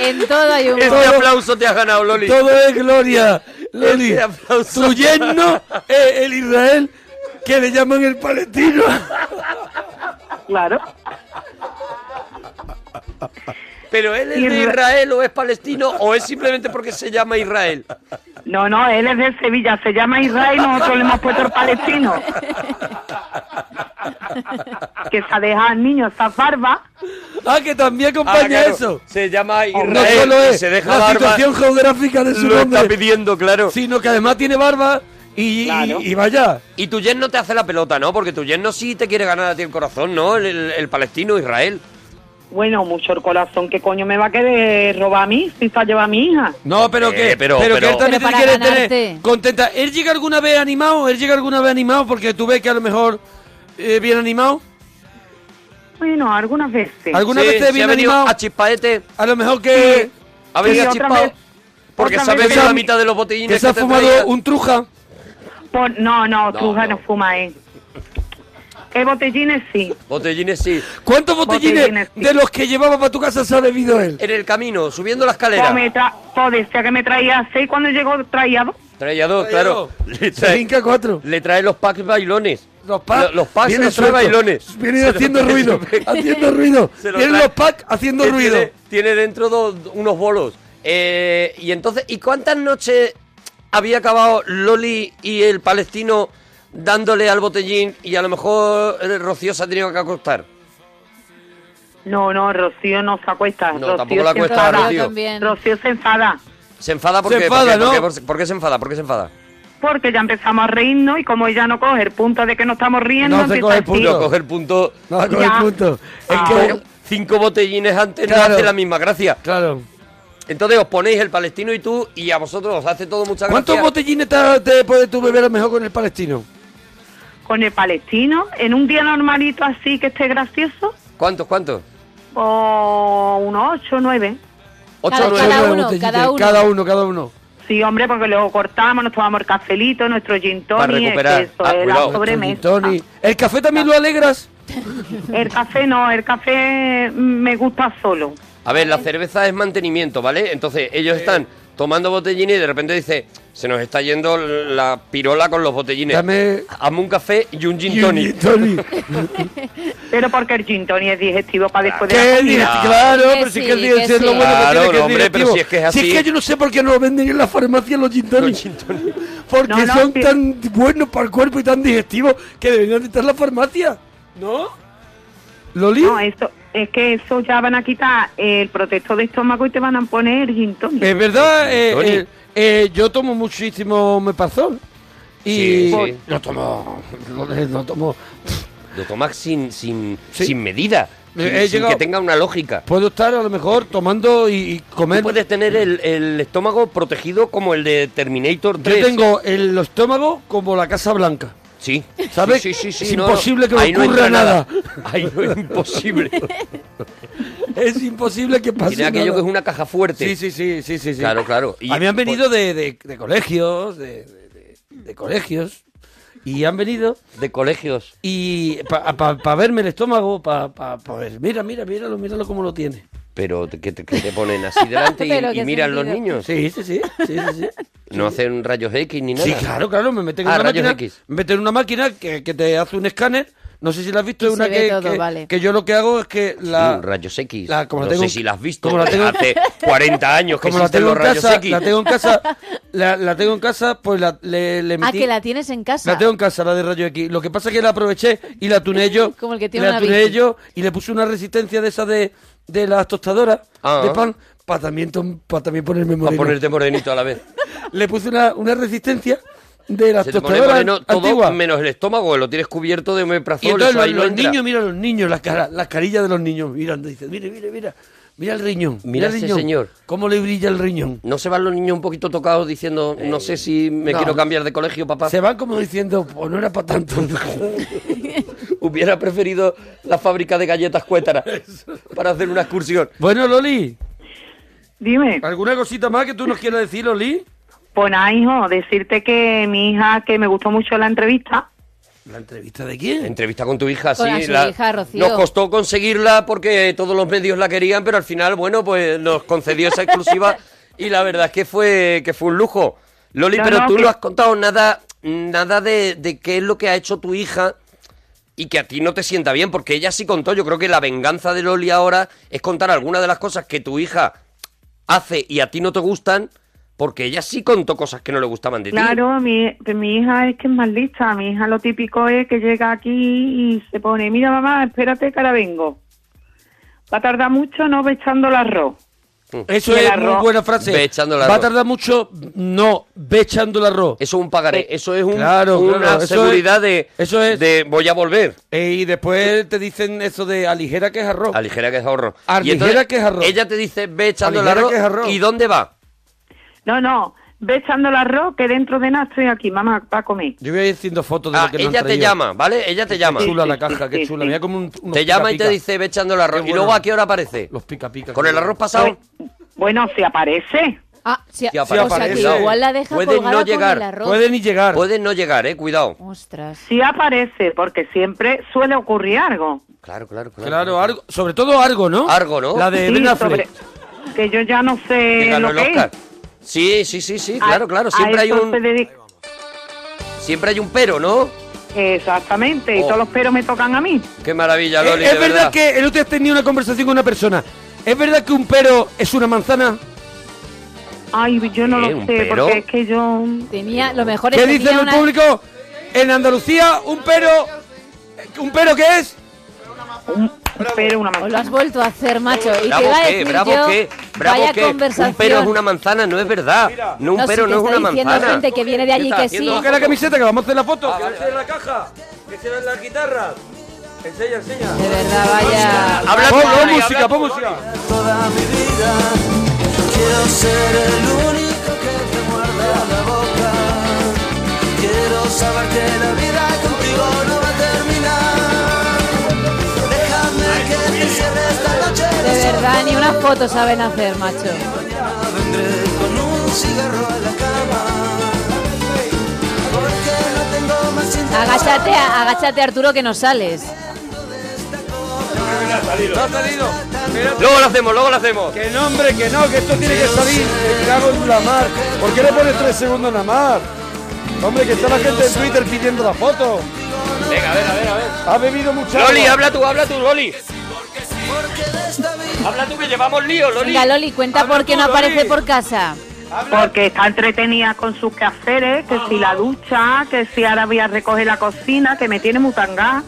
En todo hay un... Este poco. aplauso te has ganado, Loli. Todo es gloria. Loli, Este aplauso. tu yerno es el Israel que le llaman el palestino. Claro. Pero él es de Isra- Israel o es palestino o es simplemente porque se llama Israel. No, no, él es de Sevilla, se llama Israel, nosotros le hemos puesto el palestino. Que se ha dejado al niño esa barba. Ah, que también acompaña Ah, claro. eso. Se llama Israel. No solo y es se deja la barba. situación geográfica de su Lo nombre, está pidiendo, claro. sino que además tiene barba y, y- y vaya. Y tu yerno te hace la pelota, ¿no? Porque tu yerno sí te quiere ganar a ti el corazón, ¿no? El, el- el palestino, Israel. Bueno, mucho el corazón, ¿qué coño me va a querer robar a mí si se ha llevado a mi hija? No, pero Eh, que, pero- pero, que pero- él también Pero te para quiere ganarte. tener contenta. ¿Él llega alguna vez animado? ¿Él llega alguna vez animado? Porque tú ves que a lo mejor eh, viene animado. Bueno, algunas veces. ¿Alguna vez te se viene ha venido animado? a chispaete. A lo mejor que. A ver, que- ha chispado. Porque otra sabe vez que la se- mitad de los botellines Que se ha te fumado traía- un truja. Por- no, no, No, tú no. fuma, ¿eh? ¿Qué botellines sí? Botellines sí. ¿Cuántos botellines, Botellines, sí. de los que llevaba para tu casa se ha bebido él? En el camino, subiendo la escalera. O me tra- o decía que me traía seis, cuando llegó traía dos. Traía dos, claro. Le Se trae, hinca cuatro. le trae los packs bailones. Los packs. Lo- los packs vienen los trae sueltos. bailones. Vienen Se los- haciendo ruido. haciendo ruido. Se lo Vienen trae. los packs haciendo que ruido. Tiene, tiene dentro dos- unos bolos. Eh, y entonces, ¿y cuántas noches había acabado Loli y el palestino dándole al botellín y a lo mejor el Rocío se ha tenido que acostar? No, no, Rocío no se acuesta. No, Rocío tampoco la se acuesta a enfada. Rocío. Rocío se enfada. Se enfada porque Se ¿por qué? enfada, ¿no? ¿Por qué? ¿Por qué se enfada? ¿Por qué se enfada? Porque ya empezamos a reírnos y como ella no coge el punto de que no estamos riendo, No se empieza coge el a decir, No, coge el punto. No, con el Ya. punto. Ah, Es que. bueno, cinco botellines antes no Claro. hace la misma gracia. Claro. Entonces os ponéis el palestino y tú y a vosotros os hace todo mucha gracia. ¿Cuántos botellines te, te puedes tú beber a lo mejor con el palestino? Con el palestino, en un día normalito así que esté gracioso, ¿Cuántos? ¿Cuántos? o unos ocho, nueve. Ocho Cada- o nueve. cada Nueve uno, botellines, cada uno. Cada uno, cada uno. Sí, hombre, porque luego cortamos, nos tomamos el cafelito, nuestro gin Para tonic, es recuperar. que eso Ah, es cuidado. la sobremesa. Tony. ¿El café también lo alegras? El café no, el café me gusta solo. A ver, la cerveza es mantenimiento, ¿vale? Entonces ellos están tomando botellines y de repente dice, se nos está yendo la pirola con los botellines. Dame- Hazme un café y un gin tonic. Pero porque el gin tonic es digestivo para después Que de la es comida. direct- claro, pero sí que es direct- es lo bueno que Claro, tiene que no, hombre, pero directivo. si es que es así. yo no sé por qué no lo venden en la farmacia los gin tonic. Porque No, no, son sí. tan buenos para el cuerpo y tan digestivos que deberían de estar en la farmacia. ¿No? ¿Loli? No, eso, es que eso ya van a quitar el protector de estómago y te van a poner gin tonic. Es verdad, eh, Tony. eh, eh, yo tomo muchísimo mepazol. Y Sí, sí. lo tomo, lo, lo tomo. Lo tomas sin, sin, Sí. sin medida, Eh, sin, he sin llegado- que tenga una lógica. Puedo estar a lo mejor tomando y, y comer. Tú puedes tener el, el estómago protegido como el de Terminator 3. Yo tengo el estómago como la Casa Blanca. Sí. ¿Sabes? Sí, sí, sí, es sí, no, imposible no. Ahí que me no ocurra entra nada. Ahí no es imposible. es imposible que pase Tiene aquello nada. que es una caja fuerte. Sí, sí, sí, sí, sí. sí. Claro, claro. Y- A mí han venido de, de- de colegios, de, de- de- de colegios, y han venido... De colegios. Y para verme el estómago, para ver, mira, mira, míralo, míralo cómo lo tiene. Pero te- que te, que te ponen así delante y, Pero qué y miran los sentido. niños. Sí, sí, sí. sí, sí, sí. No hacen rayos X ni nada. Sí, claro, claro, me meten en Ah, una rayos máquina, X. me meten en una máquina que, que te hace un escáner. No sé si la has visto, Y es una se ve que, todo, que- vale. que yo lo que hago es que la, Mm, rayos X. la- como la no tengo- sé si las has visto. como la tengo- Hace 40 años que como la existen tengo los en rayos casa, X. la tengo en casa, la, la tengo en casa, pues la, le, le Ah, metí- que la tienes en casa. la tengo en casa, la de rayo X. Lo que pasa es que la aproveché y la tuné yo. Como el que tiene la una bici. tuné yo y le puse una resistencia de esa de, de las tostadoras Ah. de pan para también, tom- pa también ponerme Para moreno. ponerte morenito a la vez. Le puse una, una resistencia de las Se te pone tostadoras moreno todo antiguas. menos el estómago, que lo tienes cubierto de Y omeprazol. entonces eso los, ahí no los entra. niños, mira los niños, las, caras, las carillas de los niños, miran, dicen, mire, mire, mira, mira el riñón. Mira el ese riñón, señor. ¿Cómo le brilla el riñón? ¿No se van los niños un poquito tocados diciendo, no sé si me no. quiero cambiar de colegio, papá? Se van como diciendo, pues no era para tanto. Hubiera preferido la fábrica de galletas cuétaras para hacer una excursión. bueno, Loli. Dime. ¿Alguna cosita más que tú nos quieras decir, Loli? Pues nada, hijo, decirte que mi hija, que me gustó mucho la entrevista. ¿La entrevista de quién? Entrevista con tu hija, Con sí. la- su hija, Rocío. Nos costó conseguirla porque todos los medios la querían, pero al final, bueno, pues nos concedió esa exclusiva y la verdad es que fue, que fue un lujo. Loli, No, pero no, tú que- no has contado nada, nada de, de qué es lo que ha hecho tu hija y que a ti no te sienta bien, porque ella sí contó. Yo creo que la venganza de Loli ahora es contar algunas de las cosas que tu hija hace y a ti no te gustan, porque ella sí contó cosas que no le gustaban de ti. Claro, mi, que mi hija es que es más lista. Mi hija lo típico es que llega aquí y se pone, mira mamá, espérate que ahora vengo. Va a tardar mucho no echando el arroz. Eso Del es arroz. muy buena frase. Mm. Ve echando el Va a arroz. tardar mucho, no, ve echando el arroz. Eso es un pagaré, eso es un- Claro, una claro, eso seguridad es- de, eso es. de voy a volver. Eh, y después te dicen eso de aligera que es arroz. Aligera que es ahorro. Aligera que es arroz. Ella te dice, ve echando el Aligera arroz. que es arroz. ¿Y dónde va? No, no, ve echando el arroz que dentro de nada estoy aquí, mamá, va a comer. Yo voy a ir haciendo fotos de Ah, lo que nos han ella te traído. llama, ¿vale? Ella te llama. Qué chula la caja, qué chula. Mira como un, unos Te llama y pica-pica. te dice, ve echando el arroz. Qué ¿Y bueno. luego a qué hora aparece? Los pica pica. ¿Con el arroz pasado? Bueno, se aparece. Ah, sí, Sí o sea, aparece. que igual la deja Puede colgada no con el llegar. arroz. Puede ni llegar. Puede no llegar, eh, cuidado. Ostras. Sí aparece, porque siempre suele ocurrir algo. Claro, claro, claro. Claro, Argo, sobre todo Argo, ¿no? Argo, ¿no? La de Sí, Ben sobre- Affleck. que yo ya no Que sé ganó lo el que Oscar. es. Sí, sí, sí, sí, A- claro, claro. a Siempre hay eso se un, dedica- siempre hay un pero, ¿no? Exactamente, y Oh. todos los peros me tocan a mí. Qué maravilla, Eh, Loli, es de verdad, que el otro día tenía una conversación con una persona. ¿Es verdad que un pero es una manzana? Ay, yo no Eh, lo un sé, pero. porque es que yo... Tenía, lo mejor es ¿Qué que dice tenía el una- público? En Andalucía, un pero. ¿Un pero qué es? Pero una Lo has vuelto a hacer, macho. Y te Bravo iba a qué, decir bravo yo, qué, bravo vaya qué. conversación. Un pero es una manzana, no es verdad. No, un No, si pero te no es está una diciendo manzana. gente que viene de ¿Qué allí estás que haciendo? Ah, sí. Coge la camiseta que vamos a hacer la foto. que se la caja. Que se la guitarra. Enseña, enseña. De verdad, vaya. Habla Pon, tú, pon Loli, música, habla pon tú, música. Toda mi vida, yo quiero ser el único que te muerda la boca. Quiero saber que la vida contigo no va a terminar. Déjame que te cierre esta noche. De verdad, ni una foto saben hacer, macho. Vendré con un cigarro a la cama. Porque no tengo más Agáchate, agáchate, Arturo, que no sales. No ha salido. Luego lo hacemos, luego lo hacemos. Que no, hombre, que no, que esto tiene que salir. Me cago en la mar. ¿Por qué le pones tres segundos nada más? Hombre, que está la gente en Twitter pidiendo la foto. Venga, a ver, a ver, a ver. Ha bebido mucha Loli, agua. habla tú, habla tú, Loli. Habla tú que llevamos lío, Loli. Venga, Loli, cuenta por qué no aparece por casa. Porque está entretenida con sus quehaceres, que si la ducha, que si ahora voy a recoger la cocina, que me tiene mutangá,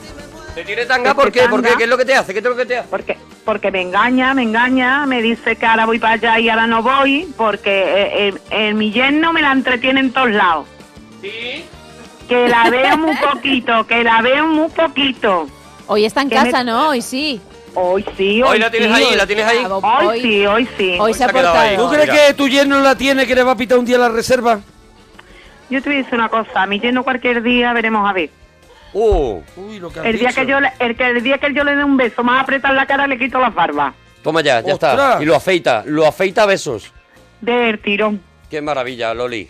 ¿Te tiene tanga por qué? ¿Por qué? ¿Qué es lo que te hace? ¿Qué es lo que te hace? ¿Por qué? porque me engaña, me engaña, me dice que ahora voy para allá y ahora no voy, porque eh, eh, eh, mi yerno me la entretiene en todos lados. Que la veo muy poquito, que la veo muy poquito. Hoy está en Que me- casa, ¿no? Hoy sí. Hoy sí, Hoy la tienes sí, ahí, la tienes ahí. Hoy, sí, hoy sí. Hoy se ha portado. ¿Tú crees que tu yerno la tiene, que le va a pitar un día la reserva? Yo te voy a decir una cosa, mi yerno cualquier día veremos a ver. Uh. el día que yo le- el, que, el día que yo le dé un beso más apretar la cara le quito las barbas Toma ya, ya Ostras. está. Y lo afeita, lo afeita a besos. del tirón. Qué maravilla, Loli.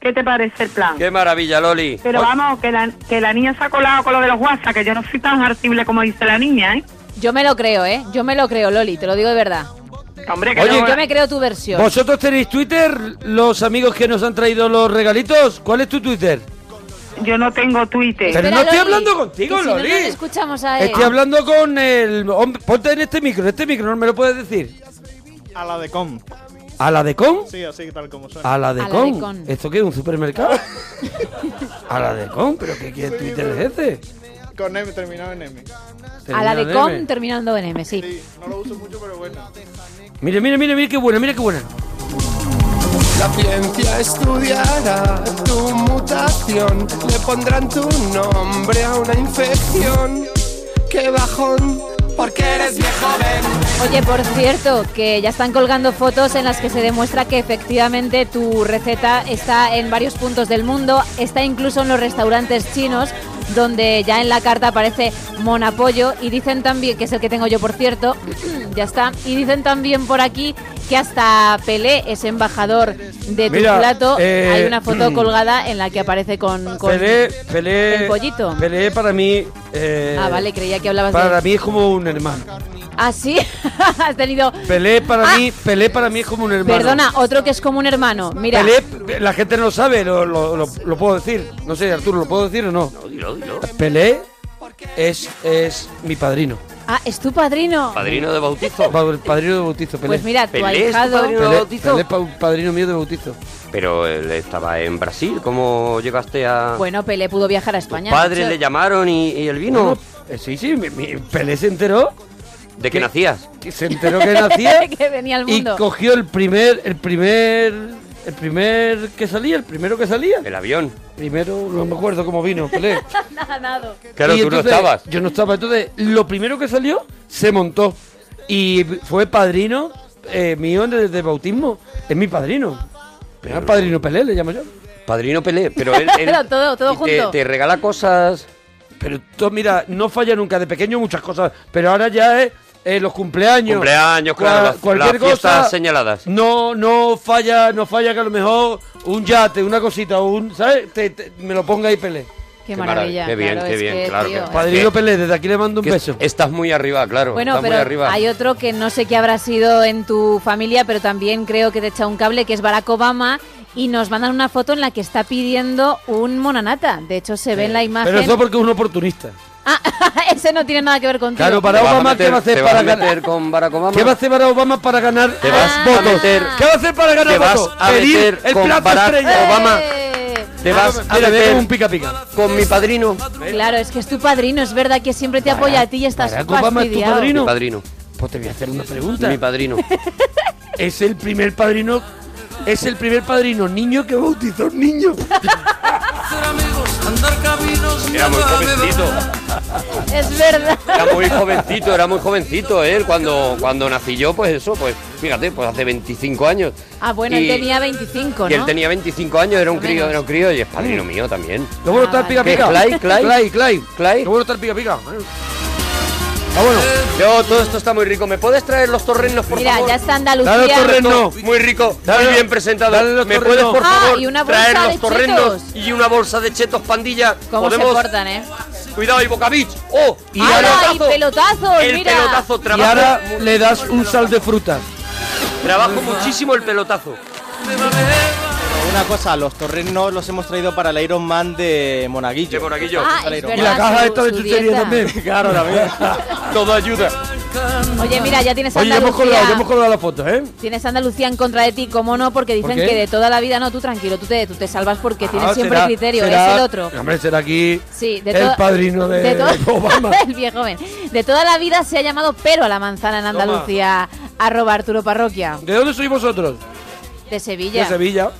¿Qué te parece el plan? Qué maravilla, Loli. Pero vamos, que la, que la niña se ha colado con lo de los WhatsApp, que yo no soy tan artible como dice la niña, ¿eh? Yo me lo creo, ¿eh? Yo me lo creo, Loli, te lo digo de verdad. Hombre, que Oye, no- yo me creo tu versión. ¿Vosotros tenéis Twitter, los amigos que nos han traído los regalitos? ¿Cuál es tu Twitter? Yo no tengo Twitter. Pero no estoy hablando contigo, que si Loli. No eh. nos escuchamos a él. Estoy hablando con el... hombre, Ponte en este micro, este micro, ¿no me lo puedes decir? A la de com. ¿A la de con? Sí, así tal como suena. ¿A la de con? ¿Esto qué es, un supermercado? ¿A la de con? ¿Pero qué, qué Sí, Twitter pero- es este? Con M, terminado en M. A la de Terminado en com M. terminando en M, sí. No lo uso mucho, pero bueno. Mira, mira, mira, mira qué buena, mira qué buena. La ciencia estudiará tu mutación, le pondrán tu nombre a una infección. ¡Qué bajón! Porque eres viejo, ven. Oye, por cierto, que ya están colgando fotos en las que se demuestra que efectivamente tu receta está en varios puntos del mundo, está incluso en los restaurantes chinos, donde ya en la carta aparece monapollo y dicen también, que es el que tengo yo por cierto, ya está, y dicen también por aquí que hasta Pelé es embajador de tu Mira, plato. eh, Hay una foto colgada en la que aparece con... con- Pelé, Pelé... el pollito. Pelé para mí... eh, Ah, vale, creía que hablabas Para de... mí es como un hermano. Ah, sí, has tenido... Pelé para Ah. mí, Pelé para mí es como un hermano. Perdona, otro que es como un hermano. Mira. Pelé, la gente no lo sabe, lo, lo- lo- lo puedo decir. No sé, Arturo, ¿lo puedo decir o no? Pelé es, es mi padrino. Ah, es tu padrino. Padrino de bautizo. Pa- Padrino de bautizo, Pelé. Pues mira, tu Pelé es tu ahijado- padrino de Pelé- bautizo. Pelé es pa- padrino mío de bautizo. Pero él estaba en Brasil. ¿Cómo llegaste a...? Bueno, Pelé pudo viajar a España. Padres macho. Ah. le llamaron y, y él vino. Bueno, eh, sí, sí, mi- mi- Pelé se enteró, ¿De qué nacías? se enteró que nacía que venía al y mundo. cogió el primer, el primer, el primer que salía, el primero que salía. El avión. Primero, no me acuerdo cómo vino, Pelé. Nada, nada. Claro, Y tú no entonces, estabas. Yo no estaba. Entonces, lo primero que salió, se montó. Y fue padrino eh, mío desde bautismo. Es mi padrino. Pero Pero- padrino Pelé, le llamo yo. Padrino Pelé, pero él, él Pero todo, todo y te, junto. te regala cosas. Pero tú, mira, no falla nunca. De pequeño muchas cosas. Pero ahora ya es eh, los cumpleaños. Cumpleaños, claro, las- las fiestas señaladas. No, no falla, no falla que a lo mejor un yate, una cosita, un. ¿Sabes? Te- te- me lo ponga ahí Pelé. Qué maravilla. Qué bien, claro, qué es bien, que, claro. tío, que- Padrino que- Pelé, desde aquí le mando un que beso. Estás muy arriba, claro. Bueno, estás muy pero arriba. hay otro que no sé qué habrá sido en tu familia, pero también creo que te echa un cable, que es Barack Obama, y nos mandan una foto en la que está pidiendo un monanata. De hecho, se ve en la imagen. Pero eso porque es un oportunista. Ah, Ese no tiene nada que ver contigo. Claro, para Te vas a Obama, meter- ¿qué va a hacer te vas para a meter ganar? con Barack Obama? ¿Qué va a hacer Barack Obama para ganar Te vas a votos? meter- ¿Qué va a hacer para ganar te vas votos? a Pedir meter el con plato Barack estrella. Obama. Eh, Te vas a Mira, ve meter como un pica pica. con mi padrino. Claro, es que es tu padrino, es verdad que siempre te apoya a ti y estás Barack Obama es tu fastidiado. padrino. Mi padrino. Pues te voy a hacer una pregunta. Mi padrino. Es el primer padrino. Es el primer padrino niño que bautizó un niño. Era muy jovencito. Es verdad. Era muy jovencito, era muy jovencito él. Cuando, cuando nací yo, pues eso, pues fíjate, pues hace 25 años. Ah, bueno, Y- él tenía 25, ¿no? Y él tenía 25 años, era un Más o crío, menos. Ah, era un crío y es padrino mío también. Lo bueno está el pica ¿Qué, pica. Clay, Clay? Clay, Clay. Clay. Lo bueno está el pica pica. Ah, bueno. Yo, todo esto está muy rico. ¿Me puedes traer los torrenos, por Mira, favor? ya está Andalucía. Muy rico, muy bien presentado. ¿Me puedes, torrenos. por Ah, favor, y una bolsa traer de los torrenos chetos. y una bolsa de chetos pandilla? ¿Cómo se ¿Podemos, portan, eh? Cuidado ahí, Boca Beach. ¡Oh! Y ahora, y pelotazos, El mira. pelotazo Y trabaja. ahora le das un sal de frutas. Trabajo pues, muchísimo el pelotazo. Una cosa, los torrenos los hemos traído para el Iron Man de Monaguillo. De Monaguillo. Ah, es verdad, su- su dieta. claro, también. Todo ayuda. Oye, mira, ya tienes Oye, ya hemos colgado, ya hemos Andalucía. colgado la foto, ¿eh? Tienes Andalucía en contra de ti, ¿cómo no? Porque dicen qué? que de toda la vida no, tú tranquilo, tú te, tú te salvas porque tienes Ah, siempre será- criterio, será- es el otro. Hombre, será aquí Sí, de el toda- padrino de, de to- Obama. el viejo joven. De toda la vida se ha llamado pero a la manzana en Toma. Andalucía, arroba Arturo Parroquia, ¿De dónde sois vosotros? de Sevilla. De Sevilla.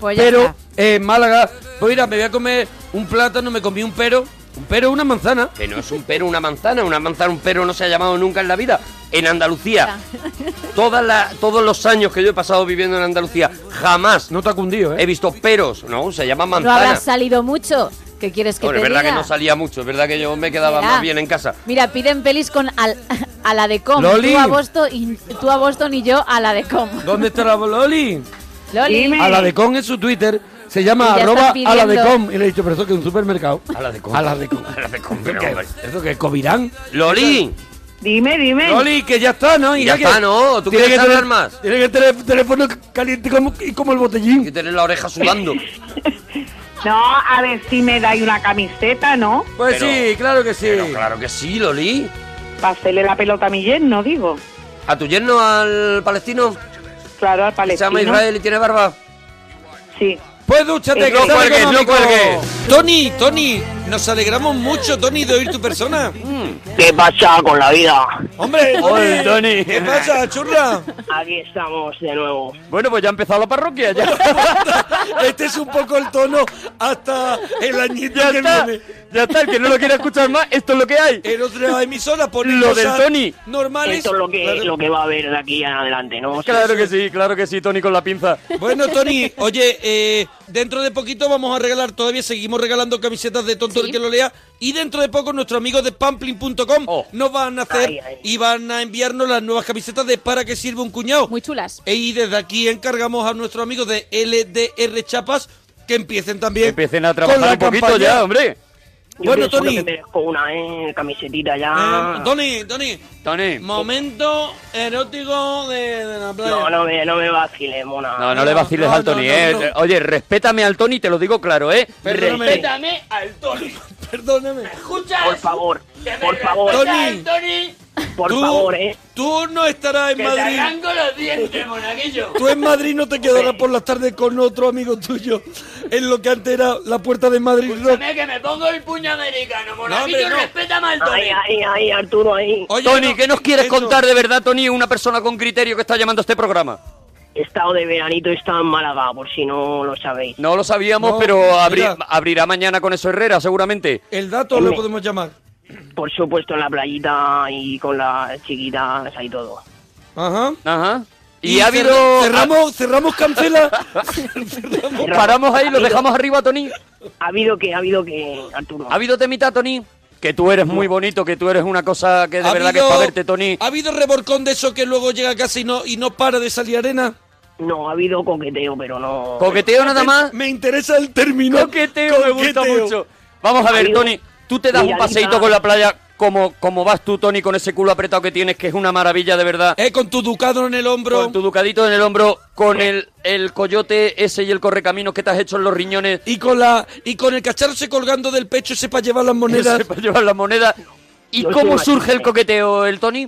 Pues ya Pero está. en Málaga, pues mira, me voy a comer un plátano, me comí un pero, un pero, una manzana. Que no es un pero, una manzana. Una manzana, un pero no se ha llamado nunca en la vida. En Andalucía, todas la- todos los años que yo he pasado viviendo en Andalucía, jamás. No te ha cundido, ¿eh? He visto peros, ¿no? Se llama No manzana. habrás salido mucho, ¿qué quieres que Bueno, te es verdad diga? que no salía mucho, es verdad que yo me quedaba Mira. más bien en casa. Mira, piden pelis con al- a la de Com, Loli. tú a, Boston y, tú a Boston y yo a la de Com. ¿Dónde está la Loli? Loli. Dime. A la de Con en su Twitter se llama Y ya arroba están a la de pidiendo. Con. Y le he dicho, pero eso que es un supermercado. A la de Con. A la de Con. Pero, hombre, ¿Eso que es Covirán? ¡Loli! Dime, dime. Loli, que ya está, ¿no? Ya está, ¿no? ¿Tú quieres hablar tener, más? Tiene que tener el teléfono caliente como, y como el botellín. Y tener la oreja sudando. No, a ver si me dais una camiseta, ¿no? Pues sí, claro que sí. claro que sí, Loli. Para hacerle la pelota a mi yerno, digo. ¿A tu yerno al palestino? Claro, al ¿Se palestino. llama Israel y tiene barba? Sí. Pues dúchate, Eh, No que sale cuelgues, no económico. cuelgues. Tony, Tony, nos alegramos mucho, Tony, de oír tu persona. Mm. ¿Qué pasa con la vida? Hombre, Hola, Tony. ¿qué pasa, churra? Aquí estamos de nuevo. Bueno, pues ya ha empezado la parroquia, ya. Este es un poco el tono hasta el añito Ya que está, viene. ya está, el que no lo quiera escuchar más, esto es lo que hay. En otra emisora ponen Lo cosas del Tony. normales. Esto es lo que, Claro. lo que va a haber de aquí en adelante, ¿no? Claro que sí, claro que sí, Tony con la pinza. Bueno, Tony, oye, eh, dentro de poquito vamos a regalar, todavía seguimos regalando camisetas de tonto el que lo lea, y dentro de poco nuestros amigos de pamplin.com nos van a hacer Oh. Ay, ay. y van a enviarnos las nuevas camisetas de Para que sirve un cuñado. Muy chulas. E- Y desde aquí encargamos a nuestros amigos de LDR Chapas que empiecen también. Empiecen a trabajar con la un poquito campaña. ya, hombre. Yo Bueno, pienso Tony. que Ah. merezco una, ¿eh? Camisetita Eh, Ah, ya. Tony, Tony, Tony. momento erótico de, de la playa. No, no me, no me vaciles, mona. No, no le vaciles no, al Tony, no, eh. no, no. Oye, respétame al Tony, te lo digo claro, eh. Perdóname. Respeta- Respétame al Tony. Perdóneme. Por favor, por favor. Tony. Por Tú- favor, ¿eh? Tú no estarás en Madrid. los dientes, monaguillo. Tú en Madrid no te quedarás por las tardes con otro amigo tuyo en lo que antes era la puerta de Madrid Rock. que me pongo el puño americano, monaguillo, No, hombre, no. respétame al Tony. Ay, ay, ay, Arturo, ahí. Oye, Tony, no, ¿qué nos quieres eso, contar de verdad, Tony? Una persona con criterio que está llamando a este programa. He estado de veranito, he estado en Málaga, por si no lo sabéis. No lo sabíamos, No, pero abri- mira. abrirá mañana con eso Herrera, seguramente. El dato lo podemos llamar. Por supuesto, en la playita y con las chiquitas y todo. Ajá. Ajá. Y, ha cer- habido. Cerramos, cerramos cancela. ah, Paramos ahí, lo dejamos arriba, Tony. Ha habido que, ha habido que, Arturo. ¿Ha habido temita, Tony? Que tú eres muy bonito, que tú eres una cosa que de Ha verdad que es para verte, Tony. ¿Ha habido reborcón de eso que luego llega a casa y no, y no para de salir arena? No, ha habido coqueteo, pero no. Coqueteo nada más. Me interesa el término. Coqueteo, me gusta coqueteo. mucho. Vamos a ver, Amigo, Tony, tú te das un mira, paseíto mira. con la playa como, como vas tú, Tony, con ese culo apretado que tienes, que es una maravilla de verdad. Eh, con tu ducado en el hombro. Con tu ducadito en el hombro, con el, el coyote ese y el correcaminos que te has hecho en los riñones, Y con la y con el cacharro se colgando del pecho ese para llevar las monedas. ese para llevar la moneda. ¿Y Yo soy cómo machista, surge el eh. coqueteo, el Tony?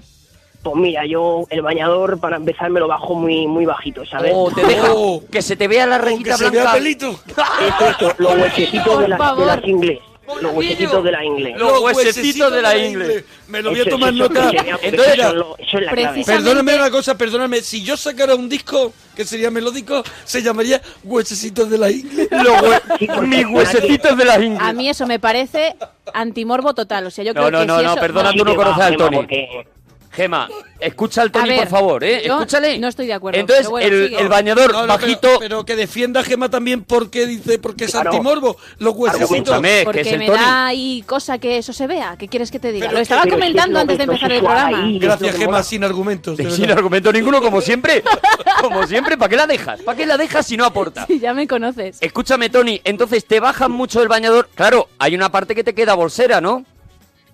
Pues mira, yo el bañador para empezar me lo bajo muy, muy bajito, ¿sabes? ¿O te deja Oh. que se te vea la Aunque rayita se blanca? vea pelito. Eso, eso, los huesecitos de, Por las de favor. las ingles. Los huesecitos de las ingles. Los huesecitos de la ingle. Me lo voy a Eso, tomar eso, nota. que se vea, porque Entonces, eso, es lo- eso es la clave. Precisa- perdóname una cosa, perdóname. Si yo sacara un disco que sería melódico, se llamaría Huesecitos de la Ingle. Los Sí, hue- porque mis nadie- huesecitos de las A ingles. mí eso me parece antimorbo total, o sea, yo No, creo no, que no, si no, eso- perdona, Sí tú no te va, conoces al Gemma, Tony. Ah. porque Gema, escucha al Tony, ver, por favor, ¿eh? yo Escucha- No estoy de acuerdo. Entonces, pero bueno, el- sigo. el bañador No, no, bajito- Pero, pero que defienda a Gema también porque dice, porque es antimorbo. Los huesecitos. Porque me da ahí cosa que eso se vea. ¿Qué quieres que te diga? Pero Lo es que- estaba pero es que comentando es antes de lo empezar el sexual programa. ahí, Gracias, Gema, sin argumentos. de Sin verdad. argumento ninguno, como siempre. Como siempre, ¿para qué la dejas? ¿Para qué la dejas si no aporta? Sí, ya me conoces. Escúchame, Tony, entonces te bajan mucho el bañador. Claro, hay una parte que te queda bolsera, ¿no?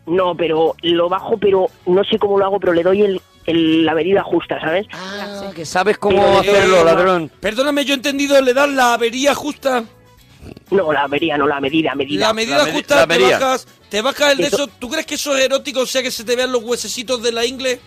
No, pero lo bajo, pero no sé cómo lo hago, pero le doy el, el- la medida justa, ¿sabes? que Ah, sabes cómo hacerlo, ladrón. Perdóname, yo he entendido, le das la avería justa. No, la avería, no, la medida, medida. La medida justa, te bajas, te bajas el de eso. ¿Tú crees que eso es erótico? O sea, que se te vean los huesecitos de la ingle.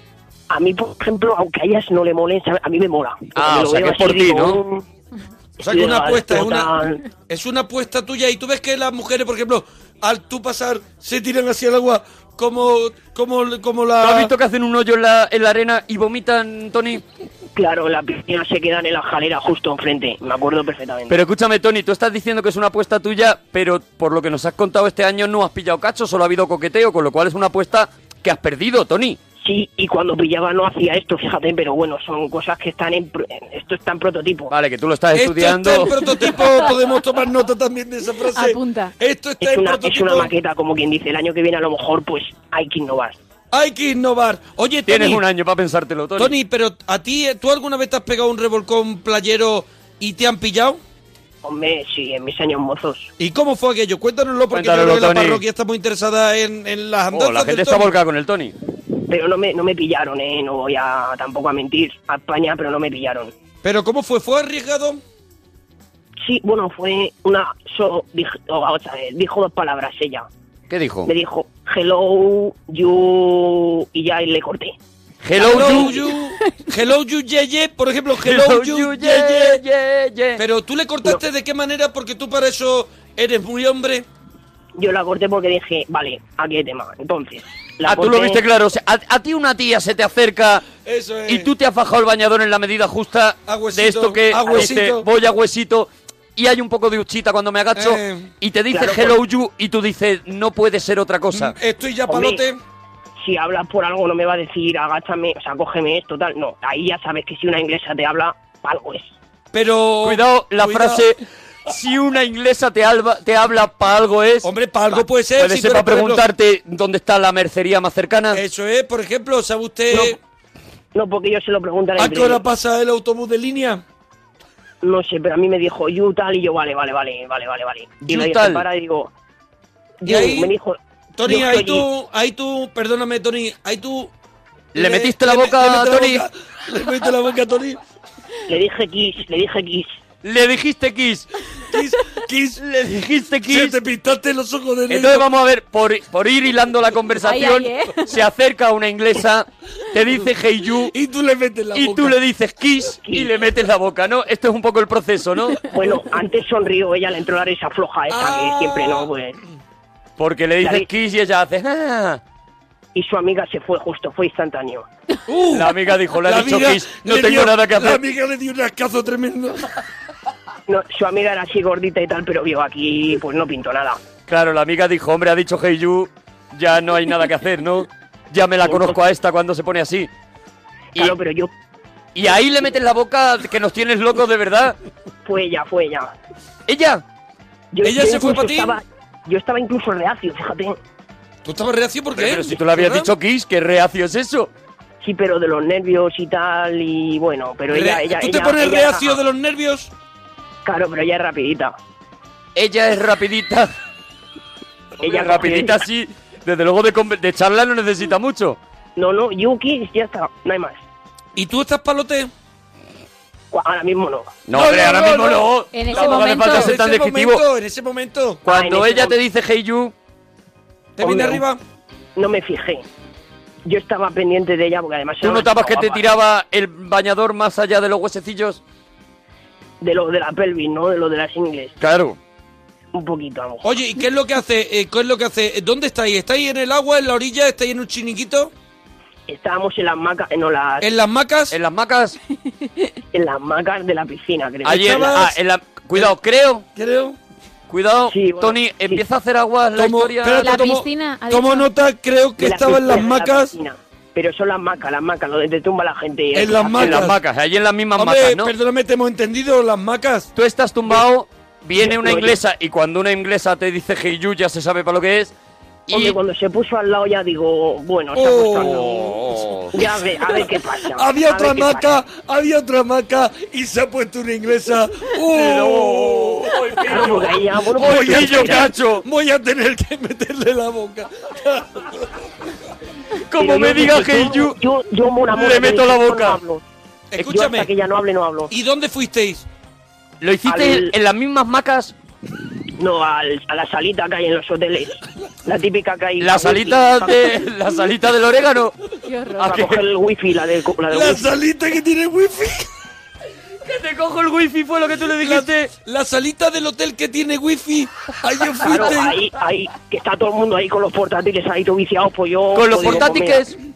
A mí, por ejemplo, aunque a ellas no le molesta, a mí me mola. Ah, Me o lo sea, veo que es por así, ti, digo, ¿no? mm, O sea, que una Lleva apuesta, es una, total. es una apuesta tuya. Y tú ves que las mujeres, por ejemplo, al tú pasar, se tiran hacia el agua como, como, como la... ¿No has visto que hacen un hoyo en la, en la arena y vomitan, Tony? Claro, en la piscina se quedan en la jalera justo enfrente, me acuerdo perfectamente. Pero escúchame, Tony, tú estás diciendo que es una apuesta tuya, pero por lo que nos has contado este año no has pillado cacho, solo ha habido coqueteo, con lo cual es una apuesta que has perdido, Tony. Sí, y cuando pillaba no hacía esto, fíjate, pero bueno, son cosas que están en... pro- Esto está en prototipo. Vale, que tú lo estás estudiando. Esto está en prototipo, podemos tomar nota también de esa frase. Apunta. Esto está es en una, es prototipo. una maqueta, como quien dice. El año que viene a lo mejor, pues, hay que innovar. Hay que innovar. Oye, Tony, Tienes un año para pensártelo, Tony. pero a ti, eh, ¿tú alguna vez te has pegado un revolcón playero y te han pillado? Hombre, sí, en mis años mozos. ¿Y cómo fue aquello? Cuéntanoslo, porque yo Cuéntanoslo, creo que la Tony. parroquia está muy interesada en, en las andanzas Oh, la del gente está Tony. volcada con el Tony. Pero no me, no me pillaron, ¿eh? No voy a tampoco a mentir a España, pero no me pillaron. ¿Pero cómo fue? ¿Fue arriesgado? Sí, bueno, fue una... so- dijo, o sea, eh, dijo dos palabras ella. ¿Qué dijo? Me dijo, hello, you... Y ya le corté. Hello, you. Hello you, ye, ye. Por ejemplo, hello, Hello, you, you, ye, ye, ye. Pero tú le cortaste de qué manera, porque tú para eso eres muy hombre. Yo la corté porque dije, vale, aquí hay tema. Entonces... La Ah, tú lo corté. viste claro. o sea, a, a ti una tía se te acerca y tú te has bajado el bañador en la medida justa A huesito, de esto que a huesito. dice, voy a huesito y hay un poco de uchita cuando me agacho Eh. y te dice Claro, hello you y tú dices no puede ser otra cosa. Mm, Estoy ya Hombre, palote. Si hablas por algo no me va a decir agáchame, o sea, cógeme esto, tal. No, ahí ya sabes que si una inglesa te habla, algo es. Pero cuidado la cuidado. frase si una inglesa te, alba- te habla para algo es. Hombre, para algo puede ser, Puede si ser tú eres, para por ejemplo- preguntarte dónde está la mercería más cercana. Eso es, por ejemplo, ¿sabe usted No, porque ellos se lo preguntan a Ah, entre qué hora ellos. pasa el autobús de línea? No sé, pero a mí me dijo you tal y yo, vale, vale, vale, vale, vale, vale. Y You le dije, tal. para y digo, Y yo, ahí, me dijo, Tony, yo ahí soy- tú, ahí tú, perdóname, Tony, ahí tú. ¿Le metiste la me- boca, metí la Tony? boca, Le metiste la boca, Tony. Le dije kiss, le dije kiss. Le dijiste Kiss. Kiss, Kiss. Le dijiste Kiss. te pintaste los ojos de negro. Entonces vamos a ver, por, por ir hilando la conversación, Ay, ay, eh. se acerca una inglesa, te dice Hey You. Y tú le metes la Y boca. tú le dices Kiss y le metes la boca, ¿no? Esto es un poco el proceso, ¿no? Bueno, antes sonrió, ella le entró la risa floja esa Ah. que siempre no, pues. Porque le dices David. Kiss y ella hace. "Ah". Y su amiga se fue justo, fue instantáneo. Uh. La amiga dijo, le La ha dicho amiga Kiss, no le tengo dio- nada que hacer. la amiga le dio un ascazo tremendo. No, su amiga era así gordita y tal, pero vio aquí, pues no pintó nada. Claro, la amiga dijo, hombre, ha dicho Hey You, ya no hay nada que hacer, ¿no? Ya me la conozco a esta cuando se pone así. Claro, pero yo... Y ahí le metes la boca que nos tienes locos de verdad. Fue ella, fue ella. ¿Ella? ¿Ella se fue incluso pa' ti? estaba- Yo estaba incluso reacio, fíjate. ¿Tú estabas reacio por qué? Pero si tú le habías dicho Kiss, ¿qué reacio es eso? Sí, pero de los nervios y tal, y bueno, pero ella... Re- ella ¿Tú te ella- pones ella- reacio de los nervios? Claro, pero ella es rapidita. Ella es rapidita. Ella Ella rapidita, sí. Desde luego de, conver- de charla no necesita mucho. No, no, Yuki ya está, no hay más. ¿Y tú estás palote? Ahora mismo no. No, hombre, ahora mismo no. En No, ese no hace momento. falta ser tan En ese descriptivo. momento, en ese momento. Cuando Ah, en ese ella te momento. dice Hey You, ¿Te viene arriba? No me fijé. Yo estaba pendiente de ella porque además... ¿tú era una notabas que chica te guapa. tiraba el bañador más allá de los huesecillos? De lo de la pelvis, ¿no? De lo de las ingles. Claro. Un poquito, a lo mejor. Oye, ¿y qué es lo que hace? Eh, ¿Qué es lo que hace? Eh, ¿Dónde estáis? ¿Estáis en el agua, en la orilla? ¿Estáis en un chiniquito? Estábamos en las macas... No, las... ¿En las macas? ¿En las macas? en las macas de la piscina, creo. Ayer, ah, en la- cuidado, creo. Creo. Cuidado, Sí, bueno, Tony, sí. empieza a hacer aguas la historia. la piscina. ha dicho. Tomo nota, creo que De la estaba en las piscina, de la macas. piscina. pero son las macas, las macas, donde te tumba la gente. En las macas. En las macas, allí en las mismas Hombre, macas, ¿no? perdóname, te hemos entendido, las macas. Tú estás tumbado, viene Yo- una yo- inglesa y cuando una inglesa te dice hey you ya se sabe para lo que es. Y Hombre, cuando se puso al lado ya digo, bueno, se Oh. ha puesto al Oh. lado. Ya ve, a ver qué pasa. Había a ver otra qué pasa. maca, había otra maca y se ha puesto una inglesa. ¡Oh! Claro, porque ahí ya, bueno, Voy pues, a espera. tener- Voy a tener que meterle la boca. Pero yo dije, yo- Yo, yo, mona, mona, le yo meto dije, la yo no boca. hablo. Escúchame. Yo hasta que ya no hable, no hablo. ¿Y dónde fuisteis? ¿Lo hiciste Al- en las mismas macas? No, al- a la salita que hay en los hoteles. La típica que hay. La salita de- la salita del orégano. Para coger el wifi, la del, la del La wifi. salita que tiene wifi. Que te cojo el wifi fue lo que tú le dijiste. La, salita del hotel que tiene wifi. Ahí os Claro, fuisteis. ahí, ahí, que está todo el mundo ahí con los portátiles ahí todo viciados, pues yo... ¿Con los pues digo, portátiles? pues mira,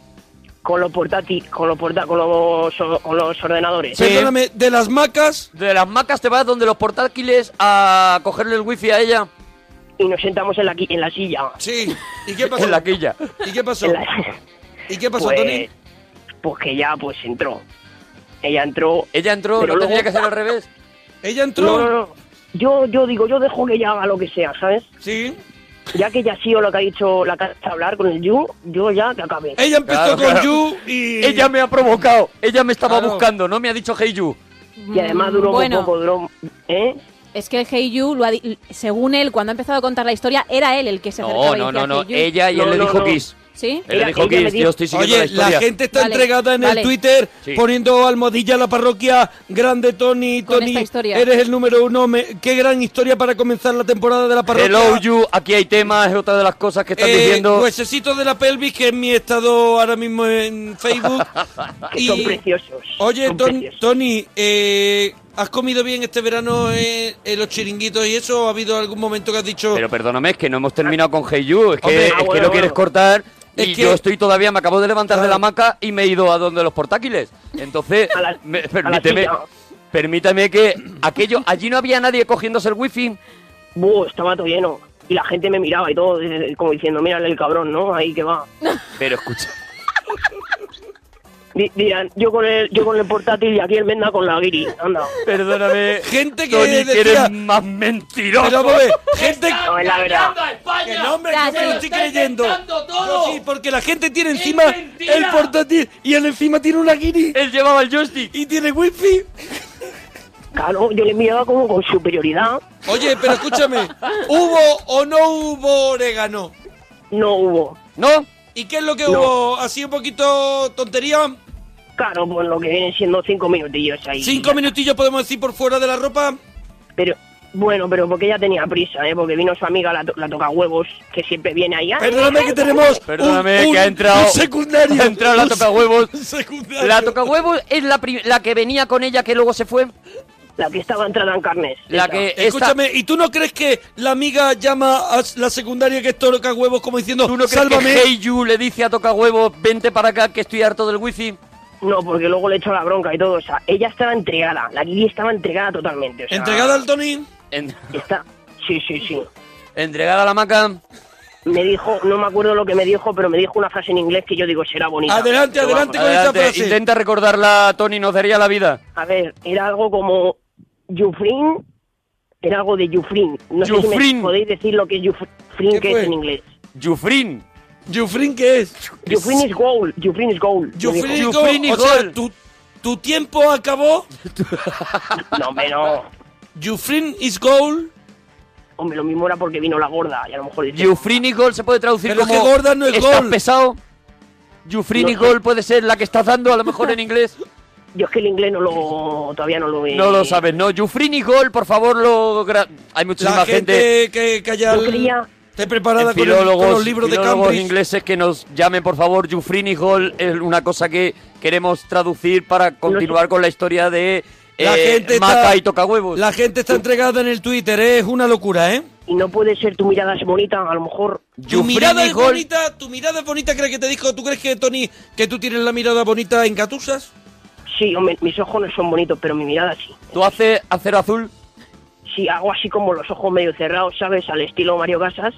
Con los portátiles, con los, porta- con los, con los ordenadores. Perdóname, de las macas. De las macas te vas donde los portátiles a cogerle el wifi a ella. Y nos sentamos en la, qui- en la silla. Sí. ¿Y qué pasó? En la quilla. ¿Y qué pasó? En la- ¿Y qué pasó, pues, Tony? Pues que ya, pues entró. Ella entró... Ella entró, pero no tenía luego- que ser al revés. Ella No, no, no. Yo, yo digo, yo dejo que ella haga lo que sea, ¿sabes? Sí. Ya que ella ha sido lo que ha dicho la casa hablar con el Yu, yo ya que acabé. Ella empezó Claro, con claro. you y. Ella me ha provocado. Ella me estaba Claro. buscando, no me ha dicho hey you. Y además duró muy Bueno. poco, duró... ¿Eh? Es que Hey You, lo ha di- según él, cuando ha empezado a contar la historia, era él el que se No, acercaba y no, no, decía, no, "Hey You". ella y él No, le no, dijo no. Kiss. ¿Sí? Él le dijo Kiss, yo estoy siguiendo Oye, la la, historia. gente está Vale, entregada en vale. el Twitter Sí. poniendo almohadilla a la parroquia. Grande Tony, Con Tony, esta historia. eres el número uno. me- qué gran historia para comenzar la temporada de la parroquia. Hello you, aquí hay temas, es otra de las cosas que están Eh, diciendo. Huesecito de la pelvis, que es mi estado ahora mismo en Facebook. Que son preciosos. Oye, son Ton- preciosos. Tony, eh, ¿has comido bien este verano eh, en los chiringuitos y eso? ¿Ha habido algún momento que has dicho... Pero perdóname, es que no hemos terminado con Hey You, es que, Hombre, es ah, que bueno, no quieres bueno. cortar. Es y que- yo estoy todavía, me acabo de levantar de la hamaca y me he ido a donde los portáquiles. Entonces, me- permíteme, silla. permítame que aquello, allí no había nadie cogiéndose el wifi. Buh, estaba todo lleno. Y la gente me miraba y todo, eh, como diciendo, mírale el cabrón, ¿no? Ahí que va. Pero escucha, Di- Dirán, yo con el, yo con el portátil y aquí el Menda con la guiri, anda. perdóname. Gente que Tony, que decía... eres más mentiroso. Pero, vamos a ver, gente... No, es la verdad. Que no, hombre, yo me lo estoy creyendo. Yo sí, porque la gente tiene Es encima mentira. el portátil y él encima tiene una guiri. Él llevaba el joystick. Y tiene wifi. Claro, yo le miraba como con superioridad. Oye, pero escúchame, ¿hubo o no hubo orégano? No hubo. ¿No? ¿Y qué es lo que No. hubo? ¿Así un poquito tontería? Claro, pues lo que vienen siendo cinco minutillos ahí. ¿Cinco minutillos podemos decir por fuera de la ropa? Pero, bueno, pero porque ella tenía prisa, ¿eh? Porque vino su amiga, la, to- la toca huevos, que siempre viene ahí. ¡ay! Perdóname que tenemos Perdóname un- que ha un- entrado. un secundario. Ha entrado la Un toca huevos. secundario. La toca huevos es la, pri- la que venía con ella que luego se fue. La que estaba entrada en carnes. La esa. que esta- Escúchame, ¿y tú no crees que la amiga llama a la secundaria que es toca huevos como diciendo, ¿Tú no crees sálvame? que Hey You le dice a Toca Huevo, vente para acá que estoy harto del wifi? No, porque luego le echó la bronca y todo. O sea, ella estaba entregada. La Guiri estaba entregada totalmente. o sea, ¿Entregada al Tony? En- Está. Sí, sí, sí. entregada a la maca. Me dijo, no me acuerdo lo que me dijo, pero me dijo una frase en inglés que yo digo será bonita. Adelante, Pero adelante con vamos, esa Adelante, frase. Intenta recordarla, Tony, nos daría la vida. A ver, era algo como. Jufrin. Era algo de Jufrin. No sé si Jufrin. me podéis decir lo que es Jufrin, que es en inglés. Jufrin. ¿Jufrin qué es? Jufrin is gold. Jufrin is gold. me Jufrin y dijo. Gol, Jufrin y o sea, Gol. tu, tu tiempo acabó. No, hombre, no. Jufrin is goal. Hombre, lo mismo era porque vino la gorda. Y a lo mejor. dice, Jufrin y Gol se puede traducir Pero es como. que gorda no es ¿estás gol. pesado? Jufrin No y sé. Gol puede ser la que estás dando, a lo mejor en inglés. Yo es que el inglés no lo. Todavía no lo he. No lo sabes, no. Jufrin y Gol, por favor, lo. gra- Hay muchísima La gente, que, que haya Yo el- creía- esté preparada En con, el- con filólogos, los libros de filólogos Cambridge. ingleses que nos llamen, por favor. Jufrini Hall es una cosa que queremos traducir para continuar con la historia de La eh, gente Maca está- y Toca Huevos. La gente está entregada en el Twitter, ¿eh? es una locura, ¿eh? Y no puede ser tu mirada es bonita, a lo mejor. Tu mirada es Gol- bonita, tu mirada es bonita, ¿crees que te dijo? ¿Tú crees que, Tony, que tú tienes la mirada bonita en Catusas? Sí, hombre, mis ojos no son bonitos, pero mi mirada sí. Tú haces acero azul. Si hago así como los ojos medio cerrados, ¿sabes? Al estilo Mario Casas.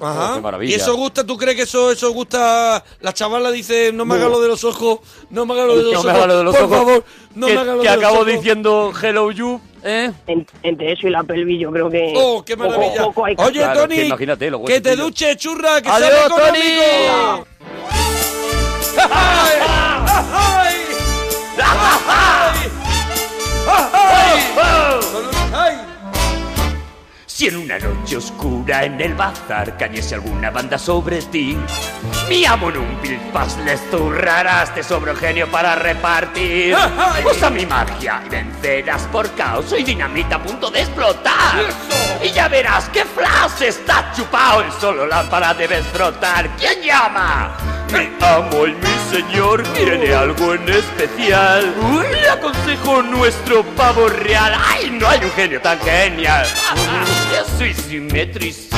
Ajá. Oh, qué maravilla. ¿Ah? ¿Y eso gusta? ¿Tú crees que eso, eso gusta? La chavala dice, no me hagas lo de los ojos, no me hagas lo de los No ojos. me hagas lo de los por ojos, favor, no que- me hagas lo que de los acabo ojos. diciendo hello you. ¿eh? En- entre eso y la pelvis, yo creo que. ¡Oh, qué maravilla! poco- poco hay que- Oye, Claro, Tony, que imagínate, los que te huesecillos. duche, churra, que Adiós, sale Tony. económico. ¡Ay! ¡Ay! ¡Ay! ¡Ay! ¡Ay! Si en una noche oscura en el bazar cayese alguna banda sobre ti, mi amor un vil pas les zurrarás, te sobra un genio para repartir. ¡Ay! Usa mi magia y vencerás por caos, soy dinamita a punto de explotar. Y ya verás que flash está chupado, el solo lámpara debes frotar. ¿Quién llama? Mi amo y mi señor Uh. tiene algo en especial. Le aconsejo nuestro pavo real. ¡Ay, no hay un genio tan genial! Yo soy simétrico,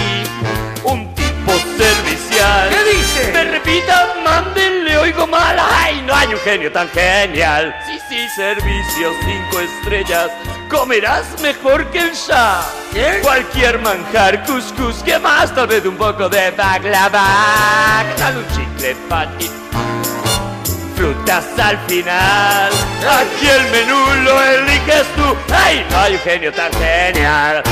un tipo servicial. ¿Qué dice? Me repita, manden, le oigo mal. ¡Ay, no hay un genio tan genial! Sí, sí, servicio cinco estrellas. Comerás mejor que el Shah. Cualquier manjar, cuscús, ¿qué más? Tal vez un poco de baklava. ¿Qué tal un chicle para ti? frutas al final. Aquí el menú lo eliges tú. ¡Ay, no hay un genio tan genial!